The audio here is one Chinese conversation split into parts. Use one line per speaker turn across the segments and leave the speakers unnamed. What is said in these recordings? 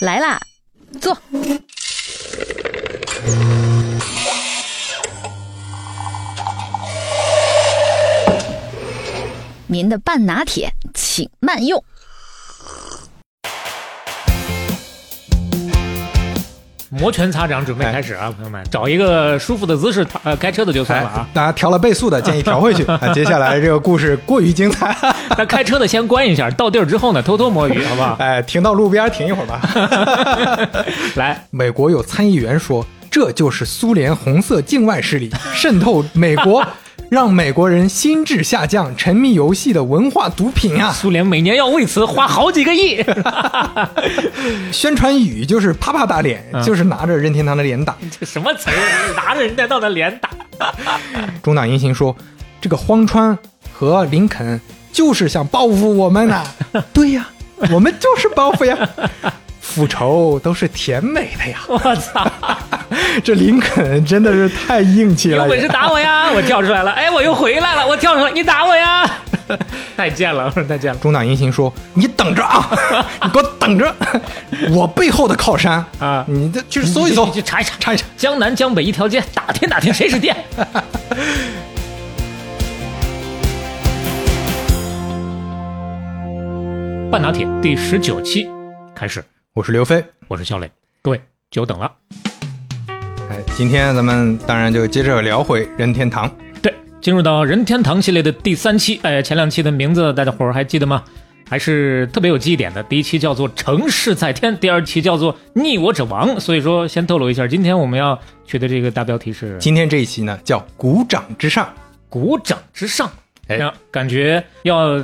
来啦，坐。您的半拿铁，请慢用。
摩拳擦掌，准备开始啊，朋友们，找一个舒服的姿势，呃，开车的就算了啊
哎。，大家调了倍速的建议调回 去啊。接下来这个故事过于精彩，
那开车的先关一下，到地儿之后呢，偷偷摸鱼，好不好？
哎，停到路边停一会儿吧。
来，
美国有参议员说，这就是苏联红色境外势力渗透美国，让美国人心智下降、沉迷游戏的文化毒品啊！
苏联每年要为此花好几个亿。
宣传语就是啪啪打脸，
嗯
就是拿着任天堂的脸打。
这什么词儿？拿着人家到那脸打。
中岛银行说，这个荒川和林肯就是想报复我们 呐、对呀，我们就是报复呀。复仇都是甜美的呀！
我操！
这林肯真的是太硬气
有
了，
本事打我呀！我跳出来了，哎，我又回来了，我跳出来，你打我呀！太贱了，太贱了。
中岛银行说：“你等着啊，你给我等着，我背后的靠山
啊
你这 去搜一搜
你，去查一查，
查一查。
江南江北一条街，打听打听谁是 店。半拿铁第十九期开始，”
我是刘飞，
我是肖磊，各位久等了。
哎，今天咱们当然就接着聊回任天堂。
对，进入到任天堂系列的第三期，哎，前两期的名字大家伙儿还记得吗？还是特别有记忆点的。第一期叫做《城市在天》，第二期叫做《逆我者亡》。所以说，先透露一下，今天我们要取的这个大标题是
今天这一期呢叫《鼓掌之上
“鼓掌之上”。
哎
呀，感觉要》，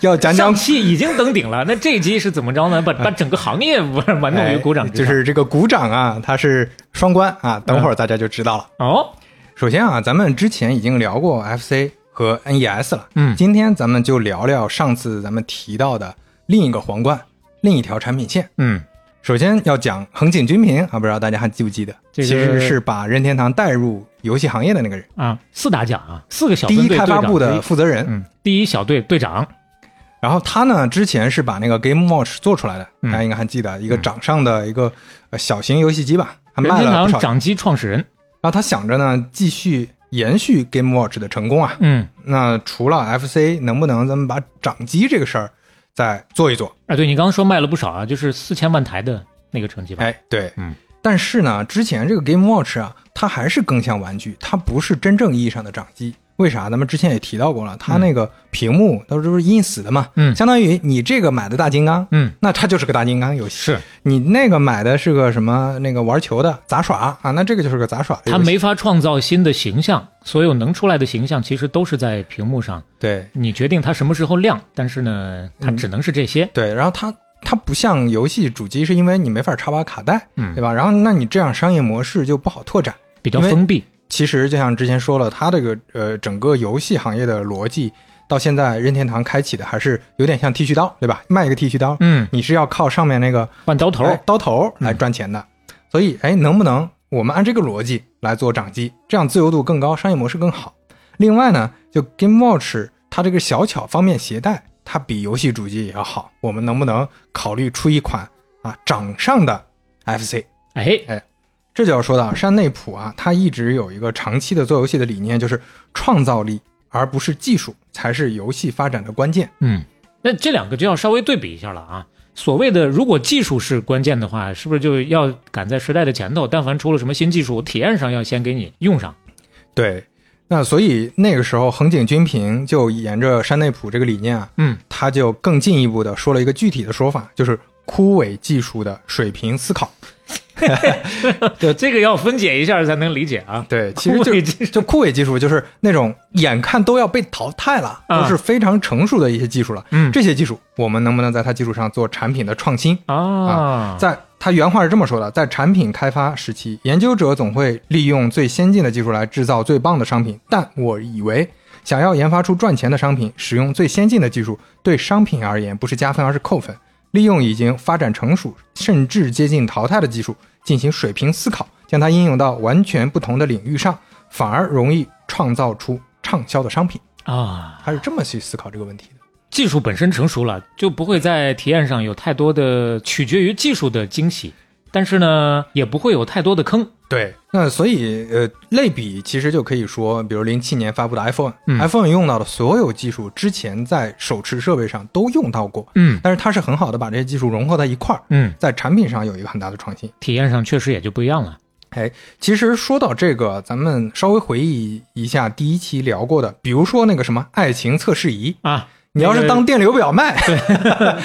要讲
上
讲
期已经登顶了，那这一期是怎么着呢？把把整个行业玩 玩弄于鼓掌
哎
之
就
上。
是这个鼓掌啊，它是双关啊，等会儿大家就知道了。
哦，
首先啊，咱们之前已经聊过 FC 和 NES 了，
嗯
今天咱们就聊聊上次咱们提到的另一个皇冠，另一条产品线。
嗯，
首先要讲横井军平啊，不知道大家还记不记得，
这个
其实是把任天堂带入游戏行业的那个人，
啊，四大奖啊，四个小
第
分
一
队
开
队
发
长
部的
之一，
负责人。
嗯，第一小队队长，
然后他呢，之前是把那个 Game Watch 做出来的，
嗯
大家应该还记得，一个掌上的一个呃小型游戏机吧，还
任
卖
天
了不
堂
少。
掌机创始人。
然后他想着呢，继续延续 Game Watch 的成功啊，
嗯，
那除了 FC，能不能咱们把掌机这个事儿再做一做？
啊，对你刚刚说卖了不少啊，就是四千万台的那个成绩吧？
哎，对，
嗯。
但是呢，之前这个 Game Watch 啊，它还是更像玩具，它不是真正意义上的掌机。为啥？咱们之前也提到过了，它那个屏幕都是都是因死的嘛，
嗯
相当于你这个买的大金刚，
嗯，
那它就是个大金刚游戏，
是
你那个买的是个什么那个玩球的杂耍啊，那这个就是个杂耍的游戏。
他没法创造新的形象，所有能出来的形象其实都是在屏幕上，
对
你决定它什么时候亮，但是呢，它
嗯
只能是这些。
对，然后它它不像游戏主机，是因为你没法插拔卡带，
嗯
对吧？然后那你这样商业模式就不好拓展。
比较
因为
封闭。
其实就像之前说了，它这个呃整个游戏行业的逻辑，到现在任天堂开启的还是有点像剃须刀，对吧？卖一个剃须刀，
嗯，
你是要靠上面那个
换刀头。
哎刀头来赚钱的。所以，哎，能不能我们按这个逻辑来做掌机，这样自由度更高，商业模式更好？另外呢，就 Game Watch 它这个小巧方便携带，它比游戏主机也要好，我们能不能考虑出一款啊掌上的 FC？
哎，
这就要说到山内溥啊，他一直有一个长期的做游戏的理念，就是创造力而不是技术才是游戏发展的关键。
嗯，那这两个就要稍微对比一下了啊。所谓的如果技术是关键的话，是不是就要赶在时代的前头？但凡出了什么新技术，体验上要先给你用上。
对，那所以那个时候横井军平就沿着山内溥这个理念啊，
嗯，
他就更进一步的说了一个具体的说法，就是枯萎技术的水平思考。
对，这个要分解一下才能理解啊。
对，其实
枯
就
萎技术
就枯萎技术就是那种眼看都要被淘汰了，
啊
都是非常成熟的一些技术了。
嗯
这些技术我们能不能在它基础上做产品的创新？
啊，
在他原话是这么说的：在产品开发时期，研究者总会利用最先进的技术来制造最棒的商品。但我以为，想要研发出赚钱的商品，使用最先进的技术，对商品而言不是加分，而是扣分。利用已经发展成熟，甚至接近淘汰的技术进行水平思考，将它应用到完全不同的领域上，反而容易创造出畅销的商品。
啊，
他是这么去思考这个问题的。
技术本身成熟了，就不会在体验上有太多的取决于技术的惊喜，但是呢，也不会有太多的坑。
对，那所以呃，类比其实就可以说，比如零七年发布的 iPhone，iPhone、
嗯
iPhone 用到的所有技术，之前在手持设备上都用到过，
嗯
但是它是很好的把这些技术融合在一块儿，
嗯，
在产品上有一个很大的创新。
体验上确实也就不一样了。
哎，其实说到这个，咱们稍微回忆一下第一期聊过的，比如说那个什么爱情测试仪，
啊，
你要是当电流表卖，，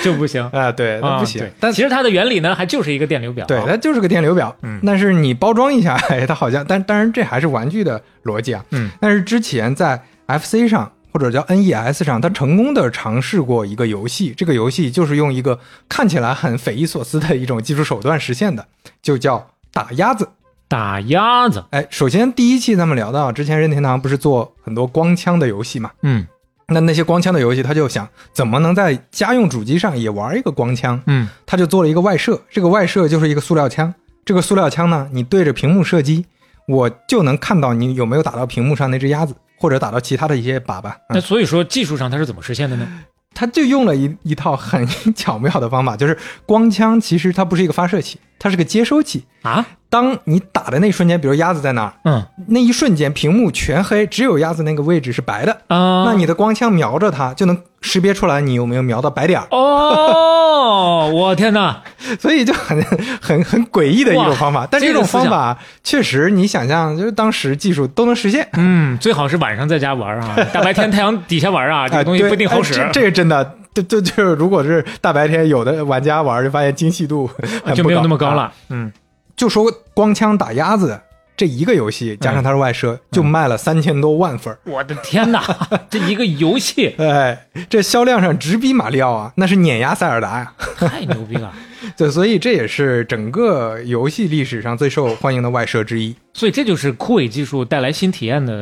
就不行
啊， 对， 那
啊
不行。
对
但
其实它的原理呢，还就是一个电流表。
对，
啊
它就是个电流表，
嗯
但是你包装一下， 哎，它好像，但当然这还是玩具的逻辑啊，
嗯，
但是之前在 FC 上或者叫 NES 上，它成功的尝试过一个游戏，这个游戏就是用一个看起来很匪夷所思的一种技术手段实现的，就叫打鸭子。
打鸭子，
哎，首先第一期咱们聊到，之前任天堂不是做很多光枪的游戏嘛？
嗯
那那些光枪的游戏，他就想怎么能在家用主机上也玩一个光枪？
嗯
他就做了一个外设，这个外设就是一个塑料枪。这个塑料枪呢，你对着屏幕射击，我就能看到你有没有打到屏幕上那只鸭子，或者打到其他的一些粑粑。
那
嗯，
所以说技术上它是怎么实现的呢？
他就用了一一套很巧妙的方法，就是光枪其实它不是一个发射器，它是个接收器。
啊，
当你打的那一瞬间，比如鸭子在哪儿，
嗯啊，
那一瞬间屏幕全黑，只有鸭子那个位置是白的，
啊嗯
那你的光枪瞄着它就能识别出来你有没有瞄到白点儿，
哦， 我天哪，
所以就很很很诡异的一种方法。但
这
这
个
种方
思想
法确实，你想象就是当时技术都能实现。
嗯， 最好是晚上在家玩啊，大白天太阳底下玩啊，这
哎，
个东西
对
不一定好
哎
使，
这这个真的，这这就是如果是大白天，有的玩家玩就发现精细度很
就
不
没有那么高了。
啊就说光枪打鸭子这一个游戏，
嗯
加上它是外设，就卖了三千多万份儿。
我的天哪，这一个游戏
哎，这销量上直逼马里奥啊，那是碾压塞尔达呀、
太牛逼了！
对，所以这也是整个游戏历史上最受欢迎的外设之一。
所以这就是枯萎技术带来新体验的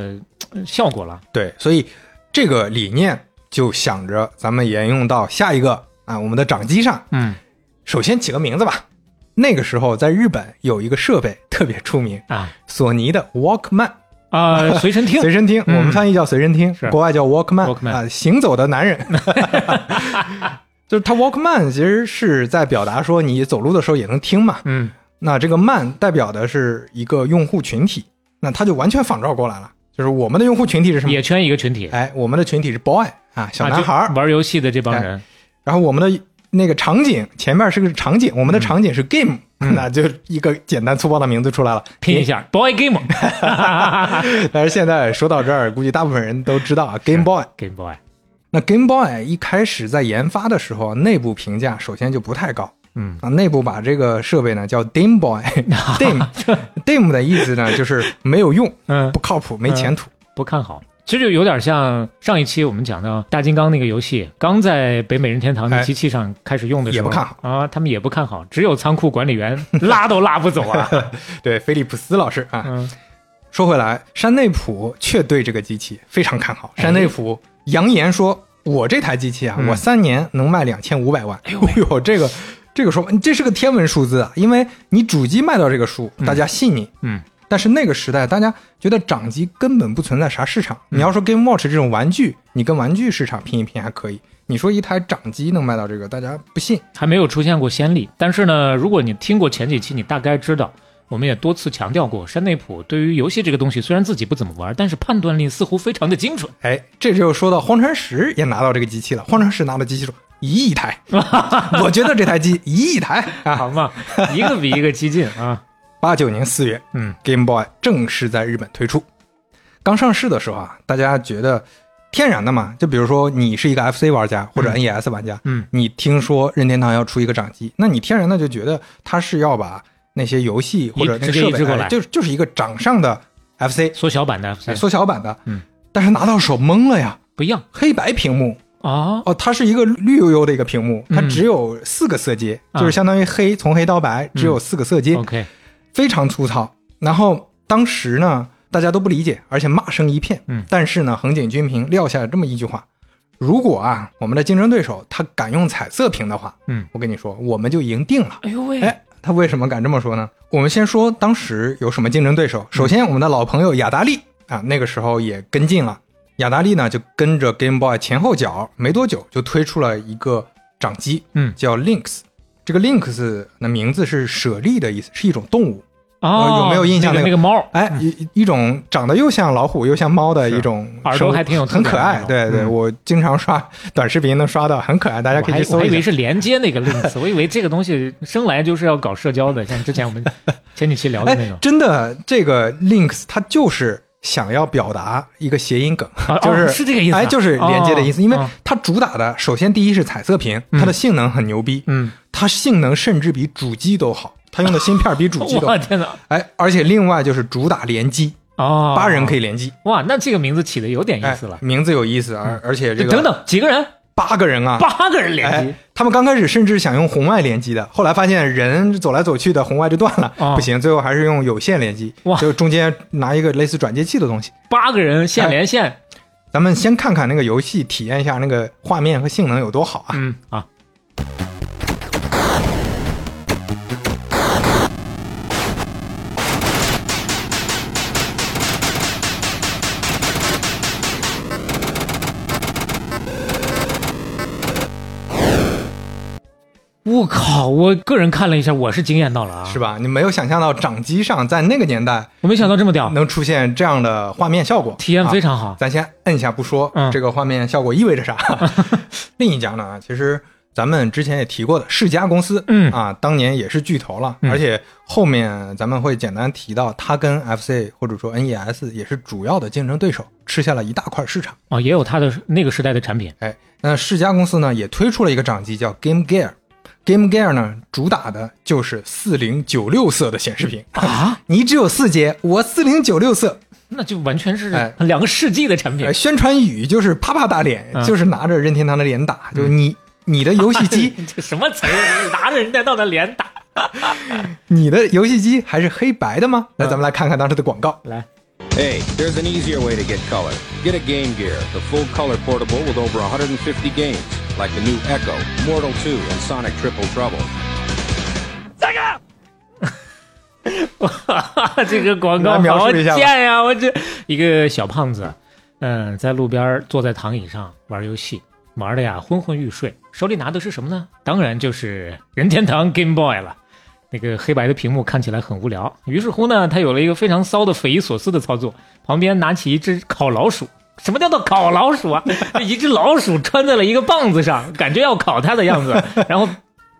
呃效果了。
对，所以这个理念就想着咱们沿用到下一个啊，我们的掌机上。
嗯
首先起个名字吧。那个时候在日本有一个设备特别出名，
啊
索尼的 Walkman
啊、随身听
随身听，
嗯
我们翻译叫随身听，
是
国外叫 Walkman
Walkman
啊，行走的男人。 就是他 Walkman 其实是在表达说你走路的时候也能听嘛，
嗯
那这个慢代表的是一个用户群体，那他就完全仿照过来了，就是我们的用户群体是什么？
野圈一个群体。
嗯哎，我们的群体是 boy 啊，小男孩儿、哎
啊就玩游戏的这帮人，
然后我们的那个场景前面是个场景，我
嗯
们的场景是 game，、那 就一个简单粗暴的名字出来了。
拼一下 Boy Game
但是现在说到这儿，估计大部分人都知道啊，Game Boy。
Game Boy，
那 Game Boy 一开始在研发的时候，内部评价首先就不太高。
嗯
啊，内部把这个设备呢叫 Dim Boy，Dim，Dim 的意思呢就是没有用，
嗯，
不靠谱，没前途。
不看好。其实就有点像上一期我们讲到大金刚那个游戏，刚在北美任天堂的
哎
机器上开始用的时候，
也不看好
啊，他们也不看好，只有仓库管理员拉都拉不走啊。
对，菲利普斯老师啊，
嗯，
说回来，山内溥却对这个机器非常看好。山内溥扬言说：“我这台机器啊，
哎嗯
我三年能卖两千五百 万。”哎呦，这个这个说法，这是个天文数字啊！因为你主机卖到这个数，大家信你。
嗯
但是那个时代，大家觉得掌机根本不存在啥市场。
嗯
你要说 Game Watch 这种玩具，你跟玩具市场拼一拼还可以。你说一台掌机能卖到这个，大家不信。
还没有出现过先例。但是呢，如果你听过前几期，你大概知道，我们也多次强调过，山内溥对于游戏这个东西虽然自己不怎么玩，但是判断力似乎非常的精准。
哎，这就说到荒川石也拿到这个机器了。荒川石拿到机器说一 亿台，我觉得这台机一亿台啊
好！ 嘛，一个比一个激进啊。
八九年四月
嗯，
，Game Boy 正式在日本推出。刚上市的时候啊，大家觉得天然的嘛，就比如说你是一个 FC 玩家或者 NES 玩家，
嗯，
你听说任天堂要出一个掌机，那你天然的就觉得它是要把那些游戏或者那
移
个
直接
设
移植
备，
过来
哎就是就是一个掌上的 FC
缩小版的 FC
哎缩小版的，
嗯，
但是拿到手懵了呀，
不一样
黑白屏幕，
啊。
哦，它是一个绿油油的一个屏幕，它
嗯
只有四个色阶，
啊嗯哦
就是相当于黑从黑到白只有四个色阶，
OK，
非常粗糙。然后当时呢，大家都不理解，而且骂声一片。
嗯
但是呢，横井军平撂下了这么一句话：如果啊，我们的竞争对手他敢用彩色屏的话，
嗯，
我跟你说，我们就赢定了。
哎呦喂，
哎，他为什么敢这么说呢？我们先说
嗯
当时有什么竞争对手。首先，我们的老朋友雅达利啊，那个时候也跟进了。雅达利呢就跟着 Game Boy 前后脚，没多久就推出了一个掌机，
嗯
叫 Lynx。这个 Lynx 那名字是舍利的意思，是一种动物。
哦，
呃有没有印象
那
那
那个
个
猫？
哎，一一种长得又像老虎又像猫
嗯
的
是啊
一种生物，
耳朵还挺有
很
特点
可
的
爱
那。种
对对，
嗯
我经常刷短视频能刷到，很可爱，大家可以去
我
搜
还我还以
一
为
下。
是连接那个 links，我以为这个东西生来就是要搞社交的，像之前我 们前几期聊的那
哎
种，，
真的，这个 Links 它就是想要表达一个谐音梗，
啊
就
哦是这个意思啊
哎，就是连接的意思，
哦
因为
哦
它主打的，首先第一是彩色屏，
嗯
它的性能很牛逼，
嗯，
它性能甚至比主机都好，它用的芯片比主机都 好
我，天哪，
哎，而且另外就是主打联机，
哦，
八人可
以，
以联机，
哇，那这个名字起的有点意
哎
思了，。嗯
名字有意思，而而且这个
等等，几个人？
八个人啊，
八个人联
哎
机，，
他们刚开始甚至想用红外联机的，后来发现人走来走去的红外就断了，
哦
不行，最后还是用有线联机
哇，
就中间拿一个类似转接器的东西。
八个人
哎
线连线，
咱们先看看那个游戏，体验一下那个画面和性能有多好啊！
嗯啊，我靠！我个人看了一下，我是惊艳到了啊！
是吧？你没有想象到掌机上在那个年代
我没想到这么屌，
能出现这样的画面效果，
体验非
嗯啊
常好。
咱先摁一下不说，
嗯
这个画面效果意味着 啥？另一家呢，其实咱们之前也提过的世嘉公司，
嗯
啊，当年也是巨头了，
嗯
而且后面咱们会简单提到，它跟 FC 或者说 NES 也是主要的竞争对手，吃下了一大块市场。
哦，也有他的那个时代的产品。
哎，那世嘉公司呢也推出了一个掌机叫 Game Gear。Game Gear 呢，主打的就是四零九六色的显示屏
啊，
你只有四阶，我四零九六色，
那就完全是
哎
两个世纪的产品
呃，。宣传语就是啪啪打脸，
嗯
就是拿着任天堂的脸打，就是你你的游戏 机，
这什么词儿？拿着人家到的脸打。
你的游戏机还是黑白的吗？来，咱们来看看当时的广告。
来，
Hey, there's an easier way to get color. Get a Game Gear, the full color portable with over 150 games, like the new Echo, Mortal 2, and Sonic Triple Trouble.
这个广告
来描述一下吧
好贱呀！我这一个小胖子，嗯，在路边坐在躺椅上玩游戏，玩的呀昏昏欲睡，手里拿的是什么呢？当然就是任天堂 Game Boy 了。那个黑白的屏幕看起来很无聊，于是乎呢，他有了一个非常骚的、匪夷所思的操作，旁边拿起一只烤老鼠。什么叫做烤老鼠啊？ 一只老鼠穿在了一个棒子上，感觉要烤它的样子，然后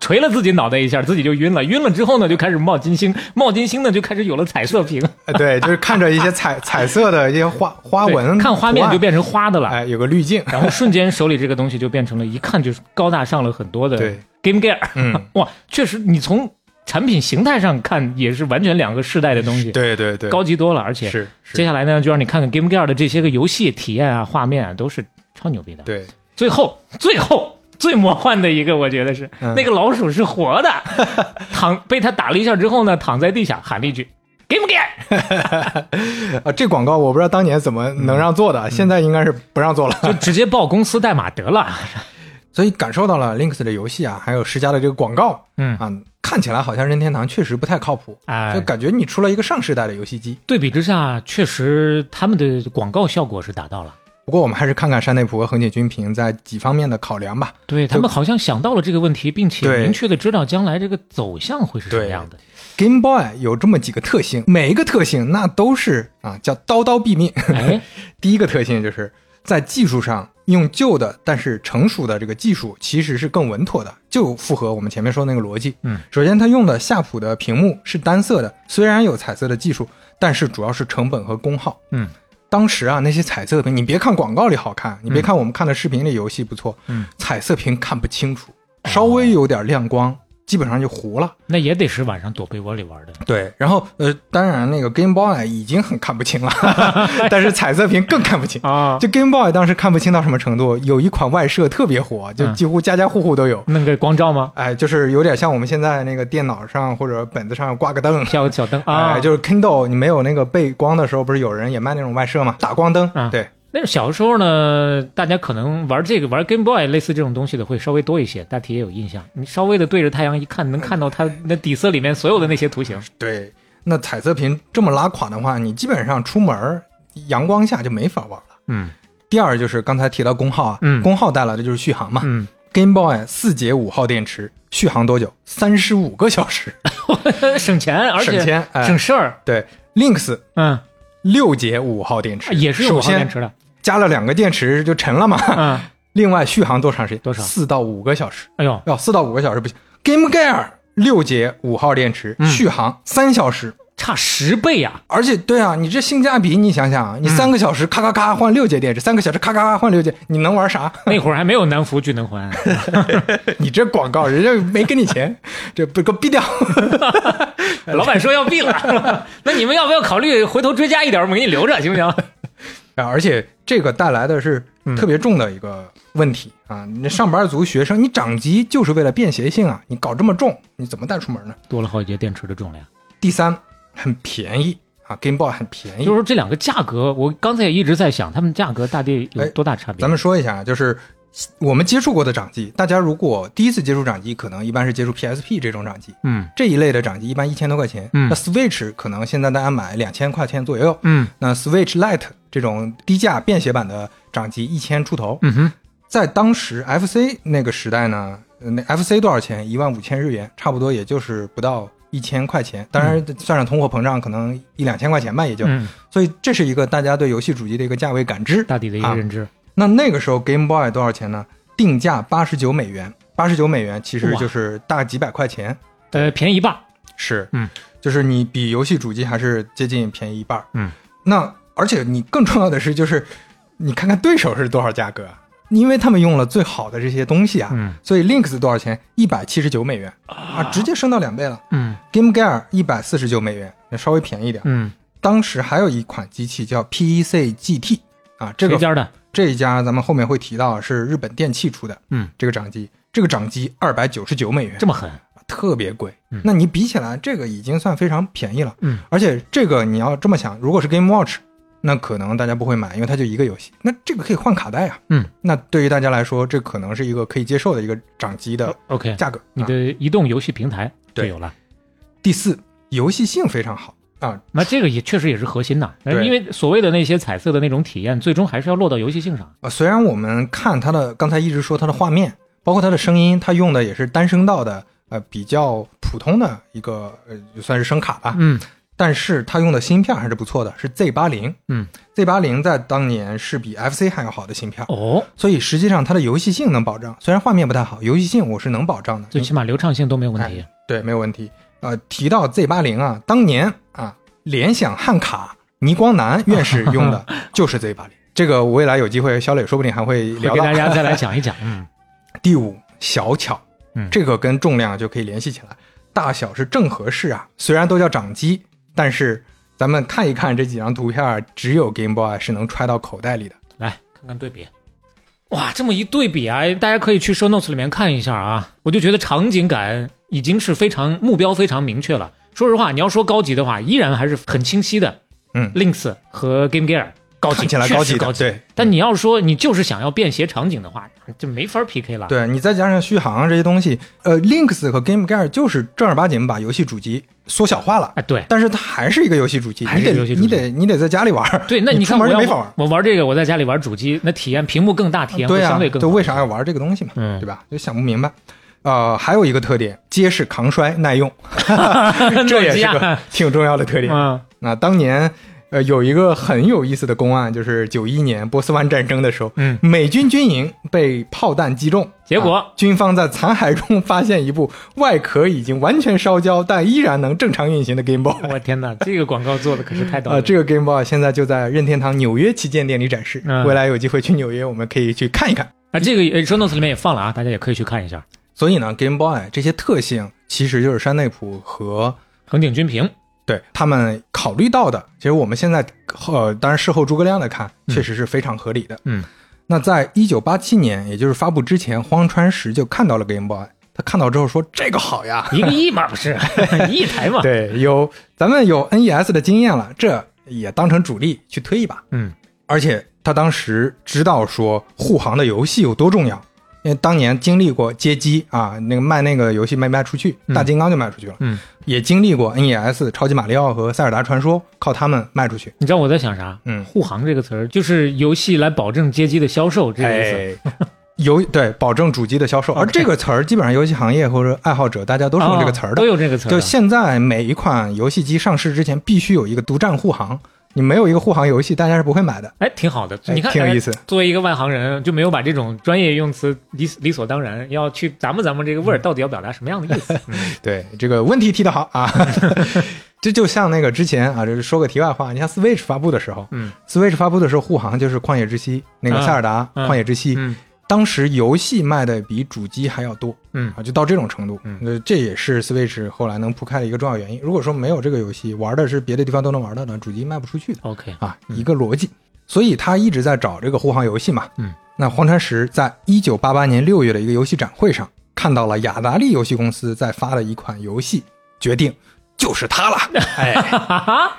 捶了自己脑袋一下，自己就晕了。晕了之后呢，就开始冒金星，冒金星呢就开始有了彩色屏，
呃 对，就是看着一些彩 彩色的一些花花纹，
对看画面就
图
变成花的了。
案，哎，有个滤镜，
然后瞬间手里这个东西就变成了一看就是高大上了很多的
对
Game Gear。
嗯，
哇，确实，你从产品形态上看也是完全两个世代的东西，
对对对，
高级多了。而且
是
接
是，
下来呢，就让你看看 Game Gear 的这些个游戏体验啊、画面啊，都是超牛逼的。
对，
最后，最后最魔幻的一个，我觉得是、
嗯
那个老鼠是活 的，躺被他打了一下之后呢，躺在地下喊了一句 “Game Gear”，
啊，这广告我不知道当年怎么能让做的，现在应该是不让做了。
嗯就直接报公司代码得了。
所以感受到了 Links 的游戏啊，还有世嘉的这个广告
嗯
啊，看起来好像任天堂确实不太靠谱，
哎
就感觉你出了一个上世代的游戏机。
对比之下，确实他们的广告效果是达到了。
不过我们还是看看山内溥和横井军平在几方面的考量吧。
对他们好像想到了这个问题，并且
对
明确的知道将来这个走向会是什么
对
样的。
Game Boy 有这么几个特性，每一个特性那都是啊叫刀刀毙命。
哎，
第一个特性就是在技术上用旧的但是成熟的这个技术其实是更稳妥的，就符合我们前面说的那个逻辑。
嗯，
首先它用的夏普的屏幕是单色的，虽然有彩色的技术，但是主要是成本和功耗。
嗯，
当时啊那些彩色屏，你别看广告里好看，你别看我们看的视频里游戏不错，
嗯，哦
彩色屏看不清楚，稍微有点亮光，基本上就糊了。
那也得是晚上躲被窝里玩的。
对，然后呃，当然那个 Game Boy 已经很看 不清了，但是彩色屏更看不清。
啊，
就 Game Boy 当时看不清到什么程度，有一款外设特别火，就
嗯
几乎家家户户都有。
弄个光照吗？
哎，就是有点像我们现在那个电脑上或者本子上挂个灯。
下个小灯啊，
哎，就是 Kindle，你没有那个背光的时候，不是有人也卖那种外设吗？打光灯。
啊
对，
但是小时候呢，大家可能玩这个玩 Game Boy 类似这种东西的会稍微多一些，大体也有印象。你稍微的对着太阳一看，能看到 它那底色里面所有的那些图形。
对，那彩色屏这么拉垮的话，你基本上出门儿阳光下就没法玩了。
嗯，
第二就是刚才提到功耗啊，
嗯
功耗带来的就是续航嘛。
嗯，
Game Boy 四节五号电池，续航多久？三十五个小 时，
省钱，而且
省钱哎
省事儿。
对，Lynx
嗯，
六节五号电池
啊也是用
首
五号
先
电池的。
加了两个电池就沉了嘛。
嗯，
另外续航多长时间？
多长
四到五个小时。哦
哎呦，
要四到五个小时不行。Game Gear 六节五号电池，
嗯
续航三小时。
差十倍呀、
而且，对啊，你这性价比，你想想啊，你三个小时咔咔咔换六节电池，三个小时咔咔咔换六节，你能玩啥？
那会儿还没有南孚聚能 环，
你这广告人家没给你 钱，这不给我毙掉。
老板说要闭了， 那你们要不要考虑回头追加一点，我们给你留着，行不行？
啊，而且这个带来的是特别重的一个问题、啊！你这上班族学生，你掌机就是为了便携性啊，你搞这么重，你怎么带出门呢？
多了好几节电池的重量。
第三，很便宜啊，Game Boy 很便宜
就是。说这两个价格，我刚才也一直在想，他们价格大地有多大差别？
哎咱们说一下，啊就是我们接触过的掌机，大家如果第一次接触掌机，可能一般是接触 PSP 这种掌机，
嗯
这一类的掌机一般一千多块钱。
嗯
那 Switch 可能现在大家买两千块钱左右。
嗯
那 Switch Lite 这种低价便携版的掌机一千出头。
嗯哼，
在当时 FC 那个时代呢，呃那 FC 多少钱？一万五千日元，差不多也就是不到一千块钱。当然，算上通货膨胀，可能一两千块钱吧，也就。
嗯，
所以这是一个大家对游戏主机的一个价位感知。
大地的一个认知，
那那个时候 Game Boy 多少钱呢？定价八十九美元，八十九美元其实
哇
就是大几百块钱。
呃，便宜吧？
是，
嗯，
就是你比游戏主机还是接近便宜一半儿。
嗯，
那而且你更重要的是，就是你看看对手是多少价格啊，因为他们用了最好的这些东西啊，
嗯
所以 Linux 多少钱？一百七十九美元啊，直接升到两倍了。
嗯
Game Gear 一百四十九美元，稍微便宜点儿。
嗯，
当时还有一款机器叫 E PEC GT 啊，这
谁
个
家的？
这一家咱们后面会提到是日本电器出的，
嗯，
这个掌机，这个掌机二百九十九美元，
这么狠？
特别贵。
嗯
那你比起来，这个已经算非常便宜了。
嗯，
而且这个你要这么想，如果是 Game Watch，那可能大家不会买，因为它就一个游戏。那这个可以换卡带啊。
嗯，
那对于大家来说，这可能是一个可以接受的一个掌机的
OK，
价格。
哦你
啊、
的移动游戏平台就
对
有了。
第四，游戏性非常好啊。
那这个也确实也是核心呐，呃
对
因为所谓的那些彩色的那种体验，最终还是要落到游戏性上。
呃虽然我们看它的，刚才一直说它的画面，包括它的声音，它用的也是单声道的，呃，比较普通的一个，呃，就算是声卡吧。
嗯
但是它用的芯片还是不错的，是 Z 八零。
嗯
，Z 八零在当年是比 FC 还要好的芯片，
哦，
所以实际上它的游戏性能保障。虽然画面不太好，游戏性我是能保障的。
最
因为
起码流畅性都没有问题。
对，没有问题。呃，提到 Z 八零啊，当年啊，联想汉卡倪光南院士 用的就是 Z 八零。这个未来有机会，肖磊说不定还会
会
聊
给
到
大。家再来讲一讲。嗯
第五，小巧，
嗯
这个跟重量就可以联系起来，大小是正合适啊。虽然都叫掌机，但是咱们看一看这几张图片儿，只有 Game Boy 是能揣到口袋里的。
来看看对比。哇，这么一对比啊，大家可以去 show notes 里面看一下啊。我就觉得场景感已经是非常目标非常明确了。说实话，你要说高级的话，依然还是很清晰的。
嗯
，Lynx 和 Game Gear 高级，
看起来
确
高
实
级的
高级。啊
对
但你要说你就是想要便携场景的话，就没法 PK 了。，
对你再加上续航这些东西，呃，Linux 和 Game Gear 就是正儿八经把游戏主机缩小化了，
哎，对
但是它还是一个游戏主机，
还是一个游戏主机
你得你得你得在家里玩儿，
对，那
你
看
出
我
门就
要
没法玩儿。
我玩这个，我在家里玩主机，那体验屏幕更大，体验会
对
相
啊
对，更
就
好。
为啥要玩这个东西嘛，
嗯
对吧？就想不明白。呃，还有一个特点，结实、抗摔、耐用，这也是
诺基
个
亚
挺重要的特点。
嗯，
那当年，呃，有一个很有意思的公案，就是九一年波斯湾战争的时候，
嗯
美军军营被炮弹击中，
结果
啊军方在残骸中发现一部外壳已经完全烧焦，但依然能正常运行的 Game Boy。
我天哪，这个广告做的可是太到位
呃，
了。
这个 Game Boy 现在就在任天堂纽约旗舰店里展示，
嗯
未来有机会去纽约，我们可以去看一看。
啊，这个呃 show notes 里面也放了啊，大家也可以去看一下。
所以呢，Game Boy 这些特性其实就是山内溥和
横井军平，
对他们考虑到的。其实我们现在呃，当然事后诸葛亮来看，确实是非常合理的。
嗯，
那在一九八七年，也就是发布之前，荒川石就看到了 Game Boy，他看到之后说：“这个好 呀
一个亿嘛，不是一亿台！”嘛？
对，有咱们有 NES 的经验了，这也当成主力去推一把。
嗯，
而且他当时知道说护航的游戏有多重要，因为当年经历过街机啊，那个卖那个游戏卖不卖出去，大金刚就卖出去了，
嗯，
也经历过 NES、超级马里奥和塞尔达传说，靠他们卖出去。
你知道我在想啥？
嗯
护航这个词儿就是游戏来保证街机的销售这个意思。
哎， 游对保证主机的销售，而
OK
这个词儿基本上游戏行业或者爱好者大家都是用这个词儿
哦
的
都。有这个词儿的。
就现在每一款游戏机上市之前，必须有一个独占护航，你没有一个护航游戏，大家是不会买的。
哎，挺好的，
哎
你看，
挺有
哎
意思
作为一个外行人，就没有把这种专业用词理理所当然，要去咱们咱们这个味
嗯
儿到底要表达什么样的意 思？嗯
对这个问题提得好啊， 这就像那个之前啊，就是说个题外话，你像 Switch 发布的时候，
嗯
，Switch 发布的时候护航就是《旷野之息》那个
啊
塞尔达《
嗯
旷野之息》
嗯
当时游戏卖的比主机还要多
嗯
啊，就到这种程度。
嗯
呃，这也是 Switch 后来能铺开的一个重要原因。如果说没有这个游戏，玩的是别的地方都能玩到的，主机卖不出去的。
，OK，
啊，
嗯
一个逻辑。所以他一直在找这个护航游戏嘛。
嗯，
那黄传石在一九八八年六月的一个游戏展会上看到了雅达利游戏公司在发的一款游戏，决定就是它 了。哎，
哈 哈，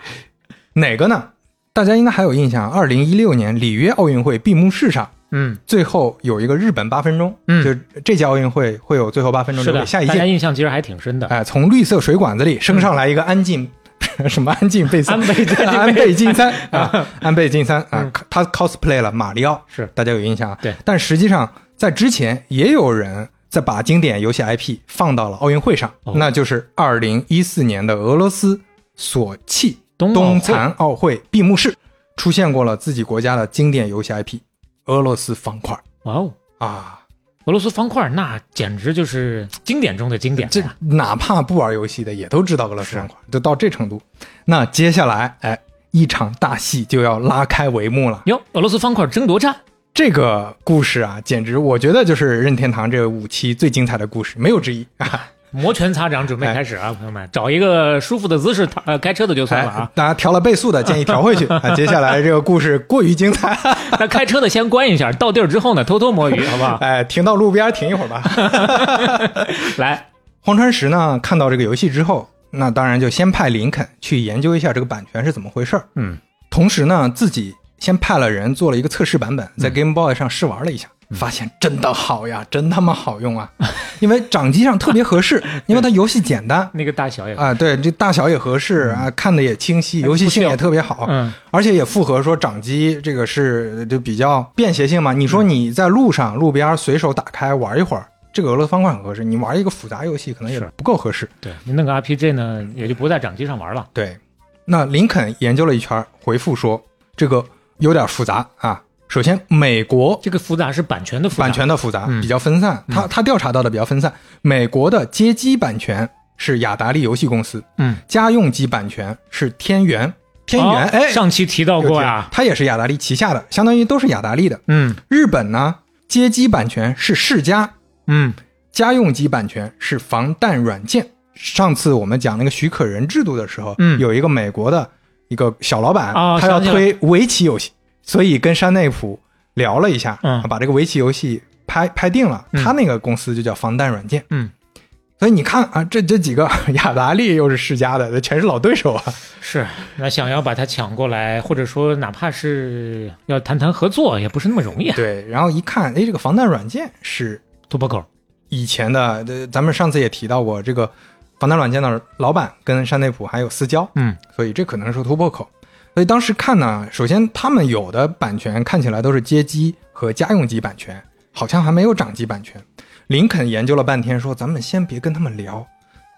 哪个呢？大家应该还有印象，二零一六年里约奥运会闭幕式上，
嗯，
最后有一个日本八分钟，
嗯
就这届奥运会会有最后八分钟
是的，
留给下一
大家
届。
印象其实还挺深的。
哎，从绿色水管子里升上来一个安静， 什么安静贝斯
安倍在这
安
边
倍 晋三啊，安倍晋三啊
嗯，
他 cosplay 了马里奥，
是
大家有印象啊。
对
但实际上在之前也有人在把经典游戏 IP 放到了奥运会上，
哦
那就是二零一四年的俄罗斯索契
冬奥会
冬残奥会闭幕式，出现过了自己国家的经典游戏 IP 俄罗斯方块
哇哦，
啊。
俄罗斯方块那简直就是经典中的经典啊，
这哪怕不玩游戏的也都知道俄罗斯方块，就到这程度。那接下来，哎，一场大戏就要拉开帷幕了。
哟，俄罗斯方块争夺战，
这个故事啊，简直我觉得就是任天堂这五期最精彩的故事，没有之一啊！
摩拳擦掌准备开始啊，朋友们，找一个舒服的姿势，呃，开车的就算了
哎
啊，，
大家调了倍速的建议调回去啊。接下来这个故事 过于精彩，
那开车的先关一下，到地儿之后呢，偷偷摸 鱼，好不好？
哎，停到路边停一会儿吧。
来，
荒川石呢，看到这个游戏之后，那当然就先派林肯去研究一下这个版权是怎么回事儿。
嗯，
同时呢，自己先派了人做了一个测试版本，在 Game Boy 上试玩了一下，发现真的好呀，真他妈好用啊！因为掌机上特别合适，因为它游戏简单
那个大小也，
啊，对，这大小也合适啊，看的也清晰，
哎
游戏性也特别好，
嗯
而且也符合说掌机这个是就比较便携性嘛。你
嗯
说你在路上、路边随手打开玩一会儿。这个俄罗斯方块很合适，你玩一个复杂游戏可能也
是
不够合适。
对，你弄个 RPG 呢，也就不在掌机上玩了。
对，那林肯研究了一圈儿，回复说这个有点复杂啊。首先，美国
这个复杂是版权的复杂，
版权的复杂
嗯
比较分散，他他调查到的比较分散。美国的街机版权是雅达利游戏公司，
嗯，
家用机版权是天元，天元
哦
哎，
上期提到过呀，
它也是雅达利旗下的，相当于都是雅达利的。
嗯
日本呢，街机版权是世嘉，
嗯，
家用机版权是防弹软件。上次我们讲那个许可人制度的时候，
嗯
有一个美国的一个小老板，
哦
他要
想起来
推围棋游戏，所以跟山内溥聊了一下，啊
嗯
把这个围棋游戏拍拍定了。
嗯
他那个公司就叫防弹软件。
嗯，
所以你看啊，这这几个 雅达利又是世嘉的，这全是老对 手啊。
是。那想要把它抢过来，或者说哪怕是要谈谈合作，也不是那么容易啊。
对，然后一看，哎，这个防弹软件是
突破口，
以前的，呃，咱们上次也提到过，这个防弹软件的老板跟山内溥还有私交，
嗯
所以这可能是突破口。所以当时看呢，首先他们有的版权看起来都是街机和家用机版权，好像还没有掌机版权。林肯研究了半天，说咱们先别跟他们聊，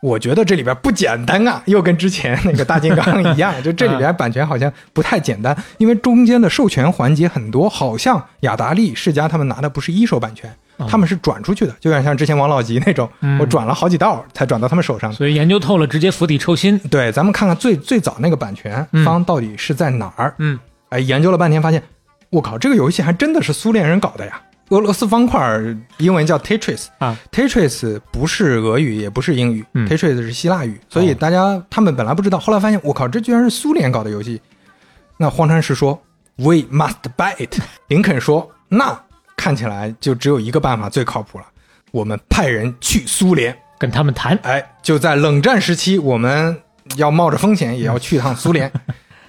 我觉得这里边不简单啊，又跟之前那个大金刚一样，就这里边版权好像不太简单，因为中间的授权环节很多，好像雅达利、世嘉他们拿的不是一手版权，他们是转出去的，就有点像之前王老吉那种，
嗯
我转了好几道才转到他们手上的。
所以研究透了，直接釜底抽薪。
对，咱们看看最最早那个版权方到底是在哪儿？
嗯，
哎，研究了半天，发现，我靠，这个游戏还真的是苏联人搞的呀！俄罗斯方块儿英文叫 Tetris
啊
，Tetris 不是俄语，也不是英语、
嗯
t e t r i s 是希腊语，所以
哦
大家他们本来不知道，后来发现，我靠，这居然是苏联搞的游戏。那荒川石说：“We must buy it。”林 肯说：“那看起来就只有一个办法最靠谱了，我们派人去苏联。”
跟他们谈，
哎，就在冷战时期，我们要冒着风险也要去一趟 苏联。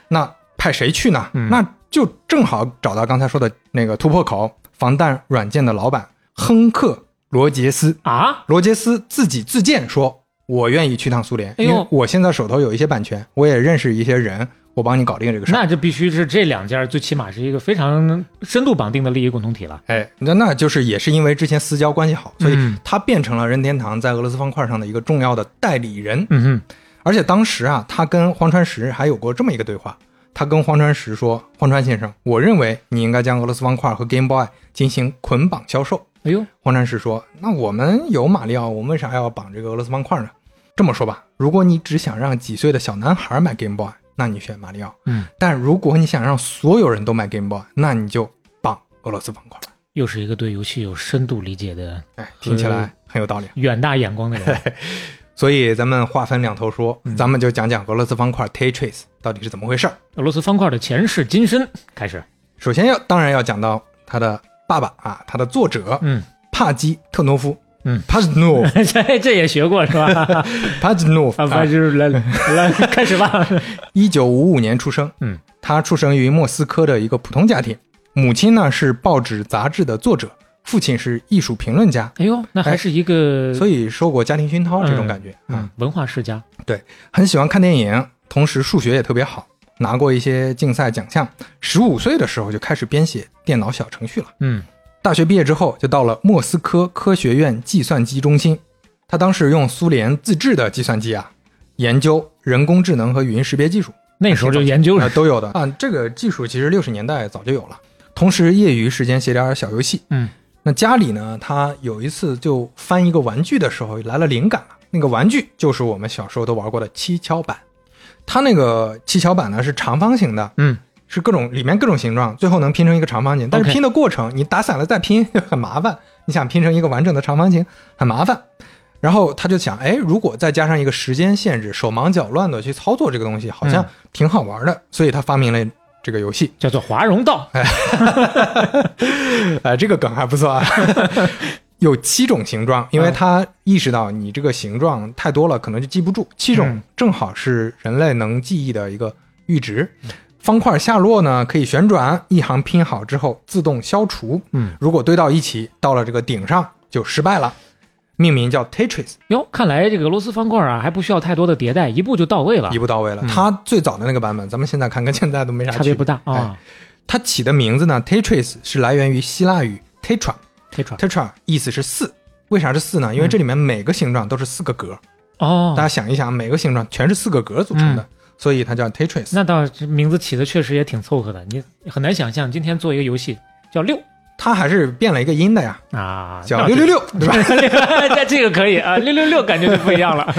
那派谁去
嗯
呢？那就正好找到刚才说的那个突破口，防弹软件的老板亨克罗杰斯。
啊，
罗杰斯自己自荐说：“我愿意去趟苏联，
哎
因
呦
为我现在手头有一些版权，我也认识一些人，我帮你搞定这个事儿。
那这必须是这两家最起码是一个非常深度绑定的利益共同体了。”
哎，那那就是也是因为之前私交关系好，所以
嗯
他变成了任天堂在俄罗斯方块上的一个重要的代理人。
嗯哼，
而且当时啊，他跟荒川石还有过这么一个对话。他跟荒川石说：“荒川先生，我认为你应该将俄罗斯方块和 Game Boy 进行捆绑销售。”
哎呦，
荒川石说：“那我们有马里奥，我们为啥要绑这个俄罗斯方块呢？这么说吧，如果你只想让几岁的小男孩买 Game Boy，那你选马里奥；
嗯，
但如果你想让所有人都买 Game Boy，那你就绑俄罗斯方块。
又是一个对游戏有深度理解的
哎，听起来很有道理。
远大眼光的 人。
所以咱们划分两头说，咱们就讲讲俄罗斯方块 Tetris 到底是怎么回事儿。
俄罗斯方块的前世今生开始，
首先要当然要讲到他的爸爸啊，他的作者
嗯，
帕基特诺夫，
嗯
帕兹诺 夫，
这这也学过是吧？
帕兹诺 夫
啊，，反正就是来来开始吧。
一九五五年出生，
嗯，
他出生于莫斯科的一个普通家庭，母亲呢是报纸杂志的作者，父亲是艺术评论家，
哎呦，那还是一个
所以受过家庭熏陶这种
嗯
感觉啊
哎嗯，文化世家。
很喜欢看电影，同时数学也特别好，拿过一些竞赛奖项。十五岁的时候就开始编写电脑小程序了。
嗯，
大学毕业之后，就到了莫斯科科学院计算机中心。他当时用苏联自制的计算机啊，研究人工智能和语音识别技术，
那时候就研究
啊
了。
都有的啊。这个技术其实六十年代早就有了。同时，业余时间写点小游戏。
嗯，
那家里呢，他有一次就翻一个玩具的时候来了灵感了，啊那个玩具就是我们小时候都玩过的七巧板。它那个七巧板呢是长方形的，
嗯，
是各种里面各种形状，最后能拼成一个长方形。但是
OK
拼的过程，你打散了再拼 就很麻烦。你想拼成一个完整的长方形很麻烦。然后他就想，哎，如果再加上一个时间限制，手忙脚乱的去操作这个东西，好像
嗯
挺好玩的。所以他发明了这个游戏。
叫做华容道，
哎，这个梗还不错啊。 有七种形状，因
嗯
为他意识到你这个形状太多了，可能就记不住。七种
嗯
正好是人类能记忆的一个阈值。
嗯
方块下落呢，可以旋转，一行拼好之后自动消除。
嗯，
如果堆到一起，到了这个顶上就失败了，命名叫 Tetris，
哟，看来这个俄罗斯方块啊，还不需要太多的迭代，一步就到位了
一，步到位了。它最早的那个版本，咱们现在看跟现在都没啥
嗯差
区
别
别
不。大啊。
它起的名字呢，Tetris 是来源于希腊语 tetra，
Tetra
tetra 意思是四，为啥是四呢？因为这里面每个形状都是四个格，
嗯哦嗯
大，家想一想，每个形状全是四个格组成的，所以它叫 Tetris。
那倒是名字起的确实也挺凑合的，你很难想象今天做一个游戏叫六
它还是变了一个音的呀，
啊，
叫六六六，对吧？
六，这这个可以啊，六六六感觉就不一样了。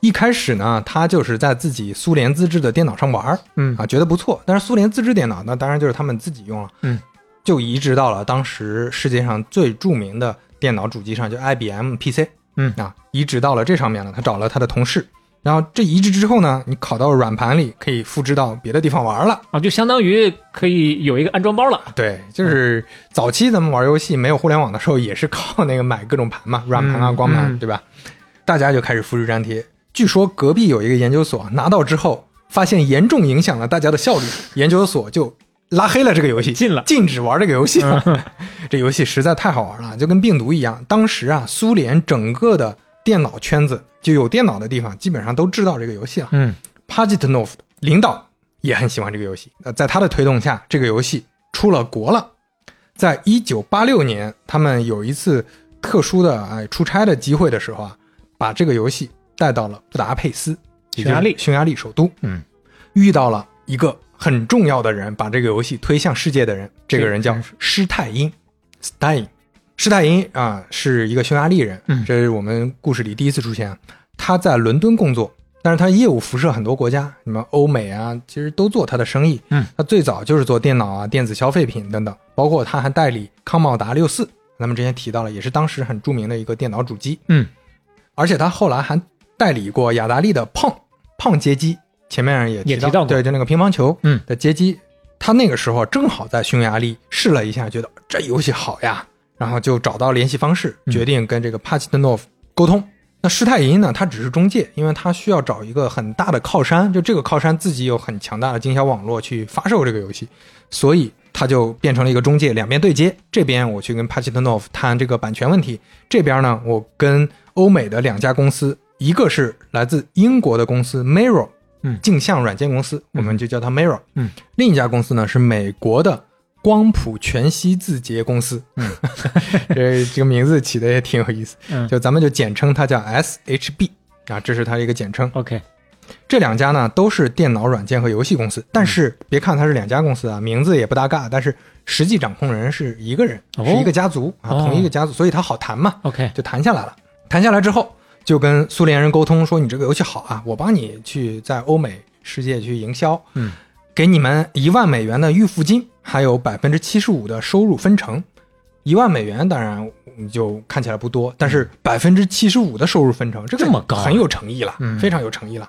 一开始呢，他就是在自己苏联自制的电脑上玩儿
嗯
啊，觉得不错。但是苏联自制电脑，那当然就是他们自己用了，
嗯，
就移植到了当时世界上最著名的电脑主机上，就 IBM PC，
嗯
啊，移植到了这上面了。他找了他的同事，然后这移植之后呢，你拷到软盘里，可以复制到别的地方玩儿了。
啊，就相当于可以有一个安装包了。
对，就是早期咱们玩游戏没有互联网的时候，也是靠那个买各种盘嘛，软盘啊、
嗯
光盘，
嗯
对吧？大家就开始复制粘贴。据说隔壁有一个研究所拿到之后，发现严重影响了大家的效率，研究所就拉黑了这个游戏，
禁了嗯
禁止玩这个游戏了。 这游戏实在太好玩了，就跟病毒一样。当时啊，苏联整个的电脑圈子，就有电脑的地方，基本上都知道这个游戏了。
嗯，
帕吉特诺夫领导也很喜欢这个游戏。呃，在他的推动下，这个游戏出了国了。在一九八六年，他们有一次特殊的哎出差的机会的时候啊，把这个游戏带到了布达佩斯，
匈牙利
也就是匈牙利首都。
嗯，
遇到了一个很重要的人，把这个游戏推向世界的人，这个人
嗯
叫施泰因 s t e i n 施泰因啊、是一个匈牙利人，
嗯
这是我们故事里第一次出现啊。他在伦敦工作，但是他业务辐射很多国家，什么欧美啊，其实都做他的生意。
嗯，
他最早就是做电脑啊、电子消费品等等，包括他还代理康茂达六四，咱们之前提到了，也是当时很著名的一个电脑主机。
嗯，
而且他后来还代理过雅达利的胖胖街机，前面也
也提到过
对，就那个乒乓球
嗯
的街机。他那个时候正好在匈牙利试了一下，觉得这游戏好呀，然后就找到联系方式，
嗯
决定跟这个帕奇特诺夫沟通。那施泰因呢，他只是中介，因为他需要找一个很大的靠山，就这个靠山自己有很强大的经销网络去发售这个游戏，所以它就变成了一个中介，两边对接。这边我去跟帕奇特诺夫谈这个版权问题，这边呢，我跟欧美的两家公司，一个是来自英国的公司 Miro，
嗯
镜像软件公司，我们就叫它 Miro，
嗯，
另一家公司呢是美国的。光谱全息字节公司，嗯， 这这个名字起的也挺有意思，
嗯
就咱们就简称它叫 SHB 啊，这是它的一个简称。
OK，
这两家呢都是电脑软件和游戏公
嗯
司，但是别看它是两家公司啊，名字也不搭嘎，但是实际掌控人是一个人，
哦
是一个家族啊，
哦
同一个家族，所以它好谈嘛，
OK，
就谈下来了。谈下来之后，就跟苏联人沟通说，你这个游戏好啊，我帮你去在欧美世界去营销，
嗯，
给你们一万美元的预付金，还有百分之七十五的收入分成。一万美元当然就看起来不多，但是百分之七十五的收入分成，这
嗯
个
这么高啊
很有诚意了，
嗯
非常有诚意了。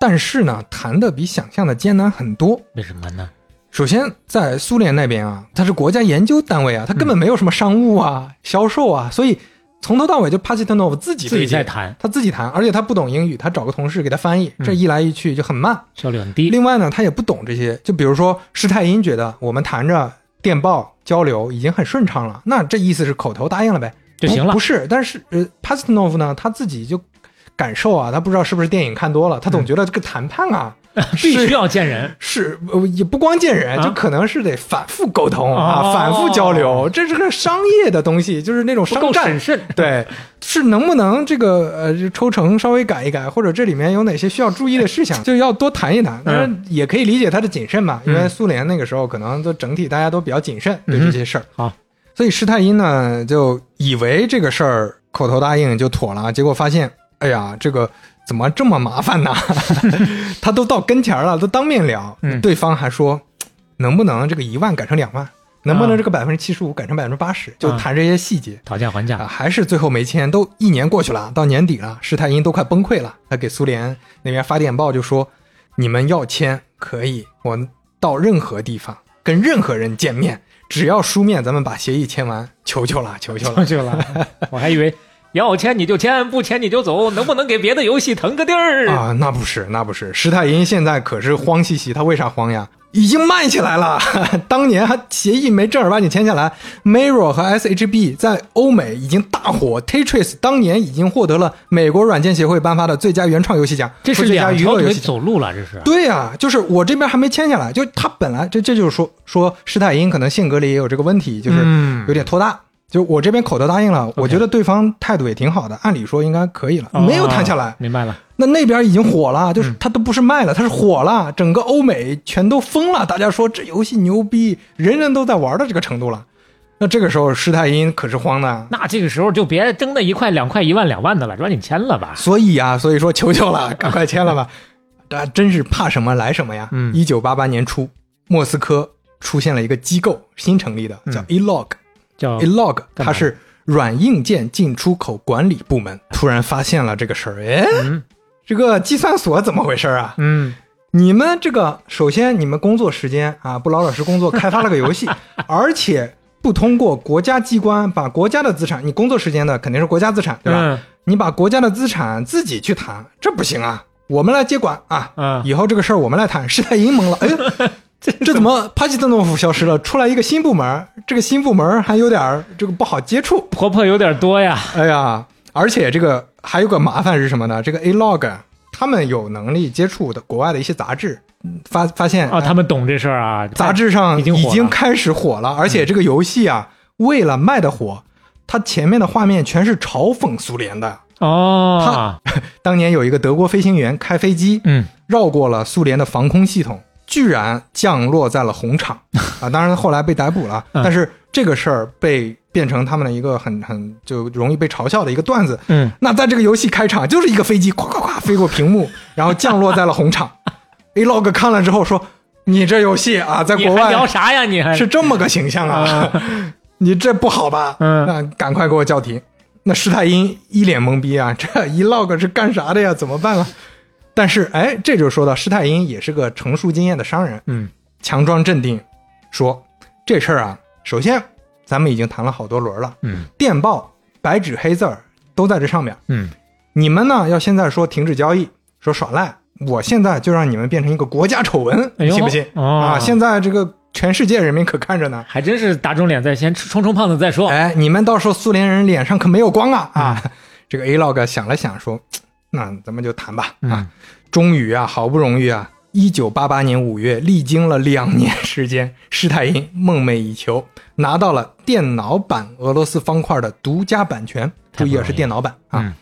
但是呢，谈的比想象的艰难很多。
为什么呢？
首先，在苏联那边啊，它是国家研究单位啊，它根本没有什么商务啊、销售啊，所以从头到尾就帕奇特诺夫自己
嗯自己
对接
在，谈，
他自己谈，而且他不懂英语，他找个同事给他翻译，
嗯
这一来一去就很慢。
效率很低。
另外呢，他也不懂这些，就比如说施泰因觉得我们谈着电报交流已经很顺畅了，那这意思是口头答应了呗，
就行了
不不是，但是呃，帕斯特诺夫呢，他自己就感受啊，他不知道是不是电影看多了，他
嗯
总觉得这个谈判 啊，
必须
是
要见人，
是呃也不光见人，
啊
就可能是得反复沟通啊，
哦
反复交流，这是个商业的东西，就是那种
不
商
够
战
审慎。
对，是能不能这个呃就抽成稍微改一改，或者这里面有哪些需要注意的事 项，就要多谈一谈。当然也可以理解他的谨慎嘛，因为
嗯
苏联那个时候可能都整体大家都比较谨慎对
嗯
这
哼
些事儿。
好，
所以施泰因呢就以为这个事儿口头答应就妥了，结果发现，哎呀，这个怎么这么麻烦呢？ 他都到跟前儿了，都当面聊，
嗯
对方还说，能不能这个一万改成两万？能不能
啊
这个百分之七十五改成百分之八十？就
啊
谈这些细节。
讨价还
啊，
价，
还是最后没签，都一年过去了，到年底了，施泰因都快崩溃了。他给苏联那边发电报就说：“你们要签可以，我到任何地方跟任何人见面，只要书面咱们把协议签完，求求了，求求了。”
去 了。我还以为要签你就签，不签你就走，能不能给别的游戏腾个地儿？
啊，那不是，那不是，施泰因现在可是慌兮兮，他为啥慌呀？已经卖起来了， 当年还协议没正儿八经签下来，Miro 和 SHB 在欧美已经大火，Tetris 当年已经获得了美国软件协会颁发的最佳原创游戏奖，
这是
和最佳
两
娱
条
乐游
腿
戏奖。
走路了，这是。
对呀、就是我这边还没签下来，就他本来这这就是说说施泰因可能性格里也有这个问题，就是
嗯
有点拖大。就我这边口头答应了，我
OK
觉得对方态度也挺好的，按理说应该可以了，没有谈下来
哦。明白了。
那那边已经火了，就是
嗯
它都不是卖了，它是火了，整个欧美全都疯了，大家说这游戏牛逼，人人都在玩到这个程度了。那这个时候施泰因可是慌的，
那这个时候就别争那一块、两块、一万、两万的了，抓紧签了吧。
所以啊，所以说求 求了，赶快签了吧。大家真是怕什么来什么呀。
嗯
一九八八年初，莫斯科出现了一个机构，新成立的叫 E eLog，、
叫
eLog，
嗯哦干嘛
它是软硬件进出口管理部门，突然发现了这个事儿，哎，
嗯
这个计算所怎么回事啊？
嗯，
你们这个首先你们工作时间啊不老老实工作，开发了个游戏，而且不通过国家机关把国家的资产，你工作时间的肯定是国家资产，对吧？
嗯
你把国家的资产自己去谈，这不行啊！我们来接管啊！
嗯
以后这个事儿我们来谈。施泰因懵了，哎，这怎么帕基特诺夫消失了？出来一个新部门，这个新部门还有点儿这个不好接触。
婆婆有点多呀。
哎呀，而且这个还有个麻烦是什么呢？这个 A Log 他们有能力接触的国外的一些杂志，嗯发发现
啊，他们懂这事儿啊。
杂志上
已经火了
开始火了，而且这个游戏啊，为了卖的火，它前面的画面全是嘲讽苏联的。
哦，
当年有一个德国飞行员开飞机，
嗯，
绕过了苏联的防空系统，居然降落在了 红场啊！当然后来被逮捕了，
嗯
但是这个事儿被变成他们的一个很很就容易被嘲笑的一个段子。
嗯，
那在这个游戏开场就是一个飞机咵咵咵飞过屏幕，然后降落在了 红场。A log 看了之后说：“你这游戏啊，在
你
国
还聊
外
啥呀？你还
是这么个形象啊， 你这不好吧？
嗯
那赶快给我叫停。”那施泰因一脸懵逼啊， 这一 log 是干啥的呀？怎么办啊？但是哎，这就说到施泰因也是个成熟经验的商人，
嗯，
强装镇定说：“这事儿啊，首先咱们已经谈了好多轮了，
嗯
电报白纸黑字儿都在这上面。
嗯
你们呢要现在说停止交易，说耍赖，我现在就让你们变成一个国家丑闻，
哎呦
信不信、
哦
啊？现在这个全世界人民可看着呢。
还真是打肿脸在先，冲冲胖子再说。
哎，你们到时候苏联人脸上可没有光啊！
嗯
啊， 这个 A log 想了想说，嘖那咱们就谈吧
嗯
啊。终于啊，好不容易啊，一九八八年五月，历经了两年时间，施泰因梦寐以求拿到了电脑版俄罗斯方块的独家版权，
太不
注
容易
意啊，是电脑版啊。
嗯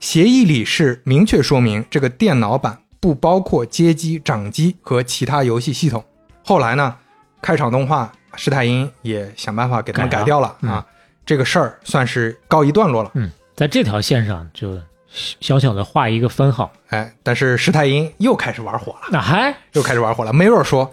协议里是明确说明，这个电脑版不包括街机、掌机和其他游戏系统。后来呢，开场动画施泰因也想办法给他们
改了
改掉了啊，这个事儿算是告一段落了。
嗯，在这条线上就小小的画一个分号。
哎，但是施泰因又开始玩火了，
那还
又开始玩火了。梅若说：“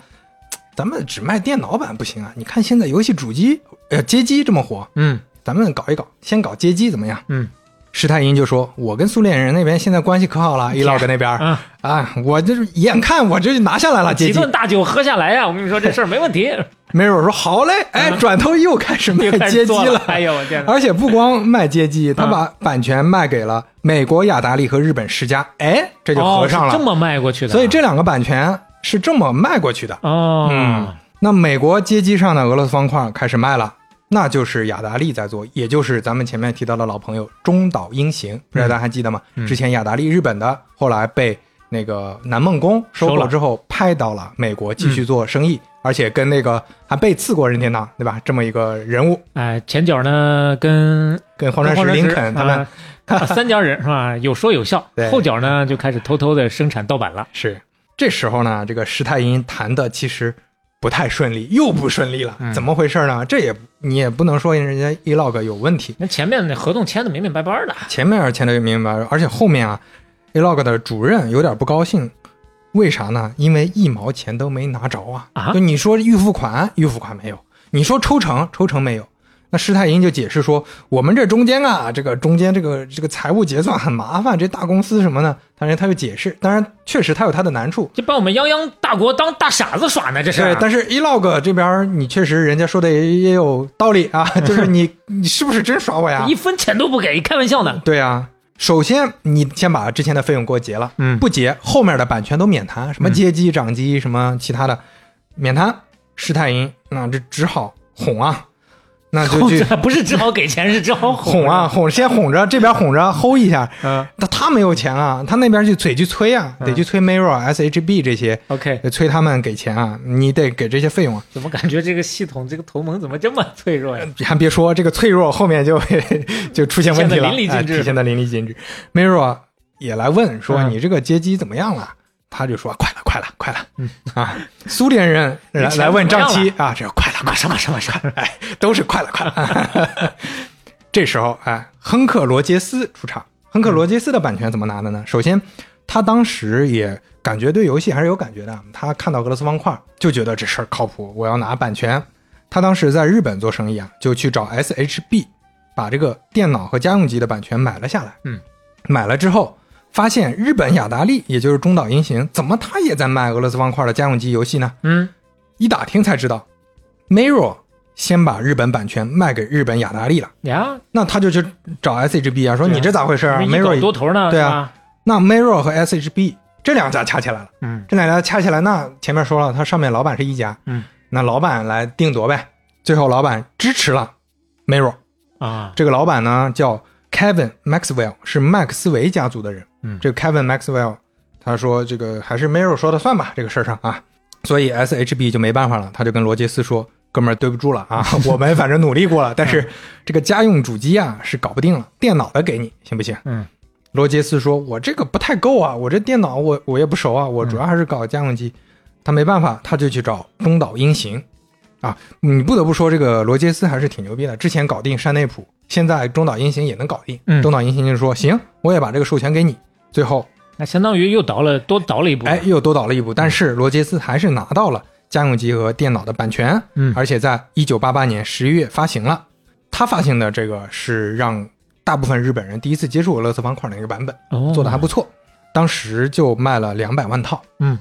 咱们只卖电脑版不行啊，你看现在游戏主机呃街机这么火，
嗯
咱们搞一搞，先搞街机怎么样？”
嗯
施泰因就说：“我跟苏联人那边现在关系可好了，伊老哥那边
啊，
啊，我就是眼看我这就拿下来了，姐
几
姐
顿。大酒喝下来呀、我跟你说这事儿没问题。”
梅尔说：“好嘞！”哎，转头又开始
嗯
卖
又开始
街机
做
了。
哎呦我天哪！嗯
而且不光卖街机，他把版权卖给了美国雅达利和日本世嘉，哎， 这就合上
哦
了。
是这么卖过去的啊。
所以这两个版权是这么卖过去的。
哦，
嗯，那美国街机上的俄罗斯方块开始卖了，那就是雅达利在做，也就是咱们前面提到的老朋友中岛英行，不知道大家还记得吗？之前雅达利日本的，后来被那个南梦宫
收
收购
了
之后，派到了美国继续做生意，而且跟那个还被刺过任天堂，对吧？这么一个人物，
哎，前脚呢跟
跟黄川
跟
石、嗯林肯他们、
啊 啊三家人是吧？有说有笑
对。
后脚呢就开始偷偷的生产盗版了。
是这时候呢，这个石太银谈的其实不太顺利，又不顺利了，怎么回事呢？这也你也不能说人家 e log 有问题。
那前面那合同签的明明白白的，
前面签的明白，而且后面啊，Alog 的主任有点不高兴，为啥呢？因为一毛钱都没拿着啊！
啊
就你说预付款，预付款没有；你说抽成，抽成没有。那施泰因就解释说，我们这中间啊，这个中间这个这个财务结算很麻烦，这大公司什么呢？当然他又解释，当然确实他有他的难处，
就把我们泱泱大国当大傻子耍呢，这是。啊
对，但是 Elog 这边儿你确实人家说的也也有道理 啊，就是你你是不是啊真耍我呀？
一分钱都不给，开玩笑呢。
对啊，首先你先把之前的费用给我结了，
嗯
不结后面的版权都免谈，什么街机、掌机，什么其他的免谈。施泰因那这只好哄啊， 那 就去
不是只好给钱，是只好哄
哄啊，。哄，先哄着这边哄着齁一下。
嗯
他他没有钱啊，他那边去催去催啊，得去催 Mirror、SHB 这些，
，OK，
得催他们给钱啊，你得给这些费用啊。
怎么感觉这个系统这个同盟怎么这么脆弱呀？
还别说，这个脆弱后面就 就出现问题
体现
了，
得淋漓尽致
哎体现的淋漓尽致。Miro 也来问说：“
嗯
你这个街机怎么样了？”他就说：“快了，快了，快了！”
嗯
啊，苏 联人来
钱
来问
怎么
张
样
七啊，这快了，马上，马上，马上，哎，都是快了，快了。 这时候，哎，亨克罗杰斯出场。亨克罗杰斯的版权怎么拿的呢？首先，他当时也感觉对游戏还是有感觉的，他看到俄罗斯方块就觉得这事儿靠谱，我要拿版权。他当时在日本做生意啊，就去找 SHB，把这个电脑和家用机的版权买了下来。
嗯，
买了之后发现日本雅达利，也就是中岛英行，怎么他也在卖俄罗斯方块的家用机游戏呢？
嗯，
一打听才知道，Miro 先把日本版权卖给日本雅达利了。
呀，
那他就去找 SHB 啊，说
对啊
你这咋回事啊
一
？Miro
狗多头呢，
对
是
啊
吧，
那 Miro 和 SHB 这两家掐起来了。
嗯，
这两家掐起来，那前面说了，他上面老板是一家，
嗯，
那老板来定夺呗。最后老板支持了 Miro，
啊，
这个老板呢叫 Kevin Maxwell，是麦克斯韦家族的人。
嗯
这个 Kevin Maxwell 他说这个还是 Miro 说的算吧，这个事儿上啊，所以 SHB 就没办法了，他就跟罗杰斯说：“哥们儿，对不住了 啊，我们反正努力过
嗯
了，但是这个家用主机啊是搞不定了，电脑的给你行不行？”
嗯。
罗杰斯说：“我这个不太够啊，我这电脑我我也不熟啊，我主要还是搞家用机。他没办法，他就去找中岛英行。啊，你不得不说这个罗杰斯还是挺牛逼的，之前搞定山内普，现在中岛英行也能搞定。
嗯
中岛英行就说：“行，我也把这个授权给你。”最后，
那相当于又倒了，多倒了一步。
哎，，又多倒了一步，但是罗杰斯还是拿到了家用机和电脑的版权，
嗯
而且在一九八八年十一月发行了。他发行的这个是让大部分日本人第一次接触俄罗斯方块的一个版本，
哦
做的还不错，当时就卖了两百万套。
嗯，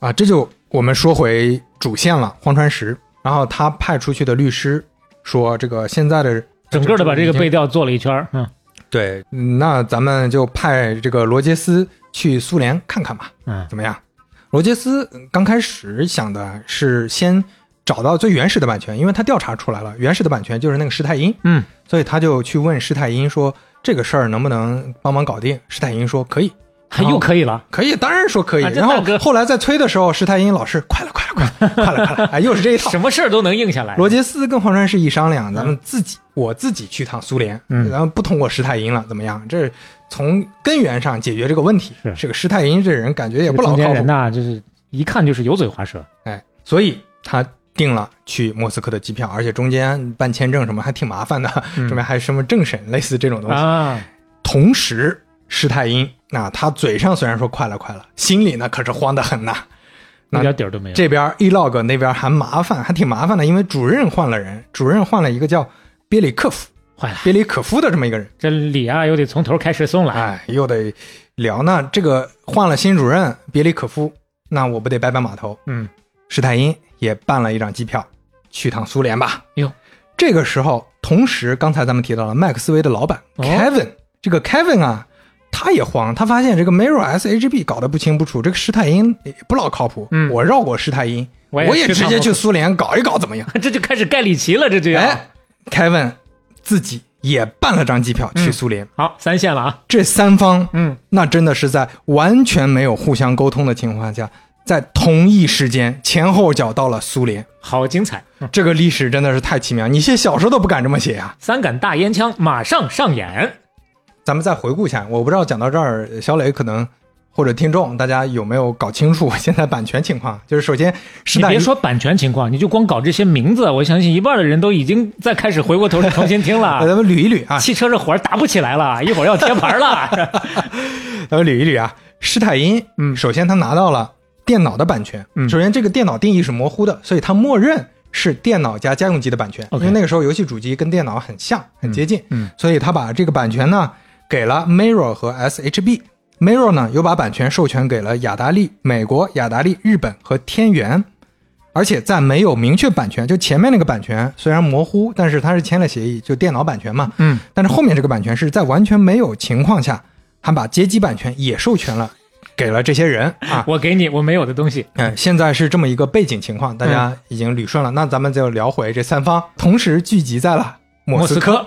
啊，这就我们说回主线了，荒川石。然后他派出去的律师说，这个现在的
整个的把这个
已经
背调做了一圈儿，嗯
对，嗯那咱们就派这个罗杰斯去苏联看看吧，
嗯
怎么样？罗杰斯刚开始想的是先找到最原始的版权，因为他调查出来了，原始的版权就是那个施泰因，
嗯，
所以他就去问施泰因说这个事儿能不能帮忙搞定。施泰因说可以，
还又可以了，
可以，当然说可以。
啊这
然
大
后
哥
后来在催的时候，施泰因老师快了，快 了，快了，快了，快了，哎，又是这一套。
什么事儿都能应下来。
罗杰斯跟黄川是一商量，咱们自己、我自己去趟苏联，
嗯
然后不通过施泰因了，怎么样？这从根源上解决这个问题。
是
这个施泰因这人感觉也
这
不
个中
老靠
间
谱
人，呐，就是一看就是油嘴滑舌。
哎，所以他订了去莫斯科的机票，而且中间办签证什么还挺麻烦的，
嗯
这边还有什么政审类似这种东西。
啊，
同时，施泰因那他嘴上虽然说快了快了，心里呢可是慌得很呐。那
一点底儿都没有。
这边 e log 那边还麻烦，还挺麻烦的，因为主任换了人，主任换了一个叫别里克夫、
坏了，
别里可夫的这么一个人，
这理啊又得从头开始送了。
哎，又得聊。那这个换了新主任别里可夫，那我不得掰掰码头？
嗯，
施泰因也办了一张机票，去趟苏联吧。
哟，
这个时候，同时刚才咱们提到了麦克斯韦的老板、
哦
Kevin，这个 Kevin 啊，他也慌，他发现这个 Mero SHB 搞得不清不楚，这个施泰因也不老靠谱。
嗯
我绕过施泰因，
我
我
也去
直
趟
接
莫
去苏联搞一搞怎么样？
这就开始盖里奇了，这就要、
哎，Kevin 自己也办了张机票去苏联，
好三线了啊。
这三方
嗯，
那真的是在完全没有互相沟通的情况下，在同一时间前后脚到了苏联，
好精彩！嗯
这个历史真的是太奇妙，你写小说都不敢这么写啊！
三杆大烟枪马上上演。
咱们再回顾一下，我不知道讲到这儿，小磊可能或者听众大家有没有搞清楚现在版权情况？就是首先是
你
在
别说版权情况，你就光搞这些名字，我相信一半的人都已经在开始回过头来重新 听
呃
了。
咱们捋一捋啊，
汽车这火儿打不起来了，一会儿要贴牌了。
咱们捋一捋啊，施泰因，
嗯
首先他拿到了电脑的版权，
嗯
首先这个电脑定义是模糊的，所以他默认是电脑加家用机的版权，
OK
因为那个时候游戏主机跟电脑很像，很接近，
嗯嗯
所以他把这个版权呢给了 Mirror 和 SHB。Mirror 呢，又把版权授权给了雅达利、美国、雅达利、日本和天元，而且在没有明确版权，就前面那个版权虽然模糊，但是它是签了协议，就电脑版权嘛，
嗯，
但是后面这个版权是在完全没有情况下，还把街机版权也授权了，给了这些人啊。
我给你我没有的东西。
嗯，现在是这么一个背景情况，大家已经捋顺了。那咱们就聊回这三方，同时聚集在了莫
莫
斯
斯
科。
科，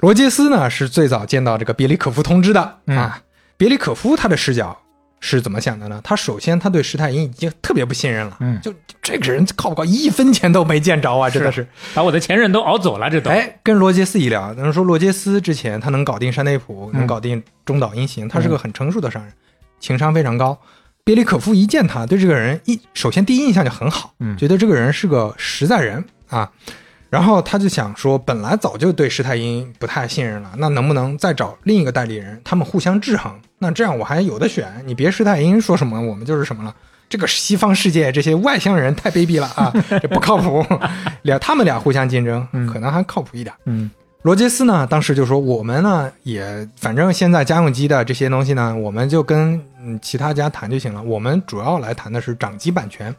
罗杰斯呢是最早见到这个别里可夫通知的、
嗯
啊。别里可夫他的视角是怎么想的呢？他首先他对施泰因已经特别不信任了，
嗯
就这个人靠不靠，一分钱都没见着啊，真的是
把我的前任都熬走了，这都。
哎，跟罗杰斯一聊，能说罗杰斯之前他能搞定山内普，
嗯
能搞定中岛英行，他是个很成熟的商人，情商非常高。别里可夫一见他，对这个人一首先第一印象就很好，
嗯
觉得这个人是个实在人啊。然后他就想说，本来早就对施泰因不太信任了，那能不能再找另一个代理人，他们互相制衡？那这样我还有的选，你别施泰因说什么，我们就是什么了。这个西方世界这些外向人太卑鄙了啊，这不靠谱。俩他们俩互相竞争，可能还靠谱一点。
嗯，
罗杰斯呢，当时就说我们呢也反正现在家用机的这些东西呢，我们就跟嗯其他家谈就行了。我们主要来谈的是掌机版权，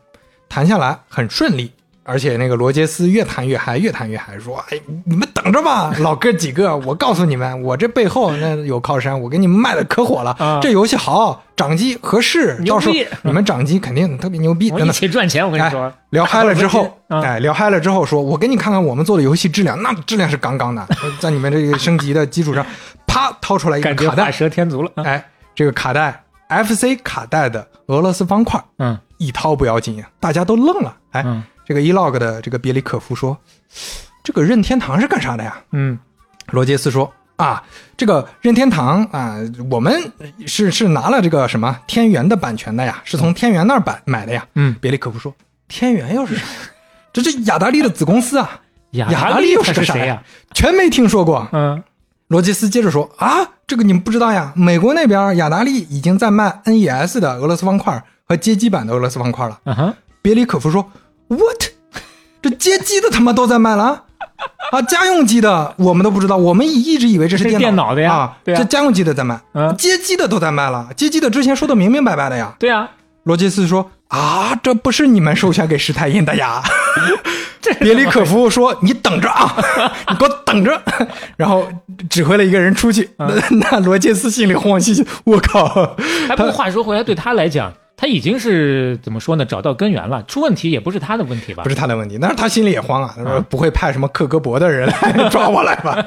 谈下来很顺利。而且那个罗杰斯越谈越嗨，越谈越嗨，说：“哎，你们等着 吧，老哥几个，我告诉你们，我这背后那有靠山，我给你们卖的可火了。
啊
这游戏好，掌机合适，
牛
到时候
逼
你们掌机肯定特别 牛逼。”
我
真
一
的。
起赚钱，我跟你说
哎。聊嗨了之后，
嗯
哎，聊嗨了之后说，我给你看看我们做的游戏质量，那质量是杠杠 的，在你们这个升级的基础上，啪掏出来一个
感觉
卡
画
带，
蛇添足了。啊
哎，这个卡带 FC 卡带的俄罗斯方块
嗯
一掏不要紧呀，大家都愣了，哎，
嗯
这个 Elog 的这个别里可夫说，这个任天堂是干啥的呀？
嗯，
罗杰斯说：“啊，这个任天堂啊，我们是是拿了这个什么天元的版权的呀，是从天元那儿买买的呀。”
嗯
别里可夫说：“天元又是啥呀？这是雅达利的子公司啊，
雅
雅
达
达利又
他
个
是
啥
谁啊
呀？全没听说过。”
嗯，
罗杰斯接着说：“啊，这个你们不知道呀，美国那边雅达利已经在卖 NES 的俄罗斯方块和街机版的俄罗斯方块了。”
嗯哼，
别里可夫说：“What？这 街机的他妈都在卖了啊！啊，家用机的我们都不知道，我们一直以为这是
这是
电
电脑的呀
啊，
对啊
这家用机的在卖，
嗯
街机的都在卖了，街机的之前说的明明白白的呀。
对啊，”
罗杰斯说：“啊，这不是你们授权给史泰因的 呀。”别里可夫说：“你等着啊， 你给我等着。”然后指挥了一个人
嗯
出去。那那罗杰斯心里慌兮兮，我靠，
还不过话说回来，对他来讲，他他已经是怎么说呢？找到根源了，出问题也不是他的问题吧？
不是他的问题，但是他心里也慌啊，他说不会派什么克格勃的人 来抓我来吧？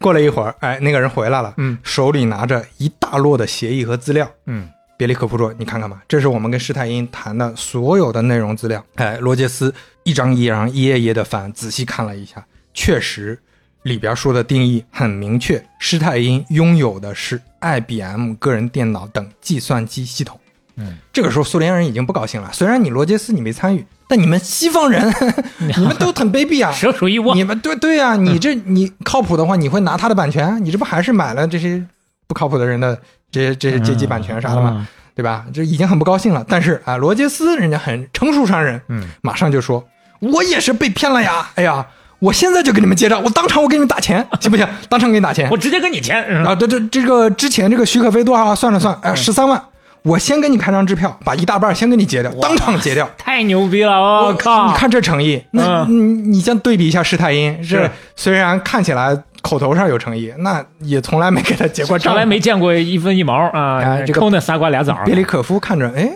过了一会儿，哎，那个人回来了，
嗯，
手里拿着一大摞的协议和资料。
嗯
别里可夫说：“你看看吧，这是我们跟施泰因谈的所有的内容资料。”哎，罗杰斯一张一张、一页页的翻，仔细看了一下，确实里边说的定义很明确，施泰因拥有的是 IBM 个人电脑等计算机系统。
嗯，
这个时候苏联人已经不高兴了，虽然你罗杰斯你没参与，但你们西方人， 你们都很卑 鄙啊！
蛇鼠一窝
你。们对对呀、你这你靠谱的话，你会拿他的版权，你这不还是买了这些不靠谱的人的这些这些阶级版权啥的吗？
嗯
对吧？这已经很不高兴了。但是啊，罗杰斯人家很成熟商人，
嗯，
马上就说：“我也是被骗了呀！哎呀，我现在就给你们结账，我当场我给你们打钱，行不行？当场给你打钱
我直接给你钱。嗯
啊！这这这个之前这个许可费多少啊？算了算，哎、十三万，我先给你开张支票，把一大半先给你结掉，当场结掉。”
太牛逼了！ 我靠！嗯
你看这诚意，那你、你先对比一下施泰因，
是
是虽然看起来口头上有诚意，那也从来没给他结过账。
从来没见过一分一毛啊
哎，这个
抠那仨瓜俩枣。
别里可夫看着，哎，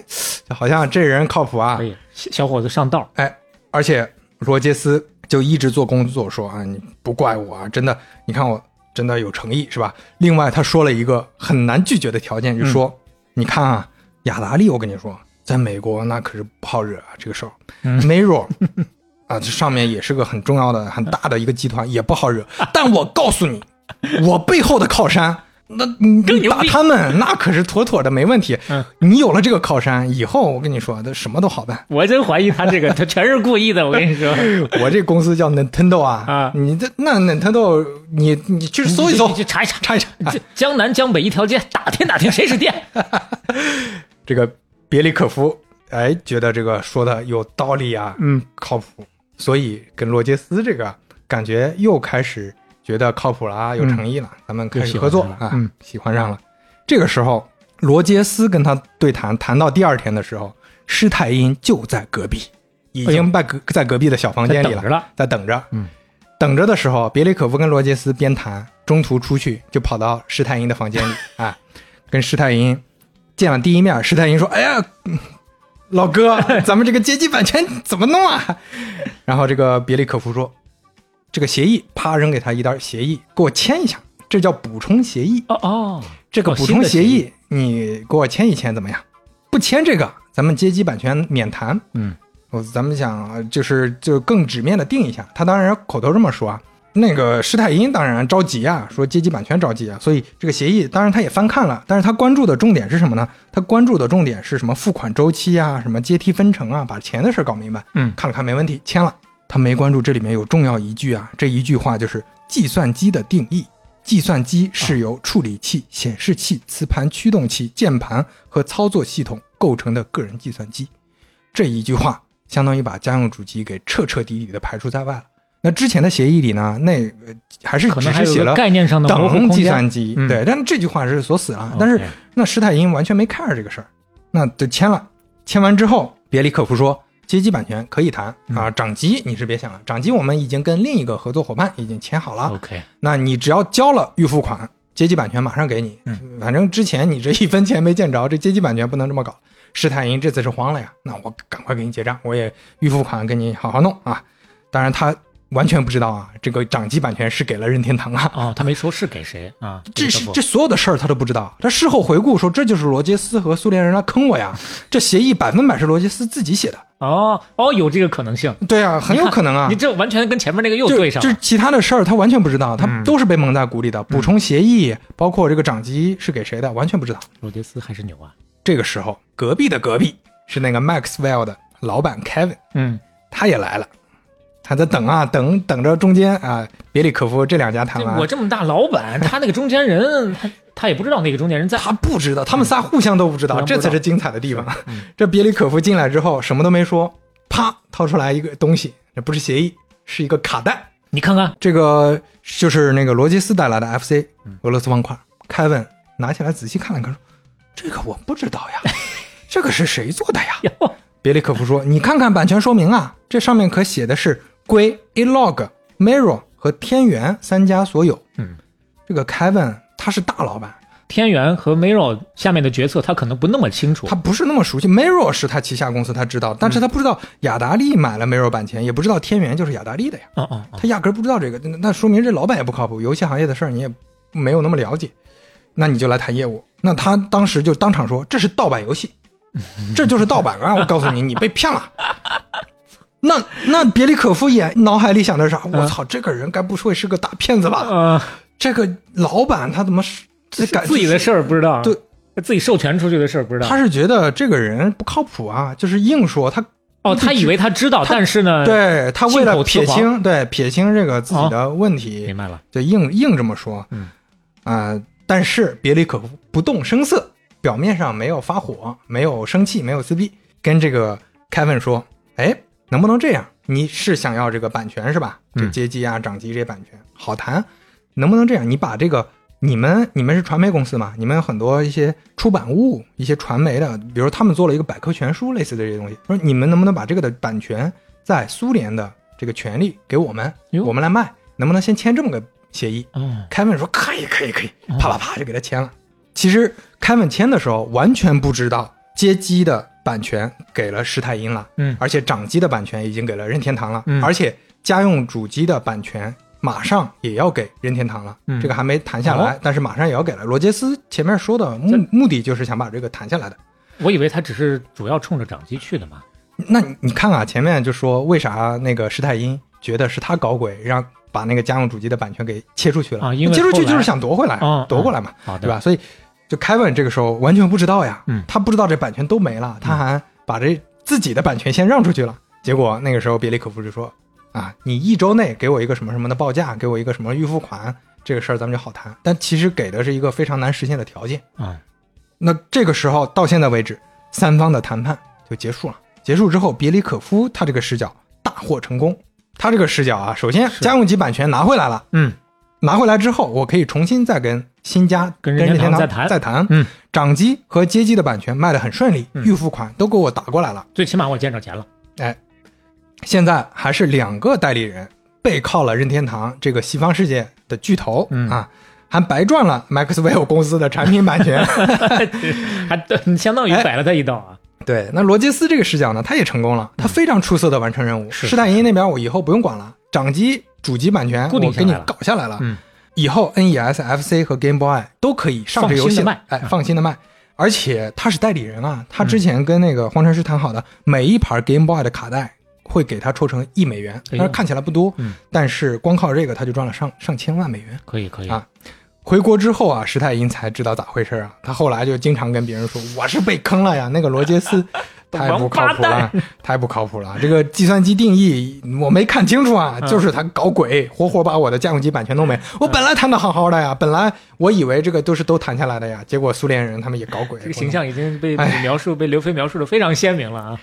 好像这人靠谱啊
可，以，哎小小伙子上道。
哎，而且罗杰斯就一直做工作说啊，你不怪我啊，真的，你看我真的有诚意是吧？另外他说了一个很难拒绝的条件，就说、
嗯
你看啊，雅达利，我跟你说，在美国那可是不好惹啊，这个事儿，
嗯
没惹。啊，这上面也是个很重要的、很大的一个集团，也不 好惹。但我告诉你，我背后的靠山，那你
更
你
牛
打
逼
他们，那可是妥妥的没问题。
嗯
你有了这个靠山以后，我跟你说，这什么都好办。
我真怀疑他这个，他全是故意的。我跟你说，
我这公司叫 Nintendo 啊，
啊
你这那 Nintendo，你你去 搜一搜
你，去查一查。
查一查。哎
这江南江北一条街，打听打听谁是店。
这个别里可夫，哎，觉得这个说的有道理啊，
嗯，
靠谱，所以跟罗杰斯这个感觉又开始觉得靠谱了啊，有诚意了，咱们开始合作
嗯又喜欢上了
啊，
嗯
喜欢上了。这个时候，罗杰斯跟他对谈，谈到第二天的时候，施泰因就在隔壁，已经在隔在隔壁的小房间里
哎在等着了
在等着，
嗯。
等着的时候，别里可夫跟罗杰斯边谈，中途出去就跑到施泰因的房间 里啊，跟施泰因见了第一面，施泰因说：“哎呀，嗯老哥，咱们这个阶级版权怎么弄啊？”然后这个别里可夫说：“这个协议，啪扔给他一袋协议，给我签一下，这叫补充协议。
哦哦，
这个
哦
补
新
充
的
协
协议
议，你给我签一签怎么样？不签这个，咱们阶级版权免谈。
嗯，
我咱们想呃就是就更直面的定一下。他当然口头这么说啊，那个施泰因当然着急啊，说阶级版权着急啊，所以这个协议当然他也翻看了，但是他关注的重点是什么呢？他关注的重点是什么付款周期啊，什么阶梯分成啊，把钱的事儿搞明白。
嗯
看了看没问题，签了。他没关注这里面有重要一句啊，这一句话就是计算机的定义。计算机是由处理器、显示器、磁盘驱动器、键盘和操作系统构成的个人计算机。这一句话相当于把家用主机给彻彻底底的排除在外了。那之前的协议里呢，那呃还是
可能
只
还
是
有
写
个
了
概念上的模糊
等
空
计
间。
算机，
嗯
对，但是这句话是锁死了。但是
OK
那施泰因完全没 care 这个事儿，那就签了。签完之后，别里可夫说，街机版权可以谈啊，
嗯
掌机你是别想了，掌机我们已经跟另一个合作伙伴已经签好了，
OK，
那你只要交了预付款，街机版权马上给你。
嗯
反正之前你这一分钱没见着，这街机版权不能这么搞。施泰因这次是慌了呀，那我赶快给你结账，我也预付款给你好好弄啊。当然他完全不知道啊，这个掌机版权是给了任天堂啊。
哦，他没说是给谁啊？
这
个
是
不
这所有的事儿他都不知道，他事后回顾说这就是罗杰斯和苏联人来坑我呀，这协议百分百是罗杰斯自己写的，
哦哦，有这个可能性。
对啊，很有可 能啊
你。这完全跟前面那个又
就
对上
就是
了。
其他的事儿他完全不知道，他
嗯
都是被蒙在鼓里的。补充协议，包括这个掌机是给谁的，完全不知道。
罗杰斯还是牛啊！
这个时候，隔壁的隔壁是那个 Maxwell 的老板 Kevin，
嗯，
他也来了，他在等啊等，等着中间啊，别里可夫这两家谈
这
完
我，这么大老板，他那个中间人，他他也不知道那个中间人在。
他不知道，他们仨互相都不知道，
嗯
这才
不知道
是精彩的地方。
嗯
这别里可夫进来之后，什么都没说，啪掏出来一个东西，这不是协议，是一个卡带。
你看看，
这个就是那个罗杰斯带来的 FC 俄罗斯方块。凯文拿起来仔细看了看，说：“这个我不知道呀，这个是谁做的呀
哟，？”
别里可夫说：“你看看版权说明啊，这上面可写的是归 E Alog、Mirror 和天元三家所有。”
嗯，
这个凯文他是大老板，
天元和 Miro 下面的决策，他可能不那么清楚
他。不是那么熟悉。Miro 是他旗下公司，他知道，但是他不知道雅达利买了 Miro 版权，也不知道天元就是雅达利的呀，
哦哦哦，
他压根儿不知道这个。那那说明这老板也不靠谱，游戏行业的事儿你也没有那么了解，那你就来谈业务。那他当时就当场说：“这是盗版 游戏，这就是盗版啊！我告诉你，你被骗了。”那那别里可夫也脑海里想的是啥？
嗯
我操，这个人该不会是个大骗子吧？
呃，
这个老板他怎么是这感
自己的事儿不知道，
对，
自己授权出去的事儿不知道
他。是觉得这个人不靠谱啊，就是硬说他
哦，他以为他知道，
他
但是呢，，
对他为
信
了
口雌
撇
黄
清对撇清这个自己的问题，
哦明白了，
就硬硬这么说。
嗯
啊、但是别里可夫不动声色，表面上没有发火，没有生气，没有撕逼，跟这个凯文说：“哎，能不能这样？你是想要这个版权是吧？就
嗯
街机啊、掌机这版权好谈，能不能这样？你把这个。”你们你们是传媒公司嘛？你们有很多一些出版物、一些传媒的，比如他们做了一个百科全书类似的这些东西，说你们能不能把这个的版权在苏联的这个权利给我们，
哟
我们来卖，能不能先签这么个协议？
哦，
凯文说可以，可以，可以，
嗯
啪啪啪就给他签了。其实凯文签的时候完全不知道街机的版权给了施泰因了，
嗯
而且掌机的版权已经给了任天堂了，
嗯
而且家用主机的版权马上也要给任天堂了，
嗯
这个还没谈下来，但是马上也要给了。罗杰斯前面说的目目的就是想把这个谈下来的。
我以为他只是主要冲着掌机去的嘛。
那你你看啊，前面就说为啥那个施泰因觉得是他搞鬼，让把那个家用主机的版权给切出去了
啊因为
切出去
后来
就是想夺回来，
嗯
夺过来嘛，
好的，
对吧？？所以就凯文这个时候完全不知道呀，
嗯
他不知道这版权都没了，他还把这自己的版权先让出去了。结果那个时候别里可夫就说啊，你一周内给我一个什么什么的报价，给我一个什么预付款，这个事儿咱们就好谈。但其实给的是一个非常难实现的条件。
啊，
那这个时候到现在为止，三方的谈判就结束了。结束之后，别里可夫他这个视角大获成功。他这个视角啊，首先家用机版权拿回来了，
嗯，
拿回来之后，我可以重新再跟新家、
跟任
任
天
天
堂
堂
再谈
再谈。
嗯，
掌机和街机的版权卖得很顺利，
嗯
预付款都给我打过来了。哎
最起码我见着钱了。
现在还是两个代理人背靠了任天堂这个西方世界的巨头、
嗯
啊，还白赚了 Maxwell 公司的产品版权。
还对相当于
哎
摆了他一道啊。
对，那罗杰斯这个视角呢，他也成功了，他非常出色的完成任务。
是
施泰因那边我以后不用管了，掌机、主机版权
固定
我给你
下来了
搞下来了，
嗯
以后 E NES、FC 和 Game Boy 都可以上这游戏
放心地卖
哎，放心的卖。而且他是代理人啊，他之前跟那个荒川师谈好的，每一盘 Game Boy 的卡带会给他抽成一美元，
哎呦
但是看起来不多，
嗯
但是光靠这个他就赚了上上千万美元。
可以可以
啊回国之后啊，石泰因才知道咋回事啊。他后来就经常跟别人说：“我是被坑了呀，那个罗 杰斯太不靠谱
王
了，太不靠谱了。这个计算机定义我没看清楚啊，
嗯
就是他搞鬼，活活把我的家用机版权弄没。我本来谈的好好的呀，本来我以为这个都是都谈下来的呀，结果苏联人他们也搞鬼。
这个形象已经被
哎
描述被刘飞描述的非常鲜明了啊。
我。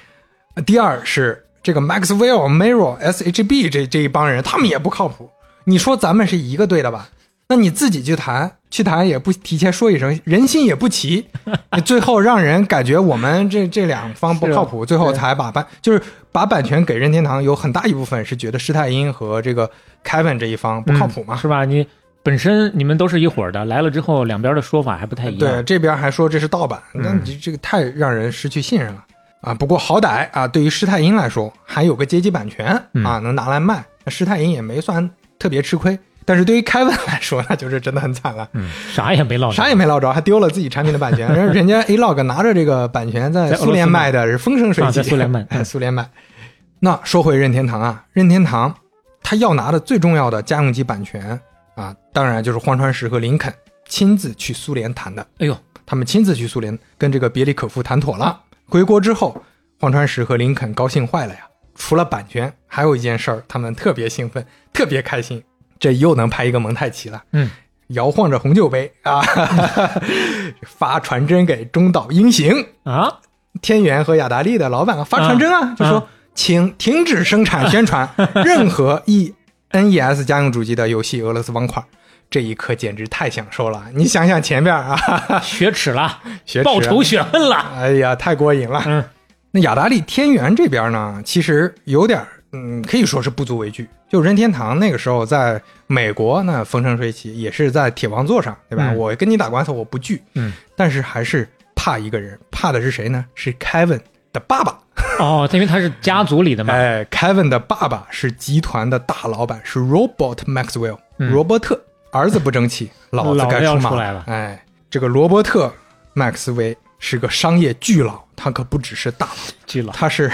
呃第二是这个 Maxwell、Miro、SHB 这这一帮人，他们也不靠谱。你说咱们是一个队的吧？那你自己去谈，去谈也不提前说一声，人心也不齐， 你最后让人感觉我们这这两方不靠谱，最后才把版就是把版权给任天堂，有很大一部分是觉得施泰因和这个 Kevin 这一方不靠谱嘛。
是吧？你本身你们都是一伙儿的，来了之后两边的说法还不太一样。
对，这边还说这是盗版，那
嗯
你这个太让人失去信任了啊！不过好歹啊，对于施泰因来说，还有个街机版权
嗯
啊，能拿来卖，那施泰因也没算特别吃亏。但是对于凯文来说， 那就是真的很惨了，
嗯，啥也没落实，
啥也没捞着，还丢了自己产品的 版权。人人家 A-Log 拿着这个版权在
在俄罗斯
苏联卖的是风生水
啊
起，
在苏联卖
哎，
嗯
苏联卖。那说回任天堂啊，任天堂他要拿的最重要的家用机版权啊，当然就是荒川石和林肯亲自去苏联谈的。
哎呦，
他们亲自去苏联跟这个别里可夫谈妥了。回国之后，荒川石和林肯高兴坏了呀。除了版权，还有一件事儿，他们特别兴奋，特别开心，这又能拍一个蒙太奇了。
嗯，
摇晃着红酒杯啊， 发传真给中岛英行、
啊，
天元和雅达利的老板发传真啊，
啊
就说、
啊
请停止生产宣 传任何 E NES 家用主机的游戏俄罗斯方块。这一刻简直太享受了！你想想前面啊，
雪耻 了，
学
报
耻啊
仇雪恨 了。
哎呀，太过瘾了。
嗯，
那雅达利天元这边呢，其实有点儿，嗯，可以说是不足为惧。就任天堂那个时候在美国那风生水起，也是在铁王座上，对吧？
嗯
我跟你打官司我不惧，
嗯，
但是还是怕一个人，怕的是谁呢？是 Kevin 的爸爸。
哦，因为他是家族里的嘛，
哎，Kevin 的爸爸是集团的大老板，是 Robert Maxwell，、
嗯
罗伯特。儿子不争气，老子
老
该出
子要
马
出来了
哎，这个罗伯特·麦克斯韦是个商业巨佬，他可不只是大佬，
记了，
他是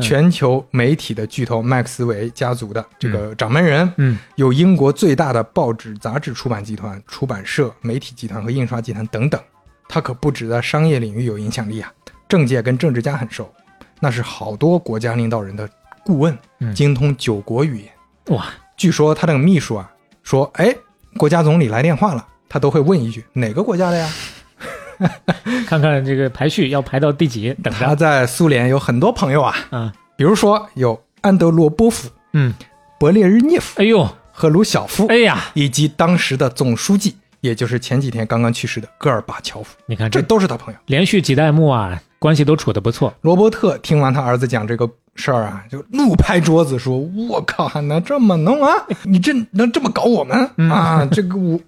全球媒体的巨头麦克斯韦家族的这个掌门人，
嗯，
有英国最大的报纸、杂志出版集团、出版社、媒体集团和印刷集团等等。他可不止在商业领域有影响力啊，政界跟政治家很熟，那是好多国家领导人的顾问，
嗯
精通九国语言。
哇，
据说他那个秘书啊，说，哎，国家总理来电话了，他都会问一句哪个国家的呀？
看看这个排序要排到第几，等
他
着，
在苏联有很多朋友啊，
啊，
比如说有安德罗波夫、
嗯，
勃列日涅夫、
哎呦，
赫鲁晓夫，
哎呀，
以及当时的总书记，也就是前几天刚刚去世的戈尔巴乔夫，
你看
这
这
都是他朋友。
连续几代目啊，关系都处得不错，
罗伯特听完他儿子讲这个事儿啊，就怒拍桌子说：“我靠，还能这么弄啊？你这能这么搞我们啊？这个我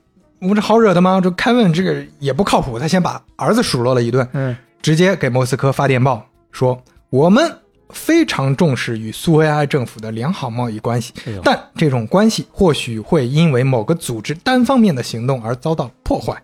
我这好惹的吗？这凯文这个也不靠谱。”他先把儿子数落了一顿，
嗯，
直接给莫斯科发电报说：“我们非常重视与苏维埃政府的良好贸易关系
哎呦，
但这种关系或许会因为某个组织单方面的行动而遭到破坏。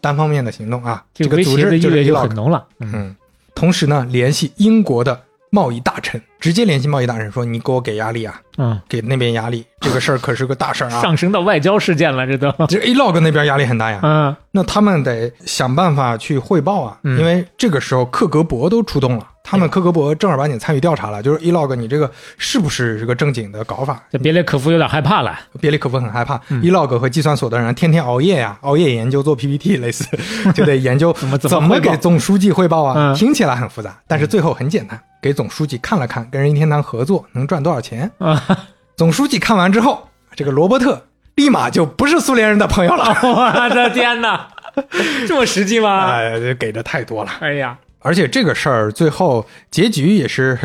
单方面的行动啊，
这
这个
威
组
胁的
织
意
就是
味
伊
就
朗
很浓了，嗯，
嗯，同时呢，联系英国的贸易大臣，直接联系贸易大臣说：“你给我给压力啊，
嗯，
给那边压力，这个事儿可是个大事儿啊。
上升到外交事件了，这 都”，
这 A log 那边压力很大呀，
嗯，
那他们得想办法去汇报啊，
嗯
因为这个时候克格勃都出动了，他们克格勃正儿八经参与调查了，就是 A log 你这个是不是这个正经的搞法？
这别列可夫有点害怕了，
别里可夫很害怕、e log 和计算所的人天天熬夜呀、熬夜研究做 PPT，类似 就得研究怎
么怎么汇报
给总书记汇报啊。
嗯
听起来很复杂，但是最后很简单，给总书记看了看，跟任天堂合作能赚多少钱。
啊，
总书记看完之后，这个罗伯特立马就不是苏联人的朋友了。
我的天哪， 这么实际吗？
哎，这给的太多了，
哎呀，
而且这个事儿最后结局也是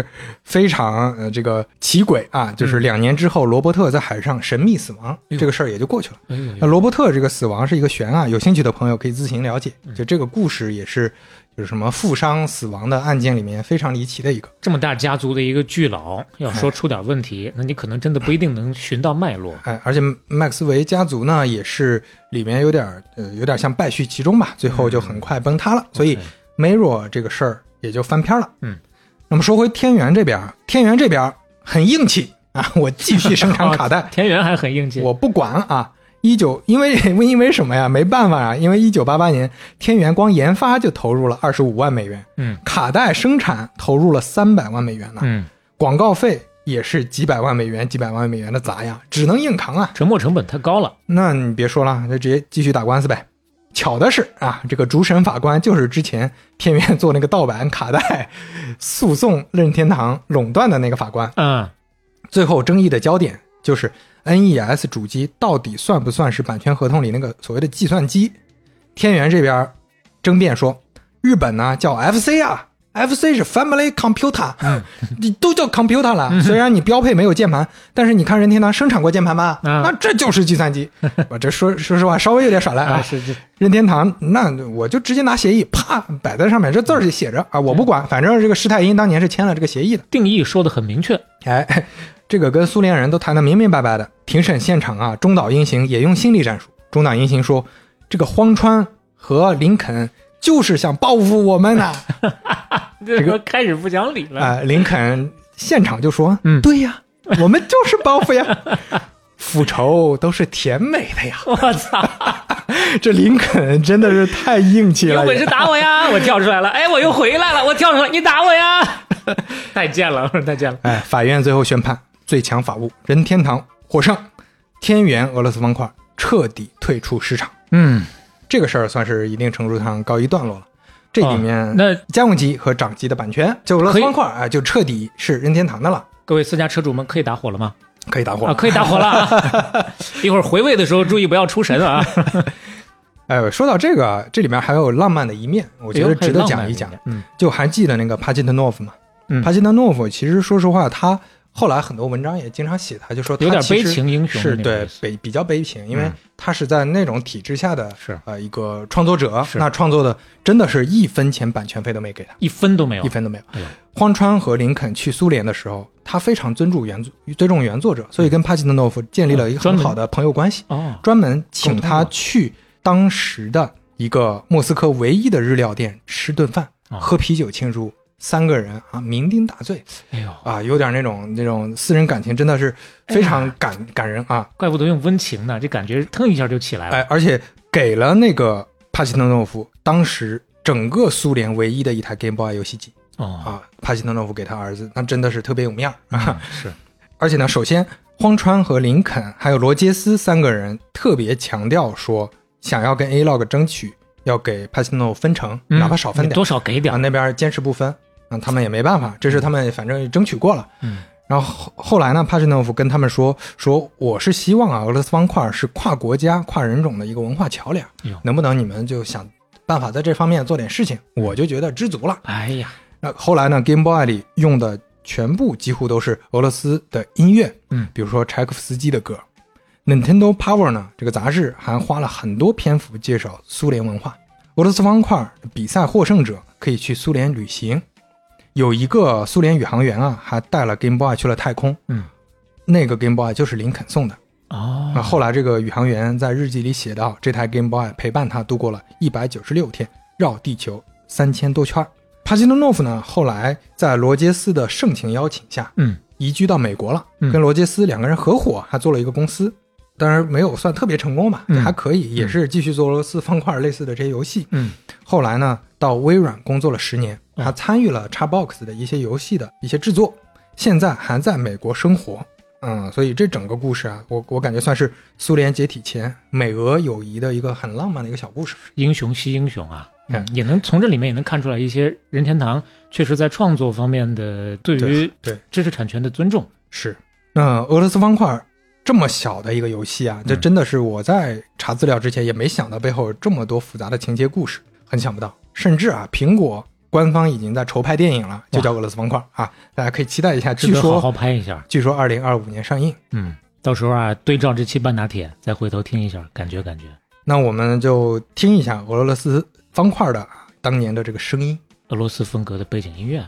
非常呃这个奇诡啊，
嗯
就是两年之后，罗伯特在海上神秘死亡，这个事儿也就过去了。
哎
那
呦，
罗伯特这个死亡是一个悬案，有兴趣的朋友可以自行了解。
嗯
就这个故事也是，就是什么富商死亡的案件里面非常离奇的一个。
这么大家族的一个巨佬，要说出点问题，那你可能真的不一定能寻到脉络。
哎，而且麦克斯韦家族呢，也是里面有点儿呃，有点像败絮其中
嗯
吧，最后就很快崩塌了。所以 Miro 这个事儿也就翻篇了。
嗯，，
那么说回天元这边儿，天元这边儿很硬气啊， 我继续生产卡 带
田园还很应届，
我不管啊。一九，因为 因为什么呀？没办法啊，因为一九八八年，天元光研发就投入了二十五万美元，
嗯
卡带生产投入了三百万美元呢、
嗯，
广告费也是几百万美元、几百万美元的砸呀，只能硬扛啊。
沉没成本太高了。
那你别说了，那直接继续打官司呗。巧的是啊，这个主审法官就是之前天元做那个盗版卡带诉讼任天堂垄断的那个法官。
嗯，
最后争议的焦点就是 NES 主机到底算不算是版权合同里那个所谓的计算机？天元这边争辩说，日本呢叫 FC 啊，FC 是 Family Computer，、你
嗯
都叫 Computer 了。虽然你标配没有键盘，但是你看任天堂生产过键盘吧？
嗯
那这就是计 算机。我这说说实话，稍微有点耍赖
啊
啊。
是是，
任天堂，那我就直接拿协议啪摆在上面，这字儿就写着啊，我不
嗯
管，反正这个施泰因当年是签了这个协议的。
定义说的很明确。
哎， 这个跟苏联人都谈得明明白白的。庭审现场啊，中岛英行也用心理战术。中岛英行说：“这个荒川和林肯就是想报复我 们呐、
这个 开始不讲理了。
哎，林肯现场就说：“
嗯
对呀，我们就是报复呀， 复仇都是甜美的呀。
我操！”
这林肯真的是太硬气
你有
了
本事
也。
打我 呀！我跳出来了，哎，我又回来了，我跳出来，你打我呀！ 太贱了，太贱了。
哎，法院最后宣判，最强法务任天堂获胜，天元俄罗斯方块彻底退出市场。
嗯，
这个事儿算是一定程度上告一段落了。这里面、
啊那
家用机和掌机的版权，就俄罗斯
可以
方块啊，就彻底是任天堂的了，
各位私家车主们可以打火了吗？
可以打火
啊，可以打火了 啊。一会儿回味的时候注意不要出神啊。
哎，说到这个，这里面还有浪漫的一面，我
我
觉得值得讲一讲。
嗯
就还记得那个帕金特诺夫嘛？
嗯
帕金特诺夫其实说实话，他后来很多文章也经常写他，就说他
有点
其实
悲情英雄的
是
那种
对
意思
悲比较悲情，因为
嗯
他是在那种体制下的
是
呃一个创作者，
是
那创作的真的是一分钱版权费都没给他，
一分都没有
一。分都没有
哎呦。
荒川和林肯去苏联的时候，他非常尊重原作尊重原作者，
嗯
所以跟帕金特诺夫建立了一个
专
很
门
好的朋友关系，
哦，
专门请
沟通
他
啊
去当时的一个莫斯科唯一的日料店吃顿饭，
啊
喝啤酒庆祝，三个人啊酩酊大醉
哎呦，
啊，有点那种那种私人感情，真的是非常
哎
感、感人啊！
怪不得用温情呢，这感觉腾一下就起来了。
哎，而且给了那个帕西特诺夫当时整个苏联唯一的一台 Game Boy 游戏机
哦，
啊，帕西特诺夫给他儿子，那真的是特别有面儿啊！
嗯是
而且呢，首先荒川和林肯还有罗杰斯三个人特别强调说，想要跟 A Log 争取，要给帕西诺分成，
嗯
哪怕少分
你
点
多。少给点
啊，
儿。
那边坚持不分，那他们也没办法，这是他们反正争取过了。
嗯，
然后后后来呢，帕什诺夫跟他们说说，我是希望啊，俄罗斯方块是跨国家、跨人种的一个文化桥梁
哎呦，
能不能你们就想办法在这方面做点事情，我就觉得知足了。
哎呀，
那后来呢，Game Boy 里用的全部几乎都是俄罗斯的音乐，
嗯
比如说柴可夫斯基的歌。Nintendo Power 呢，这个杂志还花了很多篇幅介绍苏联文化。俄罗斯方块比赛获胜者可以去苏联旅行，有一个苏联宇航员啊，还带了 Game Boy 去了太空。
嗯，
那个 Game Boy 就是林肯送的。
哦
啊，，后来这个宇航员在日记里写道：“这台 Game Boy 陪伴他度过了一百九十六天，绕地球三千多圈儿。”帕西诺诺夫呢，后来在罗杰斯的盛情邀请下，
嗯，
移居到美国了，
嗯
跟罗杰斯两个人合伙还做了一个公司，当然没有算特别成功吧，
嗯
这还可以，也是继续做俄罗斯方块类似的这些游戏。
嗯，
后来呢，到微软工作了十年，
嗯
还参与了 Xbox 的一些游戏的一些制作，现在还在美国生活。嗯，所以这整个故事啊，我我感觉算是苏联解体前美俄友谊的一个很浪漫的一个小故事。
英雄惜英雄啊。
嗯
嗯，也能从这里面也能看出来一些任天堂确实在创作方面的对于
对对
知识产权的尊重。
是，那俄罗斯方块这么小的一个游戏啊，这
嗯
真的是我在查资料之前也没想到背后有这么多复杂的情节故事，很想不到。甚至啊，苹果官方已经在筹拍电影了，就叫《俄罗斯方块》啊，大家可以期待一下。
值
据
得好
说
好拍一下。
据说二零二五年上映。
嗯，到时候啊，对照这期半打铁，再回头听一下，感觉感觉
那我们就听一下俄罗斯方块的啊当年的这个声音。
俄罗斯风格的背景音乐。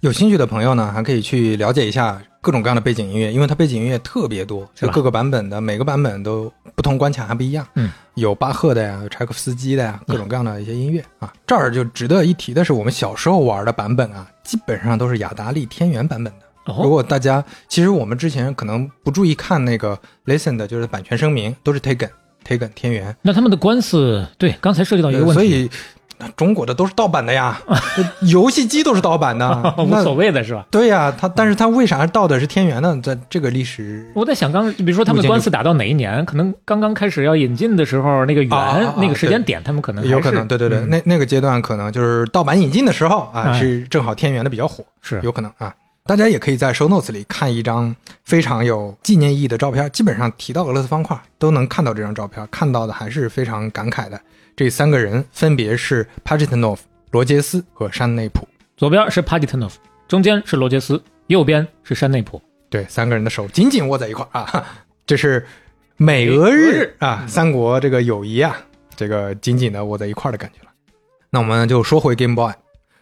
有兴趣的朋友呢，还可以去了解一下各种各样的背景音乐，因为它背景音乐特别多，
是吧
就各个版本的，每个版本都不同关卡还不一样。
嗯，
有巴赫的呀，有柴可夫斯基的呀，各种各样的一些音乐、啊。这儿就值得一提的是，我们小时候玩的版本啊，基本上都是雅达利天元版本的。如
哦，
果大家其实我们之前可能不注意看那个 listen 的，就是版权声明，都是 taken taken 天元。
那他们的官司，对，刚才涉及到一个问题，，
呃所以那中国的都是盗版的 呀，游戏机都是盗版 的
哦无
那
所谓的是吧？
对呀、他但是他为啥盗的是天元呢？在这个历史
我在想刚，比如说他们的官司打到哪一年，可能刚刚开始要引进的时候，那个元、
啊啊啊
那个时间点，他们可能还是
有可能，对对对，
嗯
那那个阶段可能就是盗版引进的时候啊，
哎
是正好天元的比较火，
是
有可能啊。大家也可以在 show notes 里看一张非常有纪念意义的照片，基本上提到俄罗斯方块都能看到这张照片，看到的还是非常感慨的。这三个人分别是 Pajitnov、罗杰斯和山内普，
左边是帕吉特诺夫，中间是罗杰斯，右边是山内普。
对，三个人的手紧紧握在一块儿啊，这是美俄日啊，三国这个友谊啊，这个紧紧的握在一块儿的感觉了。那我们就说回 Game Boy，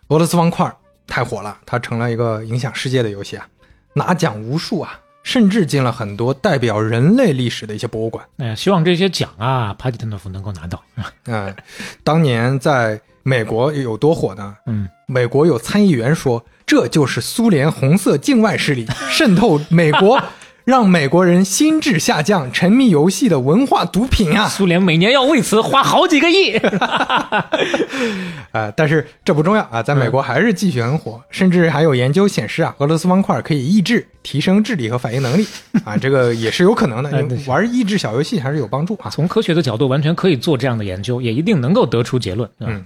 俄罗斯方块太火了，它成了一个影响世界的游戏啊，拿奖无数啊，甚至进了很多代表人类历史的一些博物馆。
哎呀，希望这些奖啊，帕吉特诺夫能够拿到。
嗯、当年在美国有多火呢？
嗯，
美国有参议员说，这就是苏联红色境外势力渗透美国让美国人心智下降、沉迷游戏的文化毒 品啊！
苏联每年要为此花好几个 亿。
啊、但是这不重要啊，在美国还是继续很火，甚至还有研究显示啊，俄罗斯方块可以抑制、提升智力和反应能力啊，这个也是有可 能的。
哎对
你玩益智小游戏还是有帮助啊。
从科学的角度，完全可以做这样的研究，也一定能够得出结论。嗯，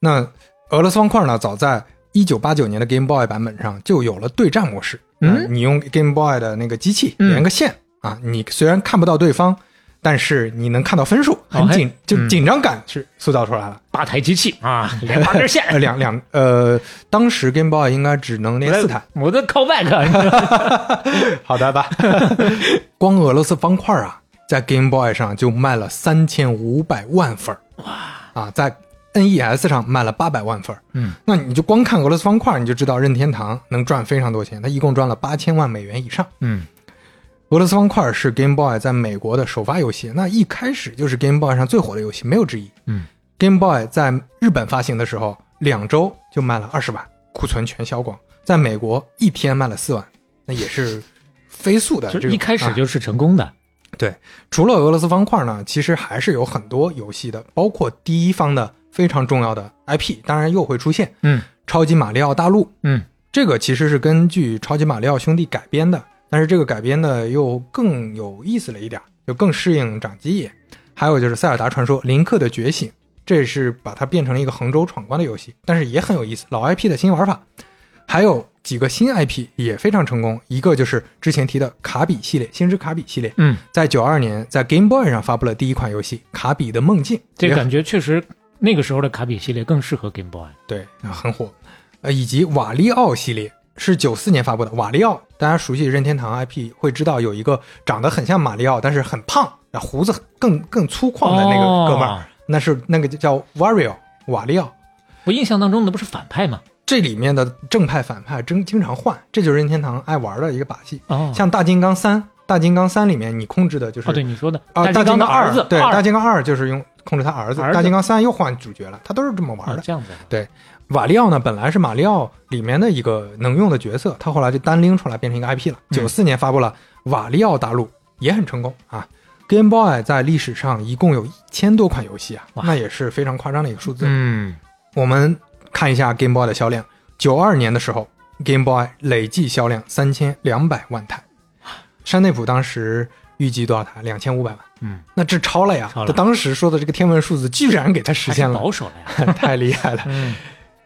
那俄罗斯方块呢，早在一九八九年的 Game Boy 版本上就有了对战模式。
嗯
啊你用 Game Boy 的那个机器
嗯
连个线、啊，你虽然看不到对方，但是你能看到分数，
哦
很
还
紧，就
嗯
紧张感是塑造出来了。
八台机器 啊，连八根线，
呃，两两呃，当时 Game Boy 应该只能连四台。
我的 callback
好的吧，光俄罗斯方块啊，在 Game Boy 上就卖了三千五百万份哇！啊，在 NES 上卖了八百万份
嗯，
那你就光看俄罗斯方块，你就知道任天堂能赚非常多钱，它一共赚了八千万美元以上。
嗯，
俄罗斯方块是 Game Boy 在美国的首发游戏，那一开始就是 Game Boy 上最火的游戏，没有之一。
嗯
，Game Boy 在日本发行的时候，两周就卖了二十万，库存全销光；在美国一天卖了四万，那也是飞速的这
就
种。
是一开
啊
始就是成功的。
对，除了俄罗斯方块呢，其实还是有很多游戏的，包括第一方的非常重要的 IP，当然又会出现
嗯
超级马里奥大陆，
嗯
这个其实是根据《超级马里奥兄弟》改编的，但是这个改编的又更有意思了一点儿，就更适应掌机眼。还有就是《塞尔达传说：林克的觉醒》，这是把它变成了一个横洲闯关的游戏，但是也很有意思，老 IP 的新玩法。还有几个新 IP 也非常成功，一个就是之前提的卡比系列，《星之卡比》系列，
嗯，
在九二年在 Game Boy 上发布了第一款游戏《卡比的梦境》，
这
也
感觉确实，那个时候的卡比系列更适合 Game Boy。
对，很火。呃，以及瓦利奥系列是九四年发布的。瓦利奥，大家熟悉任天堂 IP 会知道有一个长得很像马里奥，但是很胖，然后胡子更更粗犷的那个哥们儿，
哦
那是那个就叫 Wario 瓦利奥。
我印象当中那不是反派吗？
这里面的正派反派经经常换，这就是任天堂爱玩的一个把戏。
哦，
像大金刚三，大金刚三里面你控制的就是
哦，对你说的
啊，大
金
金
的
刚
儿子，
对，
二
大金刚二就是用控制他儿子，
儿子
大金刚三又换主角了，他都是这么玩
啊
的。
这样子啊，
瓦利奥呢，本来是马里奥里面的一个能用的角色，他后来就单拎出来变成一个 IP 了。
嗯
九四年发布了《瓦利奥大陆》，也很成功啊。Game Boy 在历史上一共有一千多款游戏啊，
哇
那也是非常夸张的一个数字。
嗯，
我们看一下 Game Boy 的销量，九二年的时候，Game Boy 累计销量三千两百万台，山内溥当时预计多少台？两千五百万。
嗯，
那这超了呀！
超了
他当时说的这个天文数字，居然给他实
还
现
是
了，
保守了呀。
太厉害了。
嗯，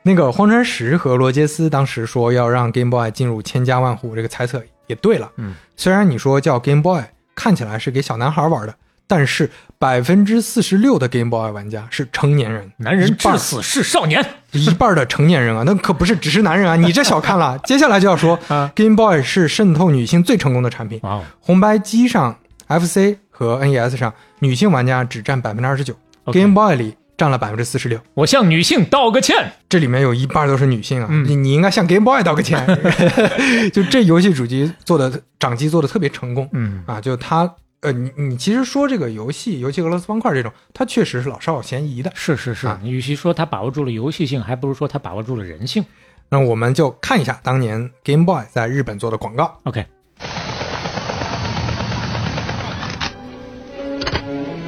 那个荒川石和罗杰斯当时说要让 Game Boy 进入千家万户，这个猜测也对了。
嗯，
虽然你说叫 Game Boy 看起来是给小男孩玩的，但是百分之四十六的 Game Boy 玩家是成年人，
男
一
人
半
至
儿
死是少年。
一半儿的成年人啊，那可不是只是 男人啊，你这小看了。接下来就要说
啊
Game Boy 是渗透女性最成功的产品，
哇哦
红白机上、FC 和 NES 上女性玩家只占百分之二十九
OK
，Game Boy 里占了百分之四十六。
我向女性道个歉。
这里面有一半都是女性啊，
嗯
你你应该向 Game Boy 道 个歉。就这游戏主机做的掌机做的特别成功
嗯
啊，就它呃，你你其实说这个游戏，尤其俄罗斯方块这种，它确实是老少咸宜的。
是是是
啊，
你与其说他把握住了游戏性，还不如说他把握住了人性。
那我们就看一下当年 Game Boy 在日本做的广告。
OK，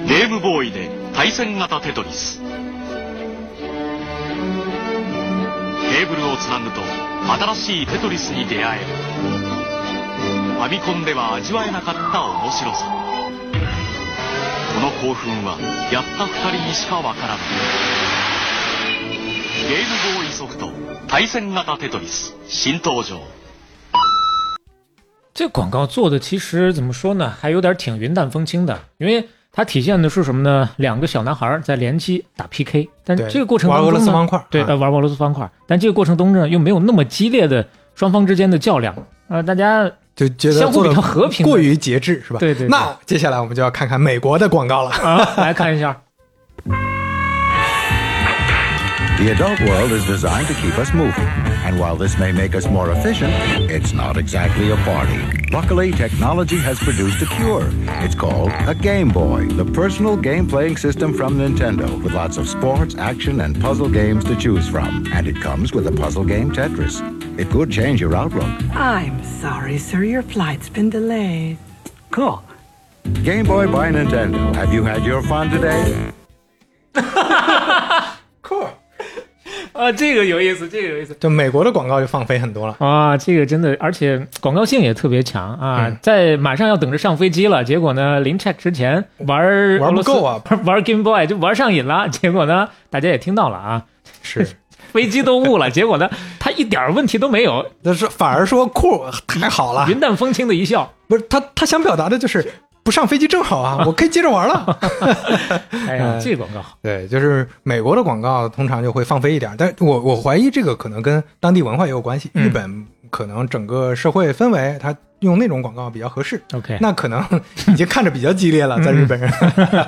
ゲームボーイで対戦型テトリスケーブルをつなぐと新しいテトリスに出会えるファミコンでは味わえなかった面白さこの興奮はやった二人にしかわからないゲームボーイソフト対戦型テトリス新登場
这广告做的其实怎么说呢，还有点挺云淡风轻的，因为它体现的是什么呢？两个小男孩在联机打 PK，但
对
这个过程当
玩
中
俄
呢
罗斯方块，
对，
啊
呃，玩俄罗斯方块，但这个过程当中呢又没有那么激烈的双方之间的较量，呃，大家
就觉得
相
做
互比较
的
和平的
过于节制是吧？
对对对
那接下来我们就要看看美国的广告了。
啊来看一下，
The adult world is designed to keep us moving. And while this may make us more efficient, it's not exactly a party. Luckily, technology has produced a cure. It's called a Game Boy, the personal game playing system from Nintendo, with lots of sports, action, and puzzle games to choose from. And it comes with a puzzle game Tetris. It could change your outlook.
I'm sorry, sir. Your flight's been delayed. Cool.
Game Boy by Nintendo. Have you had your fun today?
啊，这个有意思，这个有意思。
就美国的广告就放飞很多了。
哇，啊这个真的，而且广告性也特别强啊！
嗯
在马上要等着上飞机了，结果呢，临 check 之前玩俄
玩不
罗斯
够啊，
玩 Game Boy 就玩上瘾了，结果呢，大家也听到了啊，
是，
飞机都误 了，结果呢，他一点儿问题都没有，
但是反而说酷太好了，
云淡风轻的一笑，
不是他他想表达的就是不上飞机正好啊，我可以接着玩了。
哎呀，
呃
这广告好，
对，就是美国的广告通常就会放飞一点，但我我怀疑这个可能跟当地文化也有关系。
嗯
日本可能整个社会氛围，他用那种广告比较合适。
OK
那 可能已经看着比较激烈了，在日本人。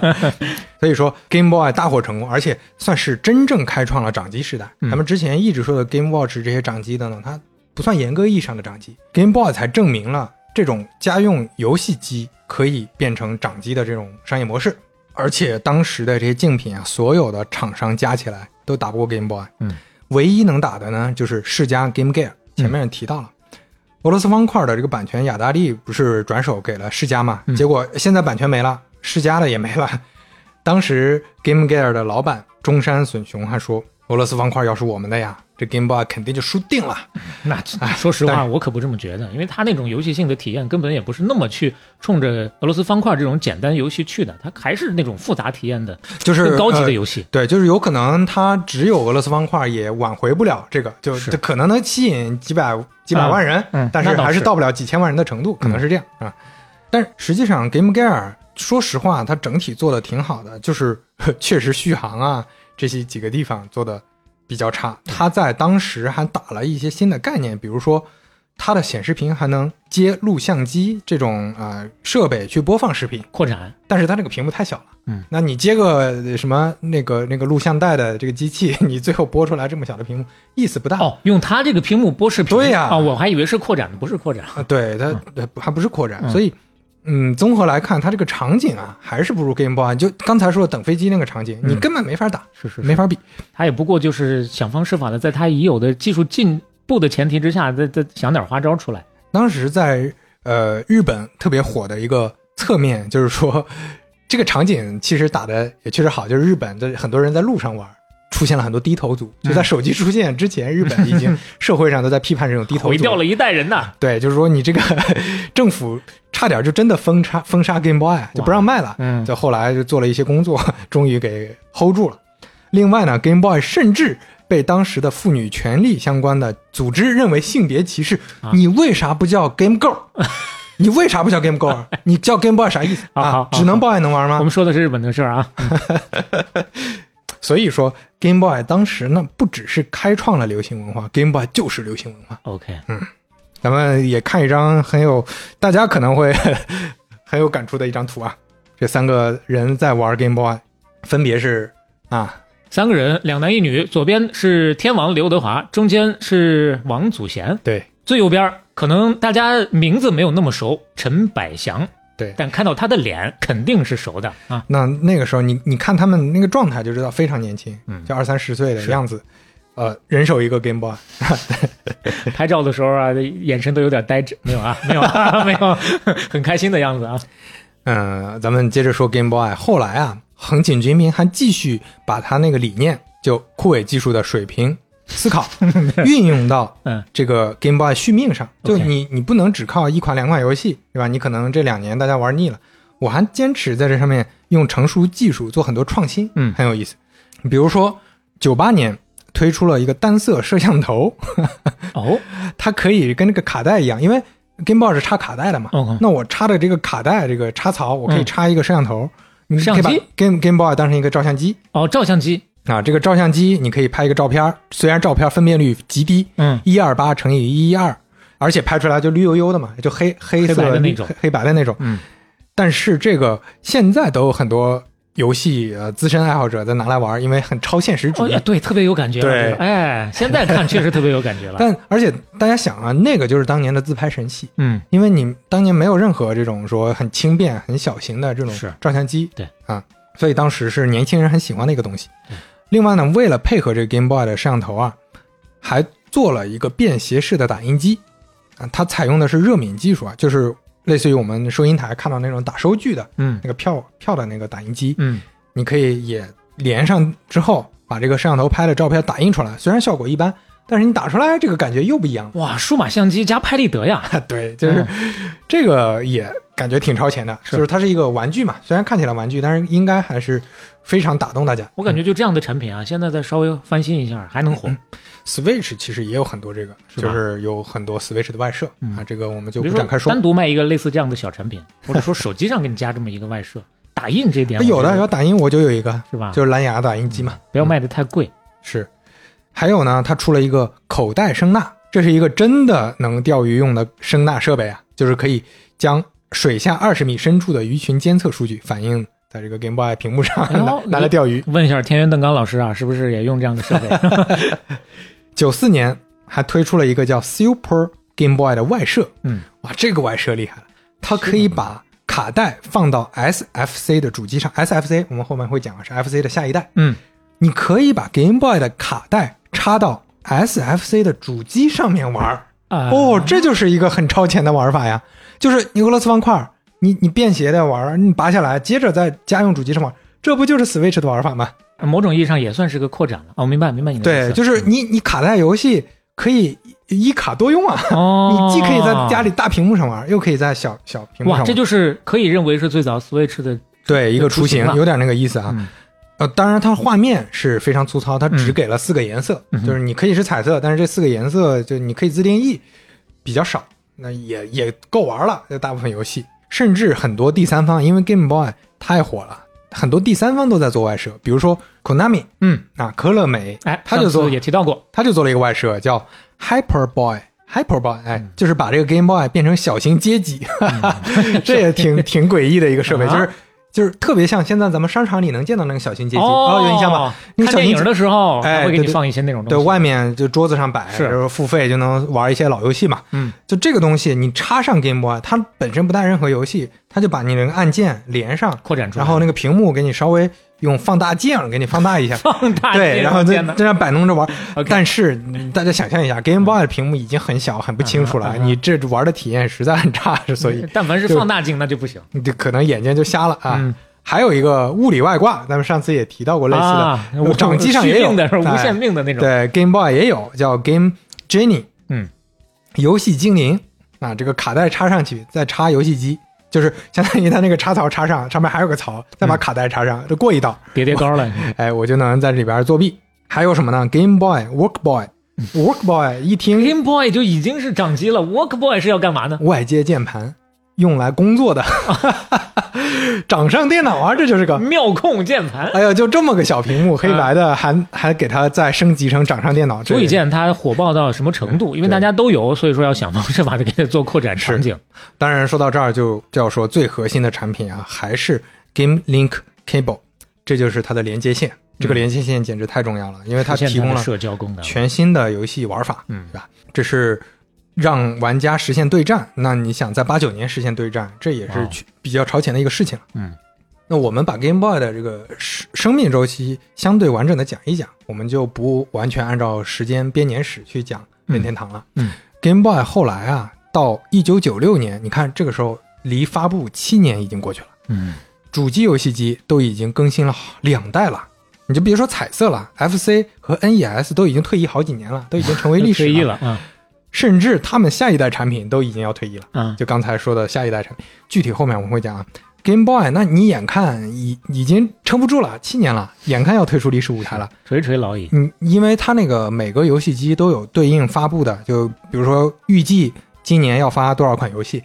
嗯
所以说 Game Boy 大获成功，而且算是真正开创了掌机时代。
嗯
咱们之前一直说的 Game Watch 这些掌机等等，它不算严格意义上的掌机，Game Boy 才证明了这种家用游戏机可以变成掌机的这种商业模式。而且当时的这些竞品啊，所有的厂商加起来都打不过 Game Boy。
嗯，
唯一能打的呢，就是世嘉 Game Gear。前面也提到了，俄罗斯方块的这个版权，雅达利不是转手给了世嘉嘛？
嗯
结果现在版权没了，世嘉的也没了。 当时 Game Gear 的老板中山隼雄还说：“俄罗斯方块要是我们的呀，这 Game Boy 肯定就输定了。”
那 说实话，
哎但
我可不这么觉得，因为他那种游戏性的体验根本也不是那么去冲着俄罗斯方块这种简单游戏去的，他还是那种复杂体验的，
就是
更高级
呃
的游戏。
对，就是有可能它只有俄罗斯方块也挽回不了这个，就就可能能吸引几百几百万人，
嗯嗯
但
那
是
倒
还是
是嗯
到不了几千万人的程度，可能是这样、啊。但是实际上，Game Gear 说实话，它整体做的挺好的，就是 呵确实续航啊这些几个地方做的比较差。
嗯
它在当时还打了一些新的概念，比如说它的显示屏还能接录像机这种啊、呃设备去播放视频。
扩展，
但是它这个屏幕太小了，
嗯，
那你接个呃什么那个那个录像带的这个机器， 你最后播出来这么小的屏幕，意思不大。
哦，用他这个屏幕播视频，
对呀
啊，我还以为是扩展的，不是扩展。
啊，
嗯
对它呃还不是扩展，所以嗯，综合来看，它这个场景啊，还是不如 Game Boy。就刚才说的等飞机那个场景，你根本没法打，
嗯是是是
没法比。
他也不过就是想方设法的，在他已有的技术进步的前提之下，再再想点花招出来。
当时在呃日本特别火的一个侧面，就是说这个场景其实打的也确实好，就是日本的很多人在路上玩。出现了很多低头族，就在手机出现之前，日本已经社会上都在批判这种低头 族，
毁掉了一代人呐！
对，就是说你这个 政府差点就真的封杀封杀 Game Boy，就不让卖了。
嗯
就后来就做了一些工作， 终于给 hold 住了。另外呢，Game Boy 甚至被当时的妇女权利相关的组织认为性别歧视。
啊
你为啥不叫 Game Girl？你为啥不叫 Game Girl？你叫 Game Boy 啥意思
好好
啊
好？
只能 Boy 能玩吗？
我们说的是日本的事儿啊，
所以说 Game Boy 当时呢，不只是开创了流行文化，Game Boy 就是流行文化。
OK，
咱们也看一张很有大家可能会 很有感触的一张图啊。这三个人在玩 Game Boy，分别是啊，
三个人，两男一女，左边是天王刘德华，中间是王祖贤，
对
最右边儿可能大家名字没有那么熟，陈百祥，
对。
但看到他的脸肯定是熟的 啊。
那那个时候你，你看他们那个状态就知道非常年轻，
嗯
就二三十岁的样子，呃，人手一个 Game Boy，
拍照的时候啊，眼神都有点呆滞，没有啊，没有啊，没有，很开心的样子啊。
嗯，咱们接着说 Game Boy。后来啊，横井军平还继续把他那个理念，就枯萎技术的水平 思考，运用到
嗯
这个 Game Boy 续命上。就
OK
你你不能只靠一款两款游戏，对吧？你可能这两年大家玩腻了，我还坚持在这上面用成熟技术做很多创新，
嗯
很有意思。比如说，九八年推出了一个单色摄像头，
哦，
它可以跟那个卡带一样，因为 Game Boy 是插卡带的嘛。
OK
那我插的这个卡带这个插槽，我可以
嗯
插一个摄像头，你
摄
可以
像
把
机
Game Game Boy 当成一个照相机
哦，照相机，
啊。这个照相机你可以拍一个照片，虽然照片分辨率极低，
嗯
一二八乘以一一二，而且拍出来就绿油油的嘛，就黑黑色
黑白的那种
黑黑白的那种。
嗯，
但是这个现在都有很多游戏呃资深爱好者在拿来玩，因为很超现实主
哦
义。
呀，对，特别有感觉了。
对
这个哎，现在看确实特别有感觉了。
但而且大家想啊，那个就是当年的自拍神器。
嗯，
因为你当年没有任何这种说很轻便、很小型的这种
是
照相机，
对嗯
啊，所以当时是年轻人很喜欢的一个东西。另外呢，为了配合这个 Game Boy 的摄像头啊，还做了一个便携式的打印机，啊，它采用的是热敏技术啊，就是类似于我们收银台看到那种打收据的
嗯
那个票票的那个打印机，
嗯，
你可以也连上之后，把这个摄像头拍的照片打印出来，虽然效果一般，但是你打出来这个感觉又不一样了。
哇，数码相机加拍立得呀，
对，
嗯
就是这个也感觉挺超前的，就是它是一个玩具嘛，虽然看起来玩具，但是应该还是非常打动大家。嗯
我感觉就这样的产品啊，现在再稍微翻新一下还能火。
Switch 其实也有很多这个，
吧
就是有很多 Switch 的外设、
嗯
啊，这个我们就
比
不
如
展开
说
说
单。独卖一个类似这样的小产品，或者说手机上给你加这么一个外设，打印这点
哎有的
我觉
有
得
打印，我就有一个，
是吧嗯
就是蓝牙打印机嘛，
不要卖的太贵。
是。还有呢，它出了一个口袋声呐，这是一个真的能钓鱼用的声呐设备啊，就是可以将水下二十米深处的鱼群监测数据反映在这个 Game Boy 屏幕上，
哎呦
嗯拿拿来钓鱼。
问一下天元邓刚老师啊，是不是也用这样的设 备？
九四年还推出了一个叫 Super Game Boy 的外设，
嗯，
哇，这个外设厉害了，它可以把卡带放到 SFC 的主机上，SFC 我们后面会讲啊，是 FC 的下一代，
嗯，
你可以把 Game Boy 的卡带插到 SFC 的主机上面玩儿，
啊
哦，这就是一个很超前的玩法呀，就是你俄罗斯方块，你你便携的玩儿，你拔下来，接着在家用主机上玩儿，这不就是 Switch 的玩法吗？
某种意义上也算是个嗯扩展了。哦，明白明白你的意
对，
思。
就是你你卡带游戏可以一一卡多用啊，
哦，
你既可以在家里大屏幕上玩，又可以在小小屏幕上
哇，
玩，
这就是可以认为是最早 Switch 的
对一个
雏
雏
形
形
了，
有点那个意思啊。
嗯
呃，当然，它画面是非常粗糙，它
嗯
只给了四个颜色，
嗯哼
就是你可以是彩色，但是这四个颜色就你可以自定义，比较少，那也也够玩了。就大部分游戏，甚至很多第三方，因为 Game Boy 太火了，很多第三方都在做外设，比如说 Konami，
嗯，
啊，科乐美，
哎，
他就
上
做
次也提到过，
他就做了一个外设叫 Hyper Boy。Hyper Boy，哎，
嗯
就是把这个 Game Boy 变成小型街机，哈哈， 这也挺 挺诡异的一个设备，
嗯啊
就是就是特别像现在咱们商场里能见到那个小型街机，
哦，
有印象吧？那个
看
小
电
型
影的时候，
哎
还会给
对
你
对
放一些那种东
对，
西。
外面就桌子上摆，
是
就是付费就能玩一些老游戏嘛。
嗯，
就这个东西，你插上 Game Boy，它本身不带任何游戏，它就把你那个按键连上，
扩展出来
然后那个屏幕给你稍微用放大镜儿给你放大一 下，
放大
对，
镜
然后
我
就
天哪
这样摆弄着玩
OK。
但是嗯大家想象一下，Game Boy 的屏幕已经很小、很不清楚
啊
了，
哈
你这玩的体验实在很差，所 以
但凡是
就
放大镜，那就不行。
你就可能眼睛就瞎了啊
嗯。
还有一个物理外挂，咱们上次也提到过类似
啊
的，掌机上也
续
有
命的是无
哎
限命的那种
对，Game Boy 也有叫 Game Genie，
嗯，
游戏精灵啊，这个卡带插上去，再插游戏机，就是相当于它那个插槽插上，上面还有个槽，再
嗯
把卡带插上，这过一道，
叠叠高了，
哎，我就能在这里边作弊。还有什么呢？Game Boy、Work Boy，Work Boy 一听
嗯 Game Boy 就已经是掌机了，Walk Boy 是要干嘛呢？
外接键盘，用来工作的， 掌上电脑啊，这就是个。
妙控键盘。
哎呀，就这么个小屏幕，黑白的，还还给它再升级成掌上电脑，这
嗯足以见它火爆到什么程
哎
度，因为大家都有，所以说要想方设法的给它做扩展场景。
当然，说到这儿就就要说最核心的产品啊，还是 Game Link Cable，这就是它的连接线。这个连接线简直太重要了，因为它
嗯实现
提供
的
了
社交功能，
全新的游戏玩法，
嗯
对吧？这是让玩家实现对战。那你想，在八九年实现对战，这也
哇哦
是去比较超前的一个事情了。
嗯，
那我们把 Game Boy 的这个生生命周期相对完整的讲一讲，我们就不完全按照时间编年史去讲任天堂了。
嗯
g a m e Boy 后来啊，到一九九六年，你看这个时候离发布七年已经过去了。
嗯，
主机游戏机都已经更新了两代了，你就别说彩色了，FC 和 NES 都已经退役好几年了，都已经成为历
就
史
退役了，啊
甚至他们下一代产品都已经要退役了。
啊！
就刚才说的下一代产品，具体后面我们会讲啊。Game Boy，那你眼看已已经撑不住了，七年了，眼看要退出历史舞台了。
垂垂老矣。
嗯，因为它那个每个游戏机都有对应发布的，就比如说预计今年要发多少款游戏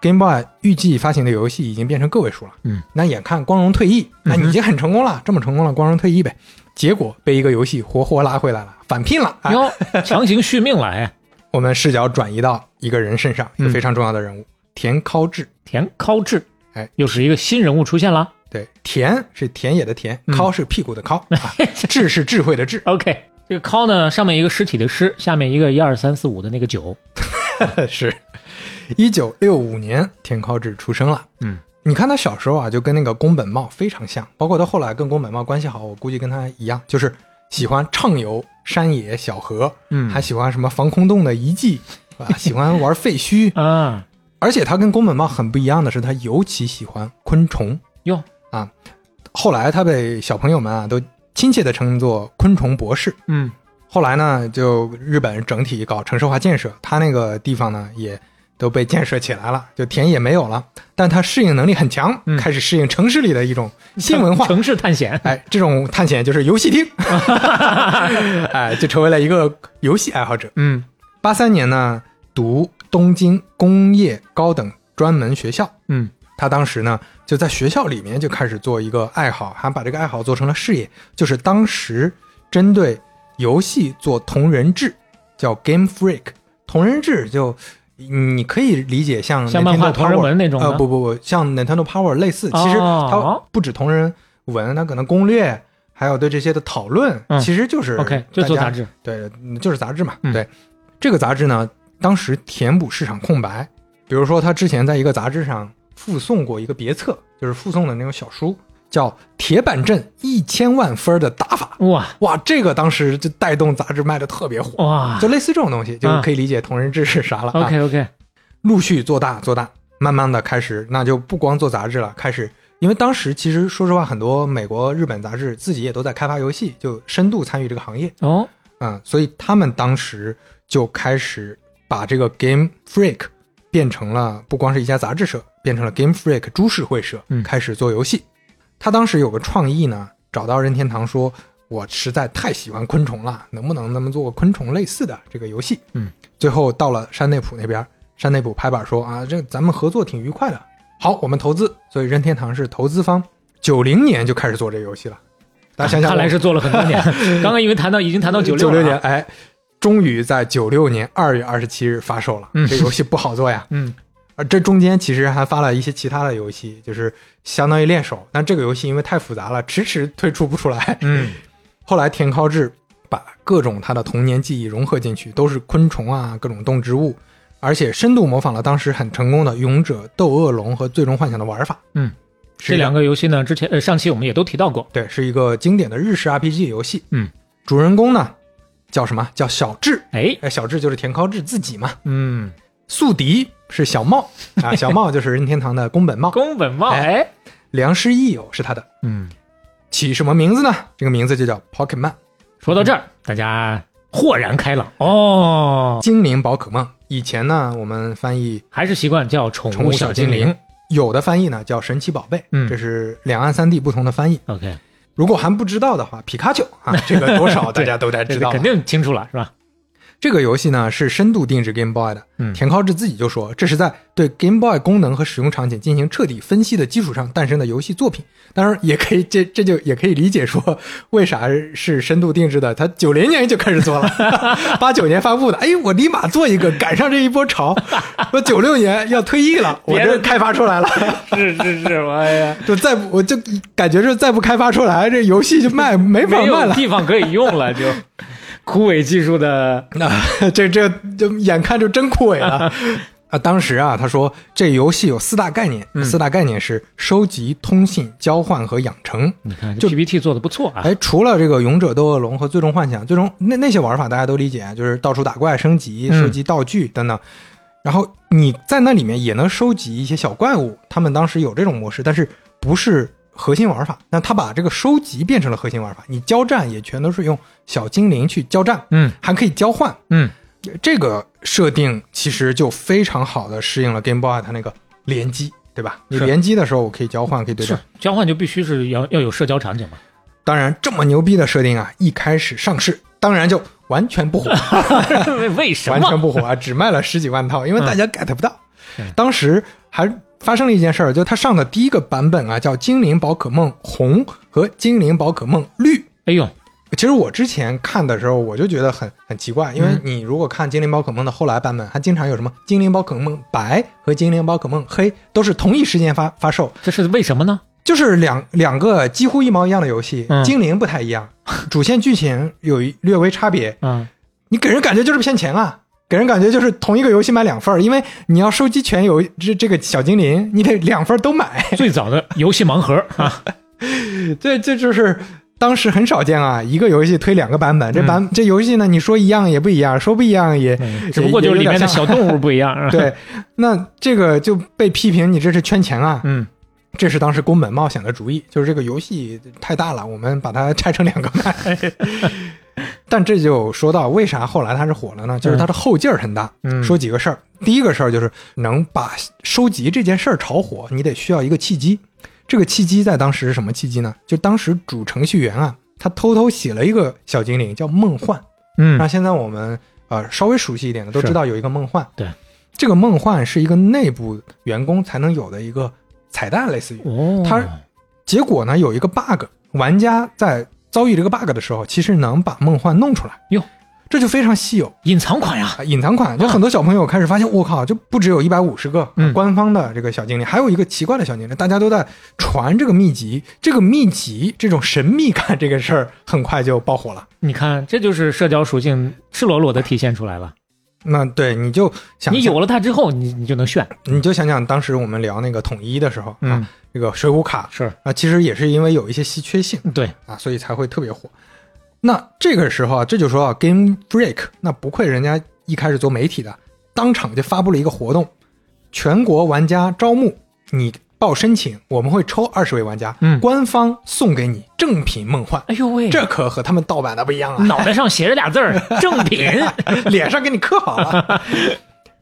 ，Game Boy 预计发行的游戏已经变成个位数了。
嗯，
那眼看光荣退役，那你已经很成功了，这么成功了，光荣退役呗。结果被一个游戏活活拉回来了，返聘了。哎、
哟，强行续命来，
我们视角转移到一个人身上，一个
嗯
非常重要的人物田尻智。
田尻智，
哎，
又是一个新人物出现了。
对，田是田野的田，
嗯
尻是屁股 的尻，啊智是智慧的智，
OK，这个尻呢，上面一个尸体的尸，下面一个一二三四五的那个九，
是，一九六五年田尻智出生了。
嗯，
你看他小时候啊，就跟那个宫本茂非常像，包括他后来跟宫本茂关系好，我估计跟他一样，就是喜欢畅游山野小河，
嗯
还喜欢什么防空洞的遗迹啊， 喜欢玩废墟。
啊，
而且他跟宫本茂很不一样的是，他尤其喜欢昆虫。
哟，
后来他被小朋友们啊都亲切地称作“昆虫博士”。
嗯
后来呢，就日本整体搞城市化建设，它那个地方呢也都被建设起来了，就田野没有了，但它适应能力很强，
嗯
开始适应城市里的一种新文化。
城市探险，
哎，这种探险就是游戏 厅，哎，就成为了一个游戏爱好者。
嗯
八三年呢，读东京工业高等专门学校，
嗯
他当时呢就在学校里面就开始做一个爱好，还把这个爱好做成了事业，就是当时针对游戏做同人志，叫 Game Freak。同人志就嗯你可以理解像
像漫画
Nintendo
同人
Power-
文那种吗
呃，不不不，像 Nintendo Power 类似，其实它
哦
不止同人文，它可能攻略。还有对这些的讨论，
嗯
其实就是
，OK，就做
大家
杂志，
对，嗯就是杂志嘛。
嗯
对，这个杂志呢，当时填补市场空白。比如说，他之前在一个杂志上附送过一个别册，就是附送的那种小书，叫《铁板阵一千万分的打法》。
哇
哇，这个当时就带动杂志卖的特别火，
哇
就类似这种东西，就
啊
可以理解同人志是啥了、啊。
哦，OK OK，
陆续做大做大，慢慢的开始，那就不光做杂志了，开始，因为当时其实说实话，很多美国、日本杂志自己也都在开发游戏，就深度参与这个行业。
哦，
嗯，所以他们当时就开始把这个 Game Freak 变成了不光是一家杂志社，变成了 Game Freak 株式会社，
嗯
开始做游戏。他当时有个创意呢，找到任天堂说：“我实在太喜欢昆虫了，能不能咱们做个昆虫类似的这个游戏？”
嗯，
最后到了山内普那边，山内普拍板说：“啊，这咱们合作挺愉快的，好，我们投资。”所以任天堂是投资方，九零年就开始做这个游戏了。大家想
啊
想，
看来是做了很多 年，刚刚因为谈到已经谈到九
九
六啊
年，，哎，终于在九六年二月二十七日发售了。
嗯
这游戏不好做呀，
嗯
而这中间其实还发了一些其他的游戏，就是相当于练手，但这个游戏因为太复杂了，迟迟推出不出来。
嗯，
后来田尻智把各种他的童年记忆融合进去，都是昆虫啊，各种动植物，而且深度模仿了当时很成功的《勇者斗恶龙》和《最终幻想》的玩法。
嗯，
是
这
一
两个游戏呢，之前呃上期我们也都提到过，
对，是一个经典的日式 RPG 游戏。
嗯，
主人公呢叫什么？叫小智。
哎，
哎，小智就是田尻智自己嘛，
嗯，
宿敌是 小茂啊，小茂就是任天堂的宫本茂，
宫本茂，
哎
哎，
良师益友是他的，
嗯，
起什么名字呢？这个名字就叫 Pokemon
哦说到这儿，大家豁然开朗哦，
精灵宝可梦。以前呢，我们翻译
还是习惯叫宠
宠物
小
小精
灵
灵，有的翻译呢叫神奇宝贝，
嗯
这是两岸三地不同的翻译。
o k
如果还不知道的话，皮卡丘啊，这个多少大
对
家都得
这
知
个
道了
肯。
啊
定清楚了是吧？
这个游戏呢是深度定制 Game Boy 的，
嗯
田尻智自己就说，这是在对 Game Boy 功能和使用场景进行彻底分析的基础上诞生的游戏作品。当然，也可以这这就也可以理解说，为啥是深度定制的？他九零年就开始做了，八九年发布的，哎，我立马做一个，赶上这一波潮。我九六年要退役了，我
别的
这开发出来了，
是是是，哎呀，
就再不我就感觉是再不开发出来，这游戏就卖没 法
没
卖
有
了。
地方可以用了，就枯萎技术的，
那、啊 这这就眼看就真枯萎了啊！当时啊，他说这游戏有四大概念，四大概念是收集、通信、交换和养成。
你看这
就
PPT 做的不错啊，
哎，除了这个《勇者斗恶龙》和《最终幻想》，最终那那些玩法大家都理解，就是到处打怪、升级、
嗯
收集道具等等。然后你在那里面也能收集一些小怪物，他们当时有这种模式，但是不是核心玩法。那他把这个收集变成了核心玩法，你交战也全都是用小精灵去交战，
嗯
还可以交换。
嗯，
这个设定其实就非常好的适应了 Game Boy 它那个联机，对吧？你
是
联机的时候，我可以交换，可以对
是
战。
交换就必须是要要有社交场景嘛，
当然，这么牛逼的设定啊，一开始上市，当然就完全 不火，
为为什
完全
么？
不火啊，只卖了十几万套，因为大家 get 不到。
嗯
当时还发生了一件事儿，就它上的第一个版本啊，叫《精灵宝可梦红》和《精灵宝可梦绿》。
哎呦，
其实我之前看的时候，我就觉得很很奇怪，因为你如果看《精灵宝可梦》的后来版本，它经常有什么《精灵宝可梦白》和《精灵宝可梦黑》都是同一时间发发售，
这是为什么呢？
就是两两个几乎一模一样的游戏，
嗯
精灵不太一样，主线剧情有一略微差别，
嗯，
你给人感觉就是骗钱啊。给人感觉就是同一个游戏买两份儿，因为你要收集全游这这个小精灵， 你得两份儿都买。
最早的游戏盲盒啊，
这这就是当时很少见啊，一个游戏推两个版本，这版、这游戏呢，你说一样也不一样，说不一样也，也
嗯只不过就是里面的小动。
哎也有点
物不一样。啊
像 对，那这个就被批评你这是圈钱啊，
嗯，
这是当时宫本茂想的主意，就是这个游戏太大了，我们把它拆成两个卖。 但这就说到为啥后来它是火了呢？就是它的后劲儿很大。
嗯
说几个事儿，第一个事儿就是能把收集这件事儿炒火，你得需要一个契机。这个契机在当时是什么契机呢？就当时主程序员啊，他偷偷写了一个小精灵叫梦幻。那
嗯
现在我们呃稍微熟悉一点的都
是
知道有一个梦幻，
对，
这个梦幻是一个内部员工才能有的一个彩蛋，类似于。
哦
它结果呢有一个 bug，玩家在遭遇这个 bug 的时候，其实能把梦幻弄出来，
哟，
这就非常稀有。
隐藏款呀，
啊，隐藏款，就很多小朋友开始发现，我靠，就不只有一百五十个
嗯
官方的这个小精灵，还有一个奇怪的小精灵，大家都在传这个秘籍，这个秘籍这种神秘感这个事儿很快就爆火了。
你看，这就是社交属性赤裸裸的体现出来了。
那对，你就想
你有了它之后，你你就能炫，
你就想想当时我们聊那个统一的时候，
嗯
啊，这个水浒卡
是
啊，其实也是因为有一些稀缺性
对，
啊，所以才会特别火。那这个时候啊，这就说到 Game Break，那不愧人家一开始做媒体的，当场就发布了一个活动，全国玩家招募，你报申请，我们会抽二十位玩家，
嗯
官方送给你正品梦幻，
哎呦喂，
这可和他们盗版的不一样啊，
脑袋上写着俩字儿正品，
脸上给你刻好 了。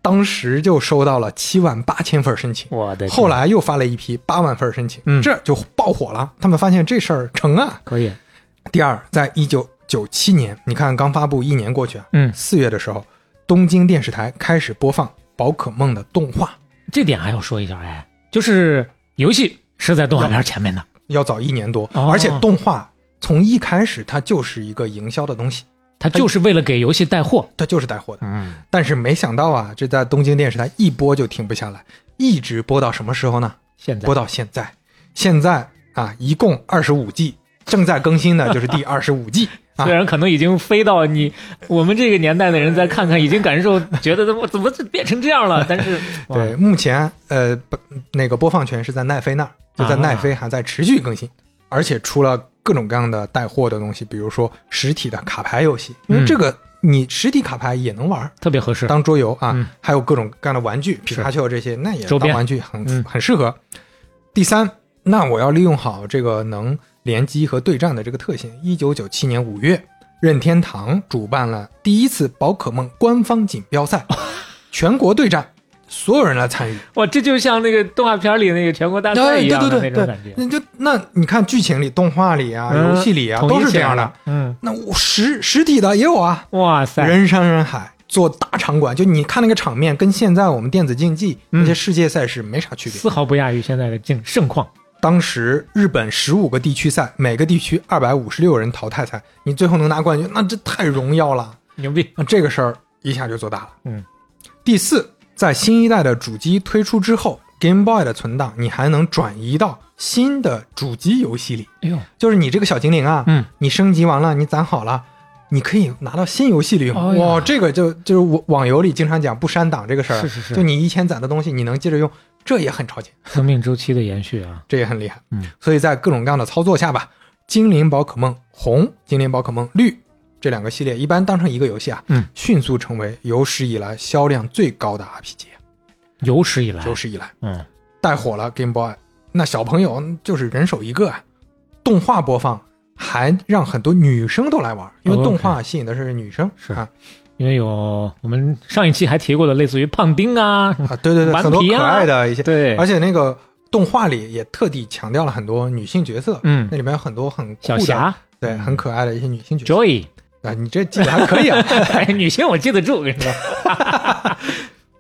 当时就收到了七万八千份申请，
我的天
后来又发了一批八万份申请，
嗯
这就爆火了。他们发现这事儿成啊。
可以，
第二，在一九九七年，你看刚发布一年过去啊，
嗯
四月的时候，东京电视台开始播放宝可梦的动画，
这点还要说一下，哎，就是游戏是在动画片前面的，
要早一年多，
哦
而且动画从一开始它就是一个营销的东西，
它就是为了给游戏带货。
它就是带货的。
嗯，
但是没想到啊，这在东京电视台一播就停不下来，一直播到什么时候呢？
现在
播到现在，现在啊，一共二十五季，正在更新的就是第二十 五季啊
虽。然可能已经飞到你我们这个年代的人再看看，已经感受觉得我怎么就变成这样 了？但是哇
对，目前呃，不那个播放权是在奈飞那儿，就在
啊
奈飞还在持续更新，而且出了各种各样的带货的东西，比如说实体的卡牌游戏，因为
嗯
这个你实体卡牌也能玩儿，
特别合适。
当桌游啊
嗯，
还有各种各样的玩具，皮卡丘这些，那也
周
当
边
玩具很
嗯
很适合。第三，那我要利用好这个能联机和对战的这个特性。一九九七年五月，任天堂主办了第一次宝可梦官方锦 标赛，全国对战，所有人来参与。
哇，这就像那个动画片里那个全国大赛
哎，
啊一
对
样的
对对
那种
对
感觉，。
那就那你看剧情里、动画里啊、
嗯
游戏里啊
统一
都是
起
这
来
样的
了。。嗯，
那我实实体的也有啊，
哇塞，
人山人海，做大场馆，就你看那个场面，跟现在我们电子竞技、那些世界赛事没啥区别。
丝毫不亚于现在的竞盛况。
当时日本十五个地区赛，每个地区二百五十六人淘汰赛，你最后能拿冠军，那这太荣耀了。
牛逼！
那这个事儿一下就做大了。
嗯，
第四，在新一代的主机推出之后，Game Boy 的存档你还能转移到新的主机游戏里，
哎呦，
就是你这个小精灵啊，
嗯，
你升级完了，你攒好了，你可以拿到新游戏里用。
哎呀
哇，这个就就是网网游里经常讲不删档这个事儿啊，
是是是
就你以前攒的东西，你能接着用，这也很超前，
生命周期的延续啊，
这也很厉害。
嗯，
所以在各种各样的操作下吧，精灵宝可梦红、精灵宝可梦绿这两个系列一般当成一个游戏啊，
嗯，
迅速成为有史以来销量最高的 RPG，
哎有史以来，
有史以来。
嗯，
带火了 Game Boy，那小朋友就是人手一个啊。动画播放还让很多女生都来玩，因为
哦 OK
动画吸引的是女生。
是
啊
因为有我们上一期还提过的，类似于胖丁啊，
啊，对对对，
顽
很多
皮
可
啊
爱的一些，
对
而且那个动画里也特地强调了很多女性角色，
嗯
那里面有很多很酷
小
的，
霞嗯
对，很可爱的一些女性角色。
Joy，
啊，你这记得还可以 啊。
哎女性我记得 住，我跟你说，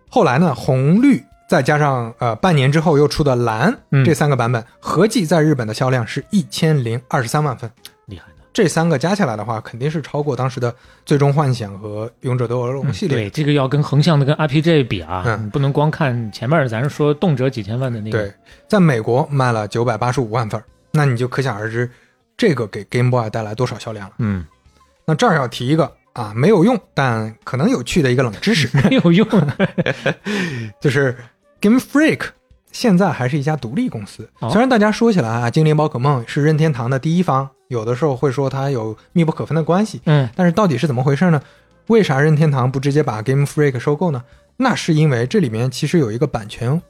后来呢，红绿再加上呃半年之后又出的蓝、
嗯
这三个版本，合计在日本的销量是一千零二十三万份。
厉害的，
这三个加起来的话，肯定是超过当时的《最终幻想》和《勇者斗恶龙》系列。
嗯对，这个要跟横向的跟 RPG 比啊，
嗯
你不能光看前面，咱是说动辄几千万的那个，
对在美国卖了九百八十五万份儿，那你就可想而知，这个给 Game Boy 带来多少销量了。
嗯，
那这儿要提一个啊，没有用但可 能有趣的一个冷知识，
没有用，
就是 Game Freak 现在还是一家独立公司。
哦
虽然大家说起来啊，精灵宝可梦是任天堂的第一方，有的时候会说它有密不可分的关系，
嗯，
但是到底是怎么回事呢？为啥任天堂不直接把 Game Freak 收购呢？那是因为这里面其实有一个版权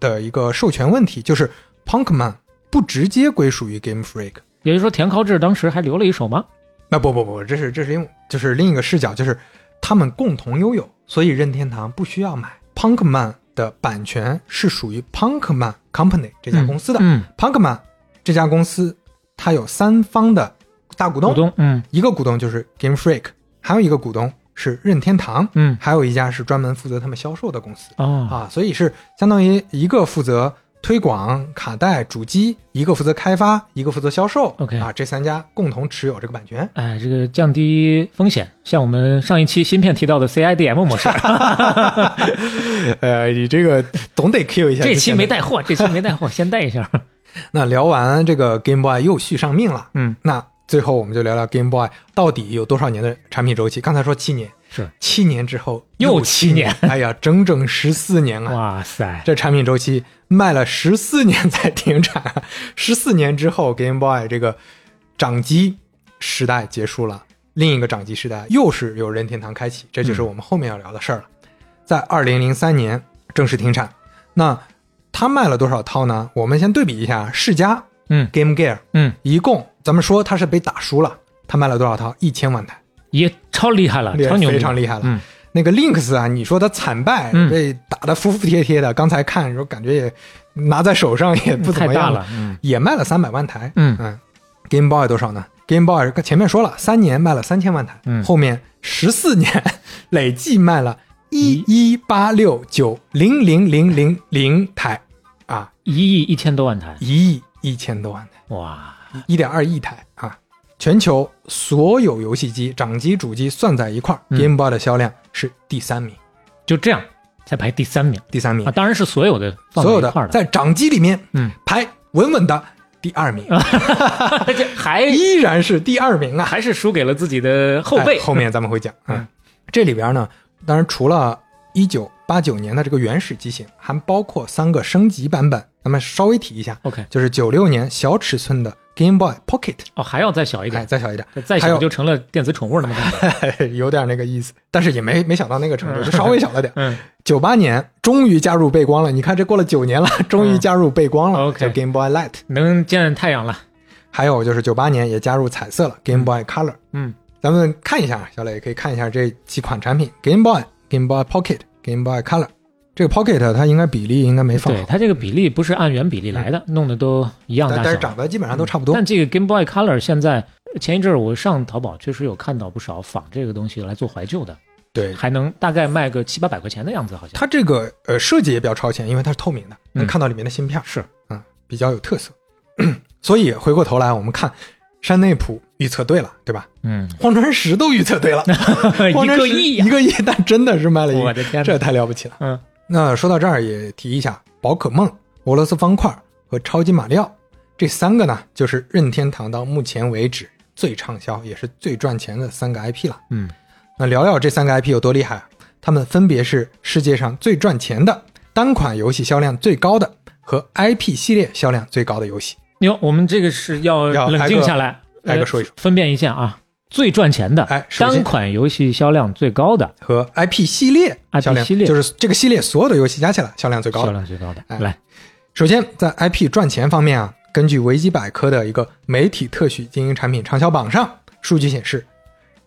的一个授权问题，就是 Punkman 不直接归属于 Game Freak。
也就是说田尻智当时还留了一手吗？
那不不不，这是这是另就是另一个视角，就是他们共同拥有，所以任天堂不需要买 Punkman 的版权是属于 Punkman Company 这家公司的。
嗯，
Punkman 这家公司它有三方的大股东，
股东，嗯
一个股东就是 Game Freak，还有一个股东是任天堂，
嗯，
还有一家是专门负责他们销售的公司。
哦，
啊，所以是相当于一个负责推广卡带、主机，一个负责开发，一个负责销售。
OK
啊，这三家共同持有这个 版权。
哎，这个降低风险，像我们上一期芯片提到的 CIDM 模式，
哎呃，你这个总得 Q 一下。
这期没。带货，这期没带货，先带一 下。
那聊完这个 Game Boy 又续上命了。
嗯，
那最后我们就聊聊 Game Boy 到底有多少年的产品周期？刚才说七年，
是
七年之后
又
七年。哎呀，整整十四年啊！
哇塞，
这产品周期卖了十四 年才停产，十四年之后，Game Boy 这个掌机时代结束了，另一个掌机时代又是由任天堂开启，这就是我们后面要聊的事儿了。在二零零三年正式停产，那它卖了多少套呢？我们先对比一下世嘉，
嗯
，Game Gear，
嗯，
一共咱们说它是被打输了，它卖了多少套？一千万台，
也超厉害了，
也
啊超牛逼，
非常厉害了。
嗯
那个 Links 啊，你说它惨败，
嗯
被打得服服帖帖的。刚才看说感觉也拿在手上也不怎
太
么
大
样
了，嗯
也卖了三百万台。
嗯
嗯，Game Boy 多少呢？Game Boy 前面说了，三年卖了三千万台，
嗯
后面十四年累计卖了一一八六九零零零零零台，啊，
一亿一千多万台，
一亿一千多万台。
哇，
一点二亿台啊！全球所有游戏机、掌机、主机算在一块儿、
嗯
g a m e Boy 的销量是第三名，
就这样才排第三名
第三名，
啊！当然是所有的放
嗯所有
在一
的
块儿的，
在掌机里面，
嗯，
排稳稳的第二名，
这还
依然是第二名啊！
哎还是输给了自己的后辈
哎。后面咱们会讲。
嗯
嗯，这里边呢，当然除了一九八九年的这个原始机型，还包括三个升级版本。咱们稍微提一下，
OK，
就是九六年小尺寸的 Game Boy Pocket，
哦，还要再小一
哎，
点，
再小一点，
再小
还有
就成了电子宠物那么大。
有点那个意思，但是也没没想到那个程度，就稍微小了点。
嗯，
九八年终于加入背光了，你看这过了九年了，终于加入背光
嗯
了，
OK
叫 Game Boy Light。
能见太阳了。
还有就是九八年也加入彩色了，Game Boy Color。
嗯，
咱们看一下，小磊可以看一下这几款产品：Game Boy、Game Boy Pocket、Game Boy Color。这个 Pocket 它应该比例应该没放
对，
好，
它这个比例不是按原比例来的，弄得都一样
但
大
但是
小嗯
长。得基本上都差不多。
但这个 Game Boy Color 现在前一阵儿我上淘宝确实有看到不少仿这个东西来做怀旧的，
对，
还能大概卖个七八百块钱的样子，好像。
它这个呃设计也比较超前，因为它是透明的，能
嗯
看到里面的芯片。
是，
嗯，比较有特色。 所以回过头来，我们看山内普预测对了，对吧？
嗯，
荒川石都预测对了，荒
哎一
川
个
石
亿啊呀
一！个亿， 但真的是卖了一个亿，
我的天哪
这太了不起了。
嗯，
那说到这儿也提一下，宝可梦、俄罗斯方块和超级马里奥这三个呢，就是任天堂到目前为止最畅销也是最赚钱的三个 IP 了。
嗯，
那聊聊这三个 IP 有多厉害啊？它们分别是世界上最赚钱的单款游戏销量最高的和 IP 系列销量最高的游戏。
哟，我们这个是要
要
冷静下来，
挨个挨个
呃
说一说，
分辨一下啊。最赚钱的，
哎首先
单款游戏销量最高的，
和 IP 系列
IP
销量
系列
就是这个系列所有的游戏加起来销量最高
销
的。
量最高的，
哎
来，
首先，在 IP 赚钱方面啊，根据维基百科的一个媒体特许经营产品畅销榜上，数据显示，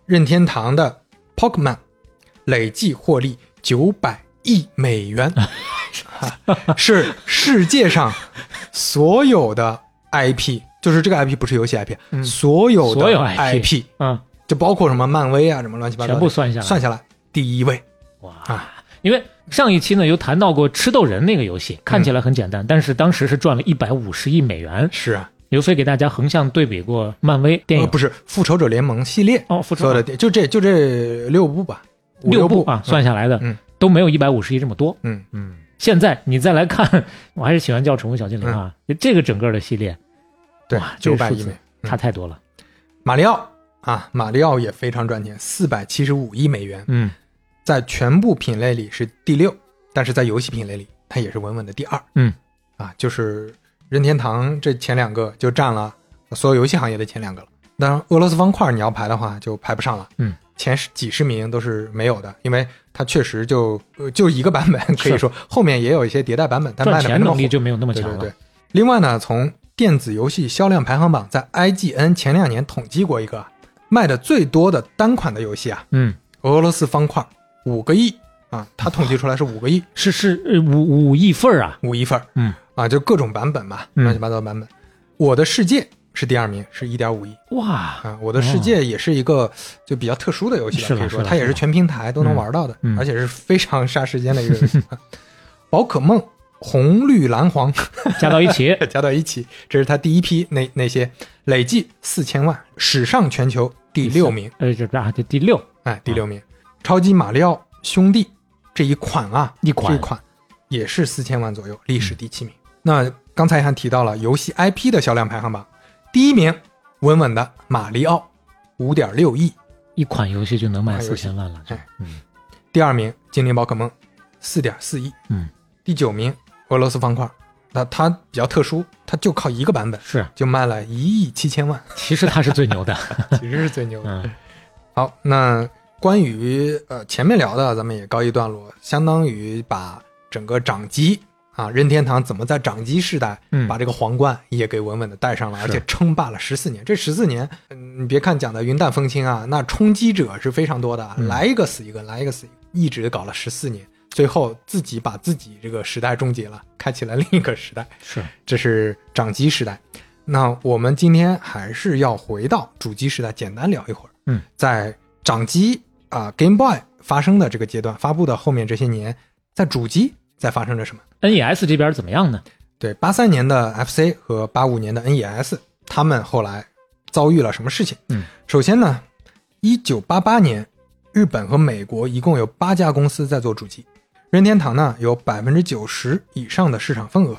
任天堂的 Pokemon 累计获利九百亿美元，是世界上所有的 IP，就是这个 IP 不是游戏 IP，、所有
嗯
的
所有
IP，
嗯，
就包括什么漫威啊，什么乱七八糟的，
全部算下来
算下来第一位。
哇
啊，
因为上一期呢有谈到过吃豆人那个游戏，看起来很简单，但是当时是赚了一百五十亿美元。
是啊，
刘飞给大家横向对比过漫威电
呃，
影
不是《复仇者联盟》系列
哦复仇者
所有的电就这就这六部吧，五
六
部
啊，算下来的
嗯
都没有一百五十亿这么多。
嗯
嗯，现在你再来看， 我还是喜欢叫宠物小精灵啊，
嗯
这个整个的系列
对
哇，这
九
个
百
数
亿
字
美。
差太多了。
马里奥啊，马里奥也非常赚钱，四百七十五亿美元，
嗯，
在全部品类里是第六，但是在游戏品类里它也是稳稳的第二。
嗯，
啊，就是任天堂这前两个就占了所有游戏行业的前两个了。当然，俄罗斯方块你要排的话就排不上了，
嗯，
前十几十名都是没有的，因为它确实就呃就一个版本， 可以说后面也有一些迭代版本，但卖
赚
的没
钱
那么
能
火
力就没有那么
对
强
对
了。
对。另外呢，从电子游戏销量排行榜，在 IGN 前两年统计过一个啊卖的最多的单款的游戏啊，
嗯，
俄罗斯方块五个亿啊，它统计出来是五个亿，
是是呃五五亿份儿啊，
五亿份儿
嗯
啊，就各种版本嘛，
嗯
乱七八糟的版本。我的世界是第二名，是一点五亿
哇，
啊。我的世界也是一个就比较特殊的游戏
是
吧，
的
可以说
是的
它也是全平台都能玩到的，
嗯嗯
而且是非常杀时间的一个游戏。啊宝可梦红绿蓝黄
加到一 起
加到一起，这是它第一批那那些累计四千万，史上全球第六名，
呃这啊这第六
哎，第六名。超级马里奥兄弟这一款啊，
一款嗯
这一款也是四千万左右，历史第七名。那刚才还提到了游戏 IP 的销量排行榜，第一名稳稳的马里奥，五点六亿；
一款游戏就能卖
款游
四
戏
千万了，
哎
嗯
第二名精灵宝可梦，四点四亿；
嗯
第九名俄罗斯方块，那它比较特殊，它就靠一个版本
是，啊
就卖了一亿七千万，
其实它是最 牛的，
其实是最牛的。
嗯
好，那关于呃前面聊的，咱们也告一段落，相当于把整个掌机啊，任天堂怎么在掌机时代
嗯
把这个皇冠也给稳稳的戴上了，
是
而且称霸了十四年。这十四年，嗯，你别看讲的云淡风轻啊，那冲击者是非常多的啊，
嗯
来一个死一个，来一个死一个，一直搞了十四年，最后自己把自己这个时代终结了，开启了另一个时代。
是
这是掌机时代。那我们今天还是要回到主机时代，简单聊一会儿。
嗯，
在掌机啊、Game Boy 发生的这个阶段，发布的后面这些年，在主机在发生着什么？
NES E 这边怎么样呢？
对，八三年的 FC 和八五年的 NES，他们后来遭遇了什么事情？
嗯，
首先呢，一九八八年，日本和美国一共有八家公司在做主机，任天堂呢有百分之九十以上的市场份额，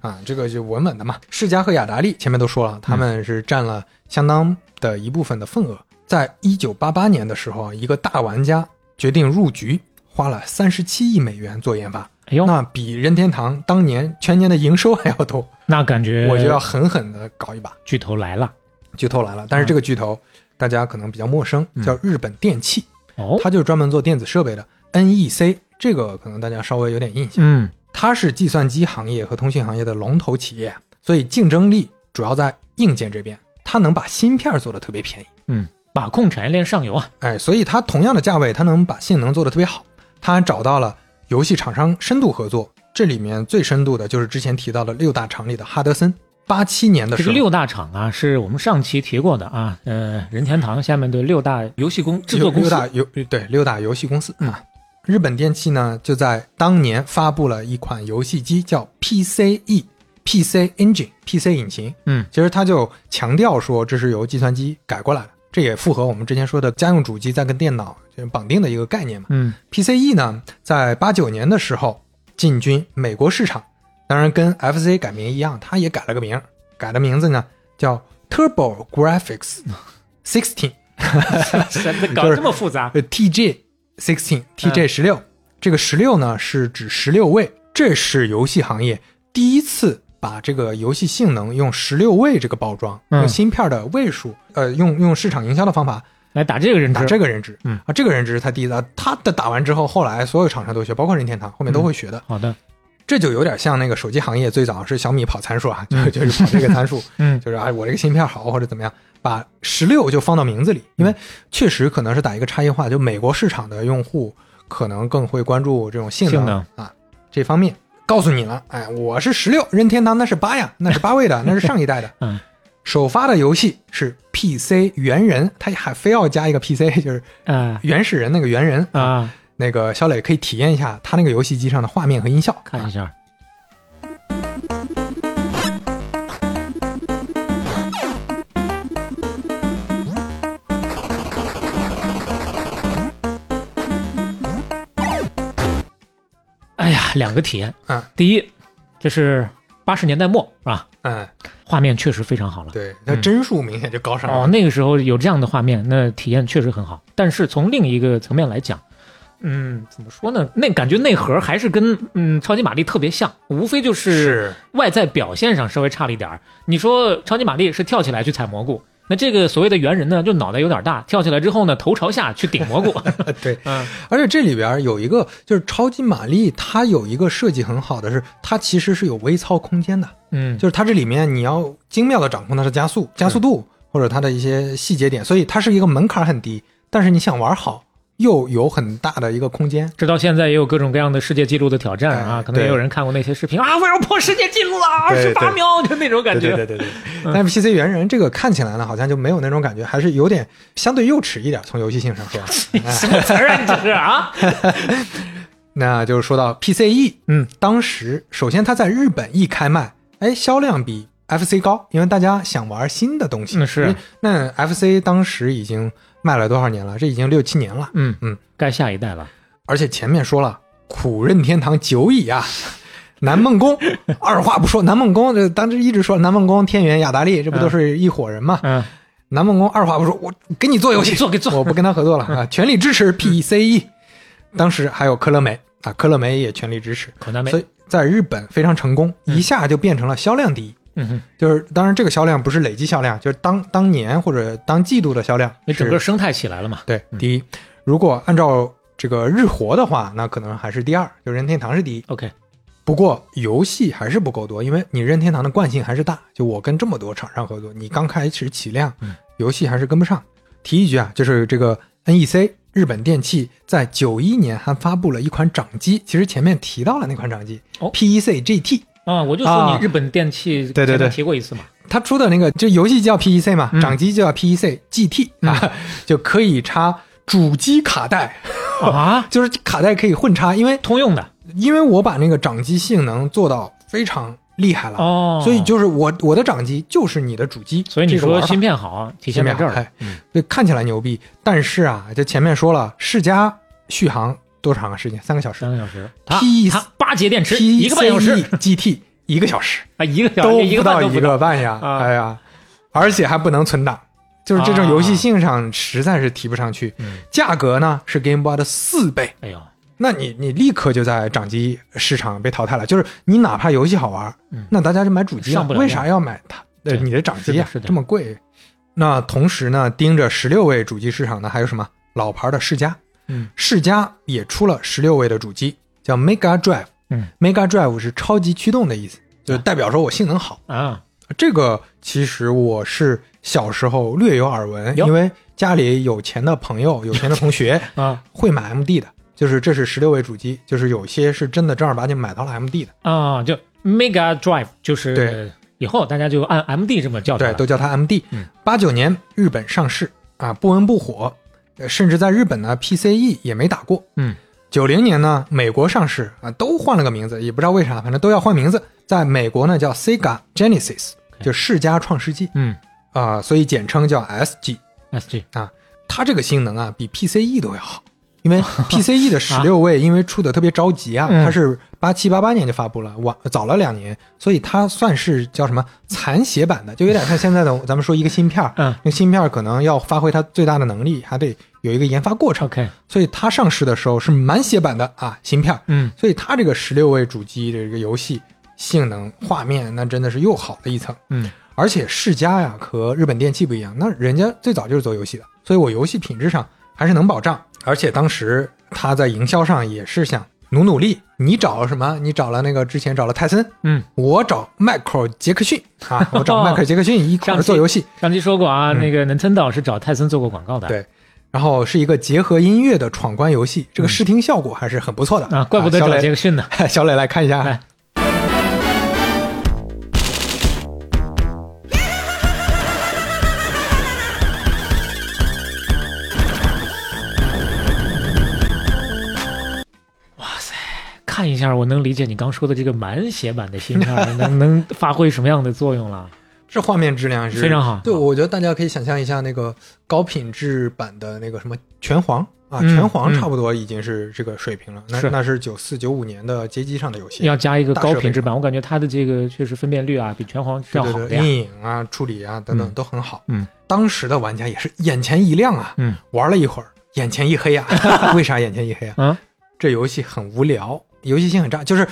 啊，这个就稳稳的嘛。世嘉和雅达利前面都说了，他们是占了相当的一部分的份额。在一九八八年的时候啊，一个大玩家决定入局，花了三十七亿美元做研发，
哎呦，
那比任天堂当年全年的营收还要多，
那感觉
我就要狠狠的搞一把。
巨头来了
巨头来了，但是
嗯
这个巨头大家可能比较陌生，叫日本电器，
哦，
它就是专门做电子设备的。NEC 这个可能大家稍微有点印象，
嗯
它是计算机行业和通讯行业的龙头企业，所以竞争力主要在硬件这边，它能把芯片做的特别便宜。
嗯，把控产业链上游啊，
哎，所以它同样的价位，它能把性能做得特别好。它还找到了游戏厂商深度合作，这里面最深度的就是之前提到的六大厂里的哈德森。八七年的
这
时
个
候，
六大厂啊，是我们上期提过的啊，呃，任天堂下面的六大游戏公制作公
六
司，嗯
大游对六大游戏公司啊。日本电器呢，就在当年发布了一款游戏机，叫 PCE PC Engine PC 引擎。
嗯，
其实它就强调说这是由计算机改过来的，这也符合我们之前说的家用主机在跟电脑绑定的一个概念嘛。
嗯
PCE E 呢，在八九年的时候进军美国市场，当然跟 FC 改名一样，它也改了个名儿，改的名字呢叫 Turbo Graphics Sixteen。
搞这么复杂，
呃，TJ sixteen TJ 十六、这个十六呢是指十六位，这是游戏行业第一次把这个游戏性能用十六位这个包装，
嗯
用芯片的位数，呃，用用市场营销的方法
来打这个认知，
打这个认知，
嗯
啊，这个认知是他第一的，他的打完之后，后来所有厂商都学，包括任天堂，后面
嗯
都会学的，
好的，
这就有点像那个手机行业最早是小米跑参数啊，就就是跑这个参数，
嗯
就是哎我这个芯片好或者怎么样，把十六就放到名字里，
嗯
因为确实可能是打一个差异化，就美国市场的用户可能更会关注这种性能
性能
啊这方面。告诉你了，哎，我是十六，任天堂那是八呀，那是八位的，那是上一代的。
嗯，
首发的游戏是 PC 猿人，他还非要加一个 PC，就是
啊
原始人那个猿人。
啊，
那个小磊可以体验一下他那个游戏机上的画面和音效，
看一下，哎呀，两个体验，
嗯
第一，这是八十年代末啊，
嗯，
画面确实非常好了。
对，它帧数明显就高上
嗯哦，
了。
那个时候有这样的画面，那体验确实很好。但是从另一个层面来讲，嗯，怎么说呢？那感觉内核还是跟嗯超级玛丽特别像，无非就是
是
外在表现上稍微差了一点儿。你说超级玛丽是跳起来去采蘑菇，那这个所谓的猿人呢，就脑袋有点大，跳起来之后呢，头朝下去顶蘑 菇。
呃对，
嗯
而且这里边有一个就是超级玛丽，它有一个设计很好的是，它其实是有微操空间的，
嗯，
就是它这里面你要精妙的掌控它的加速、加速度或者它的一些细节点，所以它是一个门槛很低，但是你想玩好又有很大的一个空间。
直到现在也有各种各样的世界纪录的挑战啊，
哎
可能也有
对
人看过那些视频啊，我要破世界纪录了，二
对
十
对
八秒就那种感觉。嗯
对对对对对。NPC 猿人这个看起来呢，好像就没有那种感觉，还是有点相对幼稚一点。从游戏性上 说，
什么词儿啊？你这是 啊？
那就是说到 PCE，嗯，当时首先它在日本一开卖，哎，销量比 FC 高，因为大家想玩新的东西。
嗯是
那 FC 当时已经卖了多少年了？这已经六七年了。
嗯嗯
嗯，
该下一代了。
而且前面说了，苦任天堂久矣啊。 南梦宫，二话不说，南梦宫这当时一直说南梦宫、天元、雅达利，这不都是一伙人吗？
嗯，
南梦宫二话不说，我给你做游戏，
给做给做
我不跟他合 作了啊，全力支持 PCE。当时还有科乐美啊，科乐美也全力支持，
口袋没
所。以在日本非常成功，一下就变成了销量第一。
嗯哼，
就是当然这个销量不是累计销量，就是当当年或者当季度的销量
那
是，
整个嗯生态起来了嘛？
对第一。如果按照这个日活的话，那可能还是第二，就任天堂是第一。
OK，
不过游戏还是不够多，因为你任天堂的惯性还是大。就我跟这么多厂商合作，你刚开始起量，
嗯
游戏还是跟不上。提一句啊，就是这个 NEC 日本电器在九一年还发布了一款掌机，其实前面提到了那款掌机、E
哦
PEC GT，
啊，我就说
啊
你日本电器
对对
前面
对
提过一次嘛，
它出的那个就游戏叫 PEC 嘛，
嗯
掌机就叫 E PEC GT 啊， 就可以插主机卡带，
啊，
就是卡带可以混插，因为
通用的
因为我把那个掌机性能做到非常厉害了，
哦，
所以就是我我的掌机就是你的主机，
所以你
这个
说
玩法
芯片好，体
芯
现在
片
这儿了
哎，对，看起来牛逼，但是啊，这前面说了，世嘉续航多长啊？时间三个小时
三个小时，它
P-
它八节电池
，P
一个半小时
GT 一个小时
啊，一个小
都
时一个
不
半
到
都不
一
到
个半呀，
啊
哎呀，而且还不能存档，就是这种
啊
游戏性上实在是提不上去，
嗯
价格呢是 Game Boy 的四倍，
哎呦，
那你你立刻就在掌机市场被淘汰了。就是你哪怕游戏好玩，
嗯
那大家就买主机
上不了
为啥要买它？呃，
对
你的掌机呀、
是的是的
这么贵。那同时呢，盯着十六位主机市场呢，还有什么老牌的世嘉？
嗯，
世嘉也出了十六位的主机，叫 Mega Drive。
嗯哦
，Mega Drive 是超级驱动的意思，就是代表说我性能好。
啊，
这个其实我是小时候略有耳闻，
哟
因为家里有钱的朋友、有钱的同学
啊
会买 MD 的，就是这是十六位主机，就是有些是真的正儿八经买到了 MD 的，
啊，就 Mega Drive 就是
对
以后大家就按 MD 这么叫它
对，
了
都叫它 MD
嗯。
八九年日本上市啊，不温不火，呃甚至在日本呢 PCE 也没打过。
嗯，
九零年呢美国上市啊，都换了个名字，也不知道为啥，反正都要换名字。在美国呢叫 Sega Genesis，就世嘉创世纪
哎嗯
啊、所以简称叫 SG。
SG
啊，它这个性能啊比 PCE 都要好，因 为 PCE 的十六位因为出的特别着急啊，
嗯
它是八七八八年就发布了，晚早了两年，所以它算是叫什么残血版的，就有点像现在的 咱们说一个芯片儿，
嗯
那芯片儿可能要发挥它最大的能力，还得有一个研发过程，
OK
所以它上市的时候是满血版的啊芯片儿，
嗯
所以它这个十六位主机的这个游戏性能画面那真的是又好了一层，
嗯
而且世嘉呀和日本电器不一样，那人家最早就是做游戏的，所以我游戏品质上还是能保障。而且当时他在营销上也是想努努力，你找什么？你找了那个之前找了泰森，
嗯，
我找迈克尔杰克逊 啊，我找迈克尔杰克逊一块儿做游戏，嗯
上期说过啊，那个 Nintendo 是找泰森做过广告的，
对。然后是一个结合音乐的闯关游戏，这个视听效果还是很不错的
嗯啊，怪不得
啊小
找
磊
杰克逊呢，
小磊来看一下
来
啊，
看一下，我能理解你刚说的这个满血版的 芯片儿能能发挥什么样的作用了。
这画面质量是
非常好
对，我觉得大家可以想象一下那个高品质版的那个什么拳皇啊，
嗯
拳皇
嗯
差不多已经是这个水平了。那
是
那是九四九五年的街机上的游戏，
要加一个
大设
高
备
品质版，我感觉它的这个确实分辨率啊，比拳皇是
对
要
对
好的
对，
呀。
阴影啊、处理啊等等
嗯
都很好。
嗯，
当时的玩家也是眼前一亮啊，
嗯，
玩了一会儿，眼前一黑 呀、啊。为啥眼前一黑啊？
嗯
这游戏很无聊，游戏性很差。就是，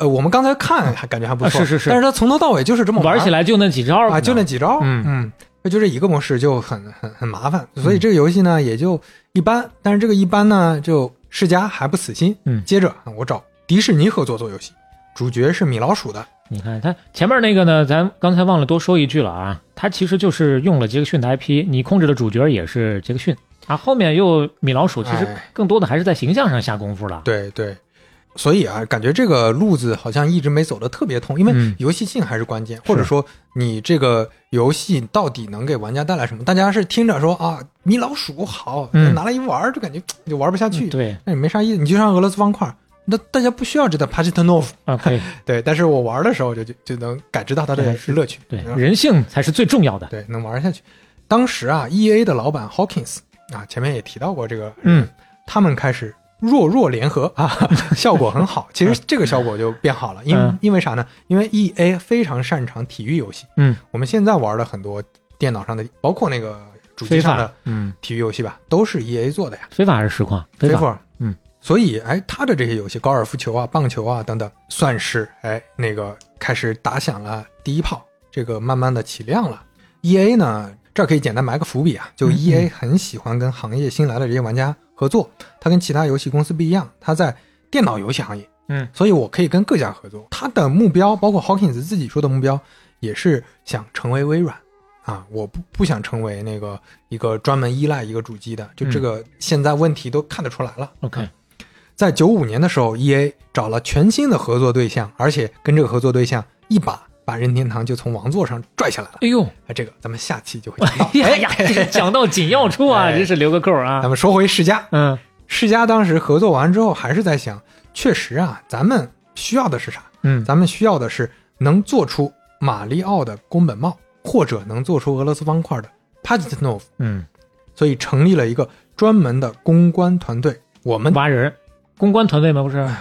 呃，我们刚才看还感觉还不
啊
错，
是是是
但是它从头到尾就是这么
玩起来就那几招
啊，就那几招，
嗯
嗯，那就这一个模式就很很很麻烦，所以这个游戏呢也就一般。但是这个一般呢，就世嘉还不死心，
嗯
接着啊我找迪士尼合作做游戏，主角是米老鼠的，
你看它前面那个呢，咱刚才忘了多说一句了啊，它其实就是用了杰克逊的 IP，你控制的主角也是杰克逊啊。后面又米老鼠，其实
哎
更多的还是在形象上下功夫了。
对对。所以啊，感觉这个路子好像一直没走得特别通，因为
嗯
游戏性还是关键，或者说你这个游戏到底能给玩家带来什么？大家是听着说啊，米老鼠好，
嗯
拿来一玩儿就感觉就玩不下去，
对
那也没啥意思。你就像俄罗斯方块，那大家不需要知道 p a s i t n o v
啊，可以，
对，但是我玩的时候就就就能感知到它的乐趣，
对
然后
人性才是最重要的。
对，能玩下去。当时啊，E A 的老板 Hawkins 啊，前面也提到过这个，
嗯，
他们开始弱弱联合啊， 效果很好。其实这个效果就变好了，因
嗯
因为啥呢？因为 E A 非常擅长体育游戏，
嗯，
我们现在玩的很多电脑上的，包括那个主机
非
上
法
的，
嗯，
体育游戏吧，都是 E A 做的呀。
非法还是实况？非法，
法，
嗯。
所以，哎，他的这些游戏，高尔夫球啊、棒球啊等等，算是哎那个开始打响了第一炮，这个慢慢的起量了。E A 呢，这儿可以简单埋个伏笔啊，就 E A 很喜欢跟行业新来的这些玩家合作，他跟其他游戏公司不一样，他在电脑游戏行业，
嗯，
所以我可以跟各家合作。他的目标，包括 Hawkins 自己说的目标，也是想成为微软啊，我不不想成为那个一个专门依赖一个主机的，就这个现在问题都看得出来了。
嗯
啊
OK
在九五年的时候，E A 找了全新的合作对象，而且跟这个合作对象一把把任天堂就从王座上拽下来了。
哎呦，
哎，这个咱们下期就会讲到。
哎 呀，这 个讲到紧要处啊，
哎
真是留个扣儿
咱
啊。
们说回世嘉，
嗯，
世嘉当时合作完之后，还是在想，确实啊，咱们需要的是啥？
嗯
咱们需要的是能做出马里奥的宫本茂，或者能做出俄罗斯方块的 p a t i n o v
嗯，
所以成立了一个专门的公关团队。我们
挖人，公关团队吗？不是？哦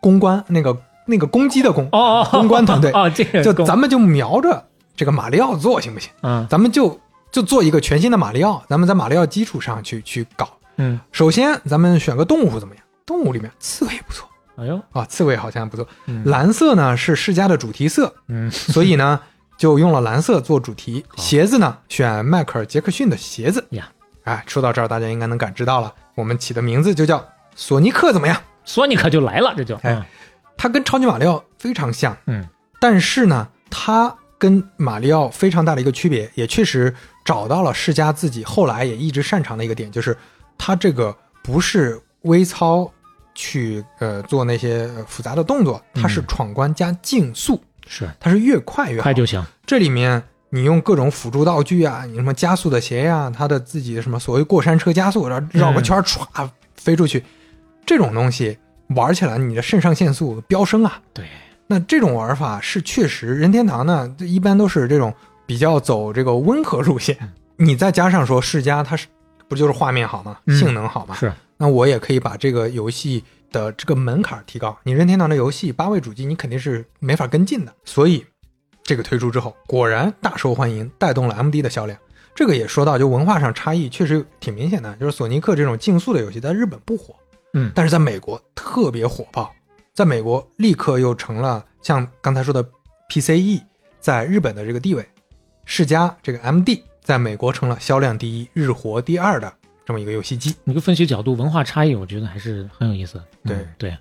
公关那个那个公鸡的公，
哦，哦
公关团队
哦，这个
就
公
咱们就瞄着这个马里奥做行不行？
嗯
咱们就就做一个全新的马里奥，咱们在马里奥基础上去去搞。
嗯，
首先，咱们选个动物怎么样？动物里面刺猬不错
哎呦，
啊，刺猬好像不错。
嗯
蓝色呢是世家的主题色，
嗯
所以 呢就用了蓝色做主题。鞋子呢选迈克尔·杰克逊的鞋子。
呀，
哎，说到这儿，大家应该能感知到了，我们起的名字就叫索尼克，怎么样？
索尼克就来了，这就
哎
嗯
它跟超级马里奥非常像，
嗯，
但是呢，它跟马里奥非常大的一个区别，也确实找到了世嘉自己后来也一直擅长的一个点，就是它这个不是微操去呃做那些呃复杂的动作，
嗯
它是闯关加竞速，
是
它是越快越好
快。就行。
这里面你用各种辅助道具啊，你什么加速的鞋呀、它的自己的什么所谓过山车加速，然后绕个圈儿歘、飞出去，这种东西玩起来你的肾上腺素飙升啊。
对，
那这种玩法是确实，任天堂呢一般都是这种比较走这个温和路线，你再加上说世嘉它是不就是画面好吗？
嗯
性能好吗？
是，
那我也可以把这个游戏的这个门槛提高。你任天堂的游戏八位主机，你肯定是没法跟进的。所以这个推出之后，果然大受欢迎，带动了 MD 的销量。这个也说到，就文化上差异确实挺明显的，就是索尼克这种竞速的游戏在日本不火，
嗯
但是在美国特别火爆，在美国立刻又成了像刚才说的 PCE 在日本的这个地位，世嘉这个 MD 在美国成了销量第一、日活第二的这么一个游戏机。
你个分析角度，文化差异，我觉得还是很有意思。嗯
对
对，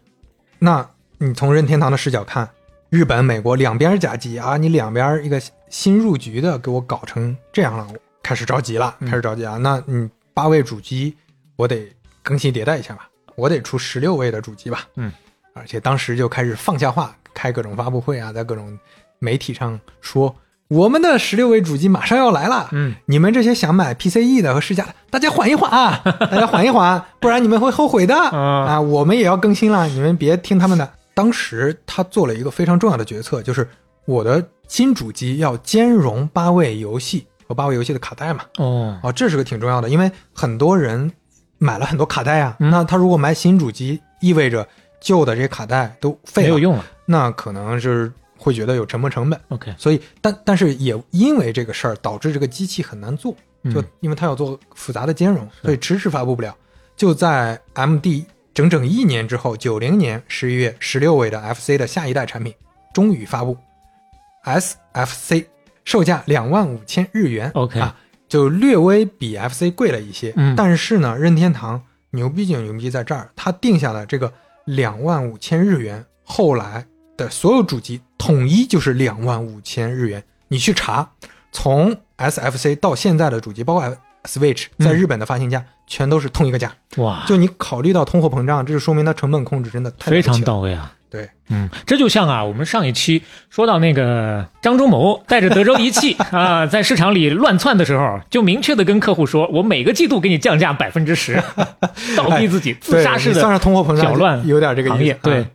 那你从任天堂的视角看，日本、美国两边夹击啊，你两边一个新入局的给我搞成这样了，我开始着急了，
嗯
开始着急啊！那你八位主机，我得更新迭代一下吧，我得出十六位的主机吧。
嗯，
而且当时就开始放下话，开各种发布会啊，在各种媒体上说。我们的十六位主机马上要来了，
嗯，
你们这些想买 PCE 的和世嘉的，大家缓一缓啊，大家缓一缓，啊不然你们会后悔的
啊
啊！我们也要更新了，你们别听他们的。当时他做了一个非常重要的决策，就是我的新主机要兼容八位游戏和八位游戏的卡带嘛，
哦，
啊，这是个挺重要的，因为很多人买了很多卡带啊，
嗯
那他如果买新主机，意味着旧的这些卡带都废
没
了
有，用了。
那可能是会觉得有沉没成本。
OK，
所以，但但是也因为这个事儿，导致这个机器很难做。
嗯
就因为它要做复杂的兼容，所以迟迟发布不了。就在 MD 整整一年之后，九零年十一月，十六位的 FC 的下一代产品终于发布，SFC，售价两万五千日元
OK
啊，就略微比 FC 贵了一些。
嗯
但是呢，任天堂牛逼就牛逼在这儿，它定下了这个两万五千日元，后来的所有主机统一就是两万五千日元。你去查，从 SFC 到现在的主机，包括 Switch
嗯
在日本的发行价，全都是同一个价。
哇，
就你考虑到通货膨胀，这就说明它成本控制真的太
啊
了
非
不起
常
了
到位啊。
对，
嗯，这就像啊，我们上一期说到那个张忠谋带着德州仪器 啊，在市场里乱窜的时候，就明确的跟客户说，我每个季度给你降价百分之 十，倒逼自己自
对
杀式
你算
的
上通货膨胀
搅乱
有点这个
行
意
业
思。。
对
啊，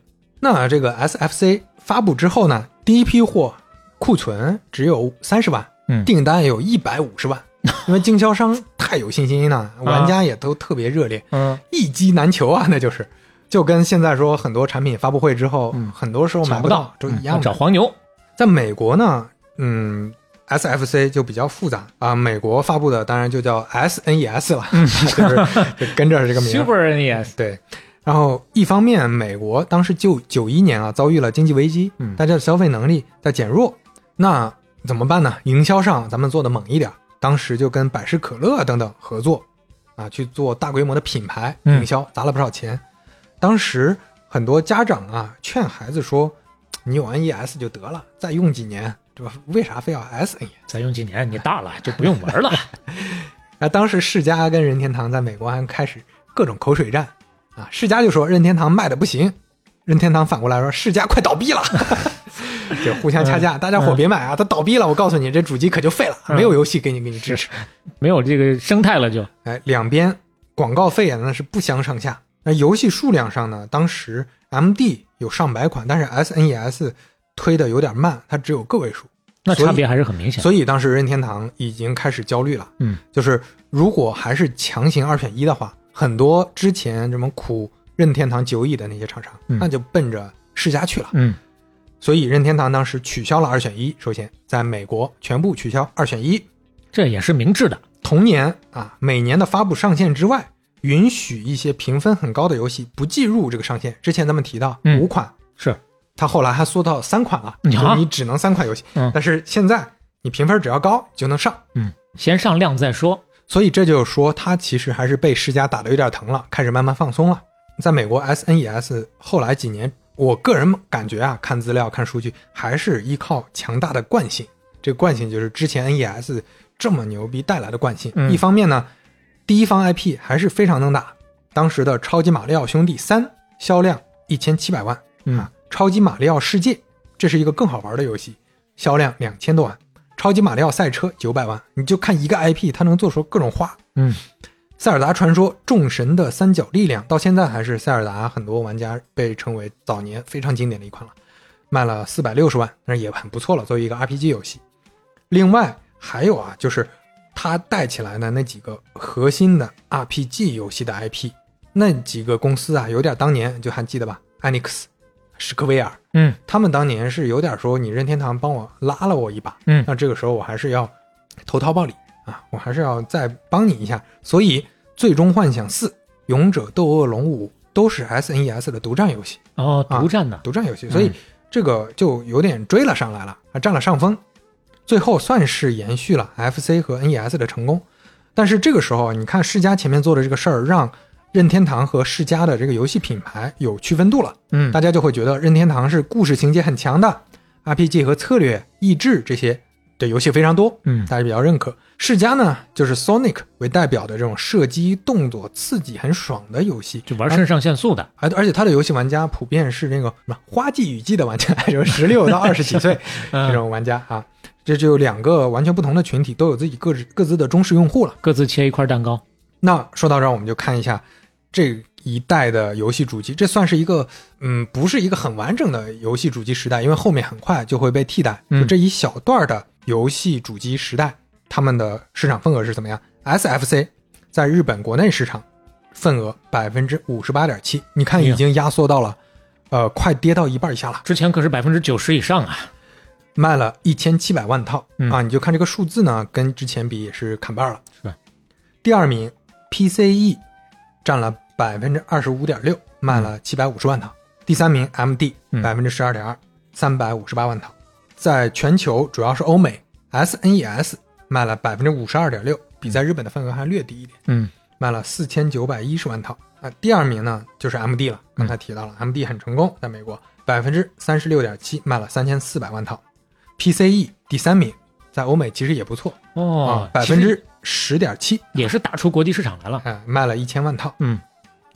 那这个 SFC 发布之后呢，第一批货库存只有三十万，
嗯
订单有一百五十万，因为经销商太有信 心了，
啊
玩家也都特别热烈，
嗯，
一机难求啊，那就是。就跟现在说很多产品发布会之后，很多时候买
嗯抢不
到
到，嗯
都一样的。
找黄牛。
在美国呢，嗯，SFC 就比较复杂啊。美国发布的当然就叫 SNES 了，
嗯
就是就跟着这 个名儿。
Super NES，
对。然后一方面，美国当时就九一年啊遭遇了经济危机，
嗯
大家的消费能力在减弱，那怎么办呢？营销上咱们做的猛一点，当时就跟百事可乐等等合作，啊，去做大规模的品牌
嗯
营销，砸了不少钱。当时很多家长啊劝孩子说：“你有 NES 就得了，再用几年，对吧？为啥非要 E SNES？”
再用几年你大了就不用玩了。
那当时世嘉跟任天堂在美国还开始各种口水战啊，世嘉就说任天堂卖的不行，任天堂反过来说世嘉快倒闭了， 就互相掐架，大家伙别买啊，它倒闭了，我告诉你，这主机可就废了，没有游戏给你给你支持。
没有这个生态了就，
哎，两边广告费啊那是不相上下。那游戏数量上呢，当时 MD 有上百款，但是 SNES 推的有点慢，它只有个位数。
那
所以
差别还是很明显。
所以当时任天堂已经开始焦虑了，
嗯，
就是如果还是强行二选一的话，很多之前什么苦任天堂久矣的那些厂商，
嗯
那就奔着世嘉去了。
嗯，
所以任天堂当时取消了二选一，首先在美国全部取消二选一。
这也是明智的。
同年啊，每年的发布上限之外，允许一些评分很高的游戏不计入这个上限。之前咱们提到
嗯
五款，
是
它后来还缩到三款了，
嗯
就是你只能三款游戏。
嗯
但是现在你评分只要高就能上。
嗯，先上量再说。
所以这就是说，他其实还是被世嘉打得有点疼了，开始慢慢放松了。在美国 SNES 后来几年，我个人感觉啊，看资料、看数据，还是依靠强大的惯性。这个惯性就是之前 NES 这么牛逼带来的惯性。
嗯
一方面呢，第一方 IP 还是非常能打，当时的《超级马里奥兄弟三》销量一千七百万，
嗯
啊，《超级马里奥世界》这是一个更好玩的游戏，销量两千多万，《超级马里奥赛车》九百万，你就看一个 IP，它能做出各种花。
嗯，
塞尔达传说众神的三角力量到现在还是塞尔达很多玩家被称为早年非常经典的一款了，卖了四百六十万，那也很不错了，作为一个 RPG 游戏。另外还有啊，就是它带起来的那几个核心的 RPG 游戏的 IP，那几个公司啊，有点当年就还记得吧，Anix、史克威尔，
嗯，
他们当年是有点说你任天堂帮我拉了我一把，
嗯
那这个时候我还是要投桃报李啊，我还是要再帮你一下。所以《最终幻想四》《勇者斗恶龙五》都是 SNES 的独占游戏，
哦，独占的。
独占游戏，所以这个就有点追了上来了，啊，占了上风。最后算是延续了 FC 和 NES 的成功，但是这个时候，你看世嘉前面做的这个事儿，让任天堂和世嘉的这个游戏品牌有区分度了。
嗯
大家就会觉得任天堂是故事情节很强的，RPG 和策略、益智这些的游戏非常多，
嗯
大家比较认可。世嘉呢，就是 Sonic 为代表的这种射击、动作刺激很爽的游戏，
就玩肾上腺素的，
而而且他的游戏玩家普遍是那个什么花季雨季的玩家，就是十六到二十几岁
嗯
这种玩家啊，这就有两个完全不同的群体，都有自己各自各自的忠实用户了。
各自切一块蛋糕。
那说到这儿，我们就看一下这一代的游戏主机，这算是一个嗯，不是一个很完整的游戏主机时代，因为后面很快就会被替代。
嗯
就这一小段儿的游戏主机时代，他们的市场份额是怎么样？SFC 在日本国内市场份额百分之五十八点七，你看
哎呀
已经压缩到了，呃，快跌到一半以下了。
之前可是百分之九十以上啊。
卖了一千七百万套、
嗯
啊！你就看这个数字呢，跟之前比也是砍半了。
是
第二名 PCE 占了百分之二十五点六，卖了七百五十万套。第三名 MD
嗯
百分之十二点二，三百五十八万套。在全球主要是欧美 SNES 卖了百分之五十二点六，比在日本的份额还略低一点。
嗯
卖了四千九百一十万套。啊，第二名呢就是 MD 了，
嗯
刚才提到了、m d 很成功，在美国百分之三十六点七卖了三千四百万套，PCE 第三名，在欧美其实也不错
哦
啊，，百
其
分
实
之十点七，
也是打出国际市场来了。
哎，卖了一千万套。
嗯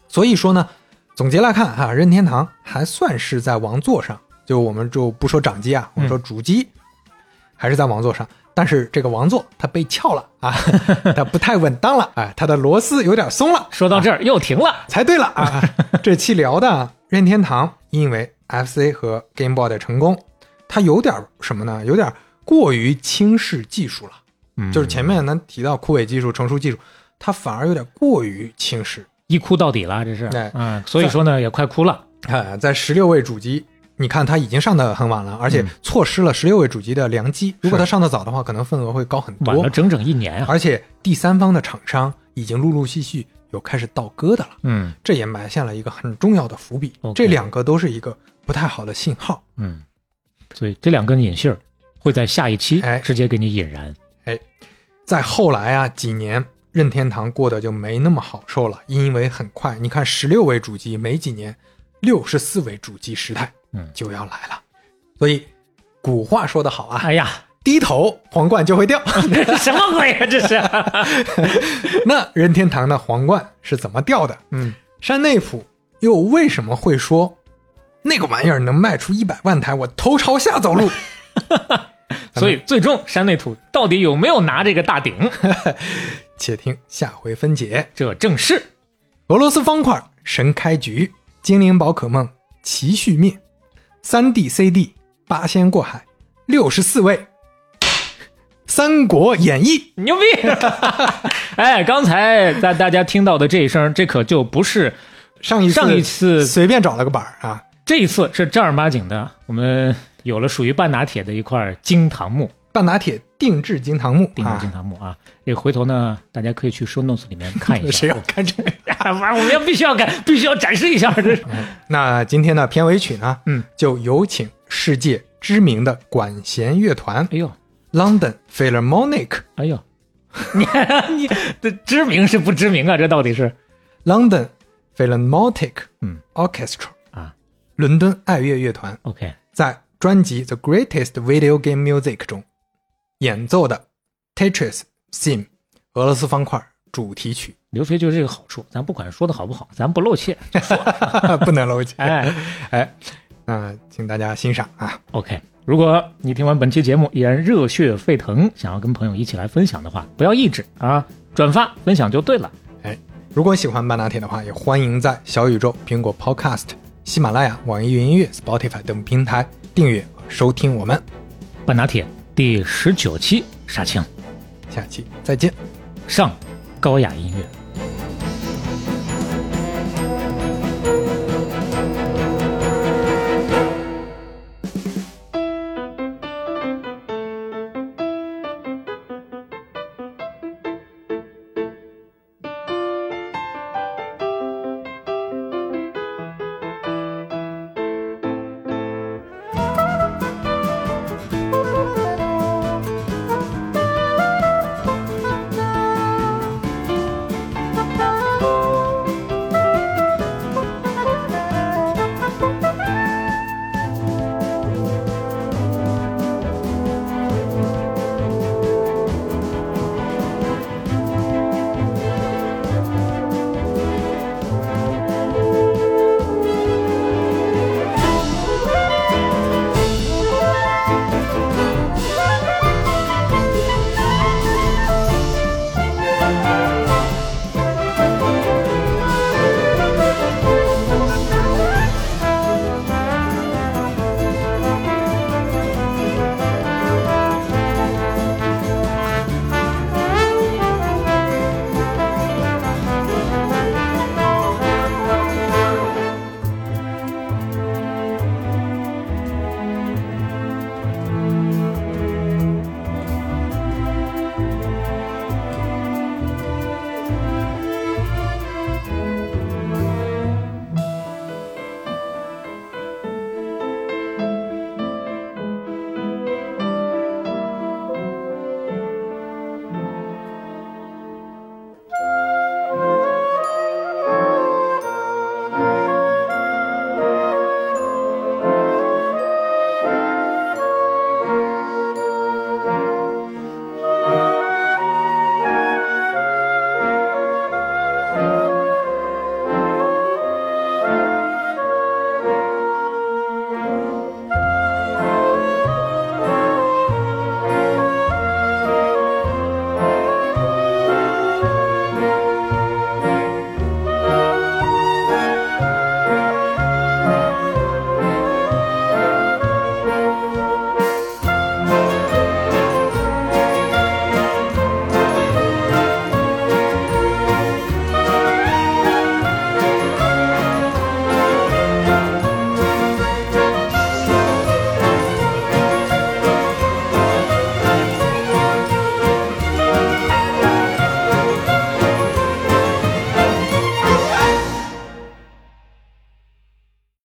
所以说呢，总结来看哈、任天堂还算是在王座上，就我们就不说掌机啊，
嗯
我们说主机、还是在王座上。但是这个王座它被撬了啊， 它不太稳当了，哎，它的螺丝有点松了。
说到这儿又停了。
猜对了啊！ 这期聊的啊任天堂，因为 FC 和 Game Boy 的成功，它有点什么呢？有点过于轻视技术了。
嗯
就是前面咱提到枯萎技术、成熟技术，它反而有点过于轻视。
一哭到底了，这是
哎。
嗯，所以说呢，也快哭了。
哎，在十六位主机，你看它已经上的很晚了，
嗯
而且错失了十六位主机的良机。如果它上的早的话，可能份额会高很
晚
多
了。整整一年啊。
而且第三方的厂商已经陆陆续续有开始倒戈的了。
嗯
这也埋下了一个很重要的伏笔。
OK
这两个都是一个不太好的信号。
嗯，所以这两根引信儿会在下一期
哎
直接给你引燃。
再后来啊，几年任天堂过得就没那么好受了，因为很快，你看十六位主机没几年，六十四位主机时代
嗯
就要来了。所以古话说得好啊，
哎呀，
低头皇冠就会掉。
这是什么鬼啊？这是
那任天堂的皇冠是怎么掉的？
嗯，
山内溥又为什么会说那个玩意儿能卖出一百万台？我头朝下走路。
所以最终山内土到底有没有拿这个大 顶？
且听下回分解。
这正是
俄罗斯方块神开局，精灵宝可梦齐续灭，三 D CD 八仙过海，六十四位，《三国演义》
牛逼！ 哎，刚才大大家听到的这一声，这可就不是
上一次
上一次
随便找了个板儿啊，
这一次是正儿八经的，我们有了属于半拿铁的一块金堂木，
半拿铁定制金堂木
定制金
啊，
堂木啊。这个回头呢，大家可以去 show notes 里面看一
谁
下。
要看这个？ 嗯
玩我们要必须要看，必须要展示一下， 这是
那今天的片尾曲呢？
嗯，
就有请世界知名的管弦乐团
哎呦，
London Philharmonic。
哎呦， 你你这知名是不知名啊？这到底是
London Philharmonic
嗯
Orchestra
啊，
伦敦爱乐乐团
OK
在专辑《The Greatest Video Game Music》中演奏的 Tetris Theme 俄罗斯方块主题曲，
刘飞就是这个好处，咱不管说的好不好，咱不露怯。
不能搂起。
哎
哎，那、请大家欣赏啊！
，OK。如果你听完本期节目依然热血沸腾，想要跟朋友一起来分享的话，不要抑制啊，转发分享就对了。
哎，如果喜欢半拿铁的话，也欢迎在小宇宙、苹果 Podcast、喜马拉雅、网易云音乐、Spotify 等平台订阅和收听我们。
半拿铁第十九期杀青，
下期再见。
上高雅音乐。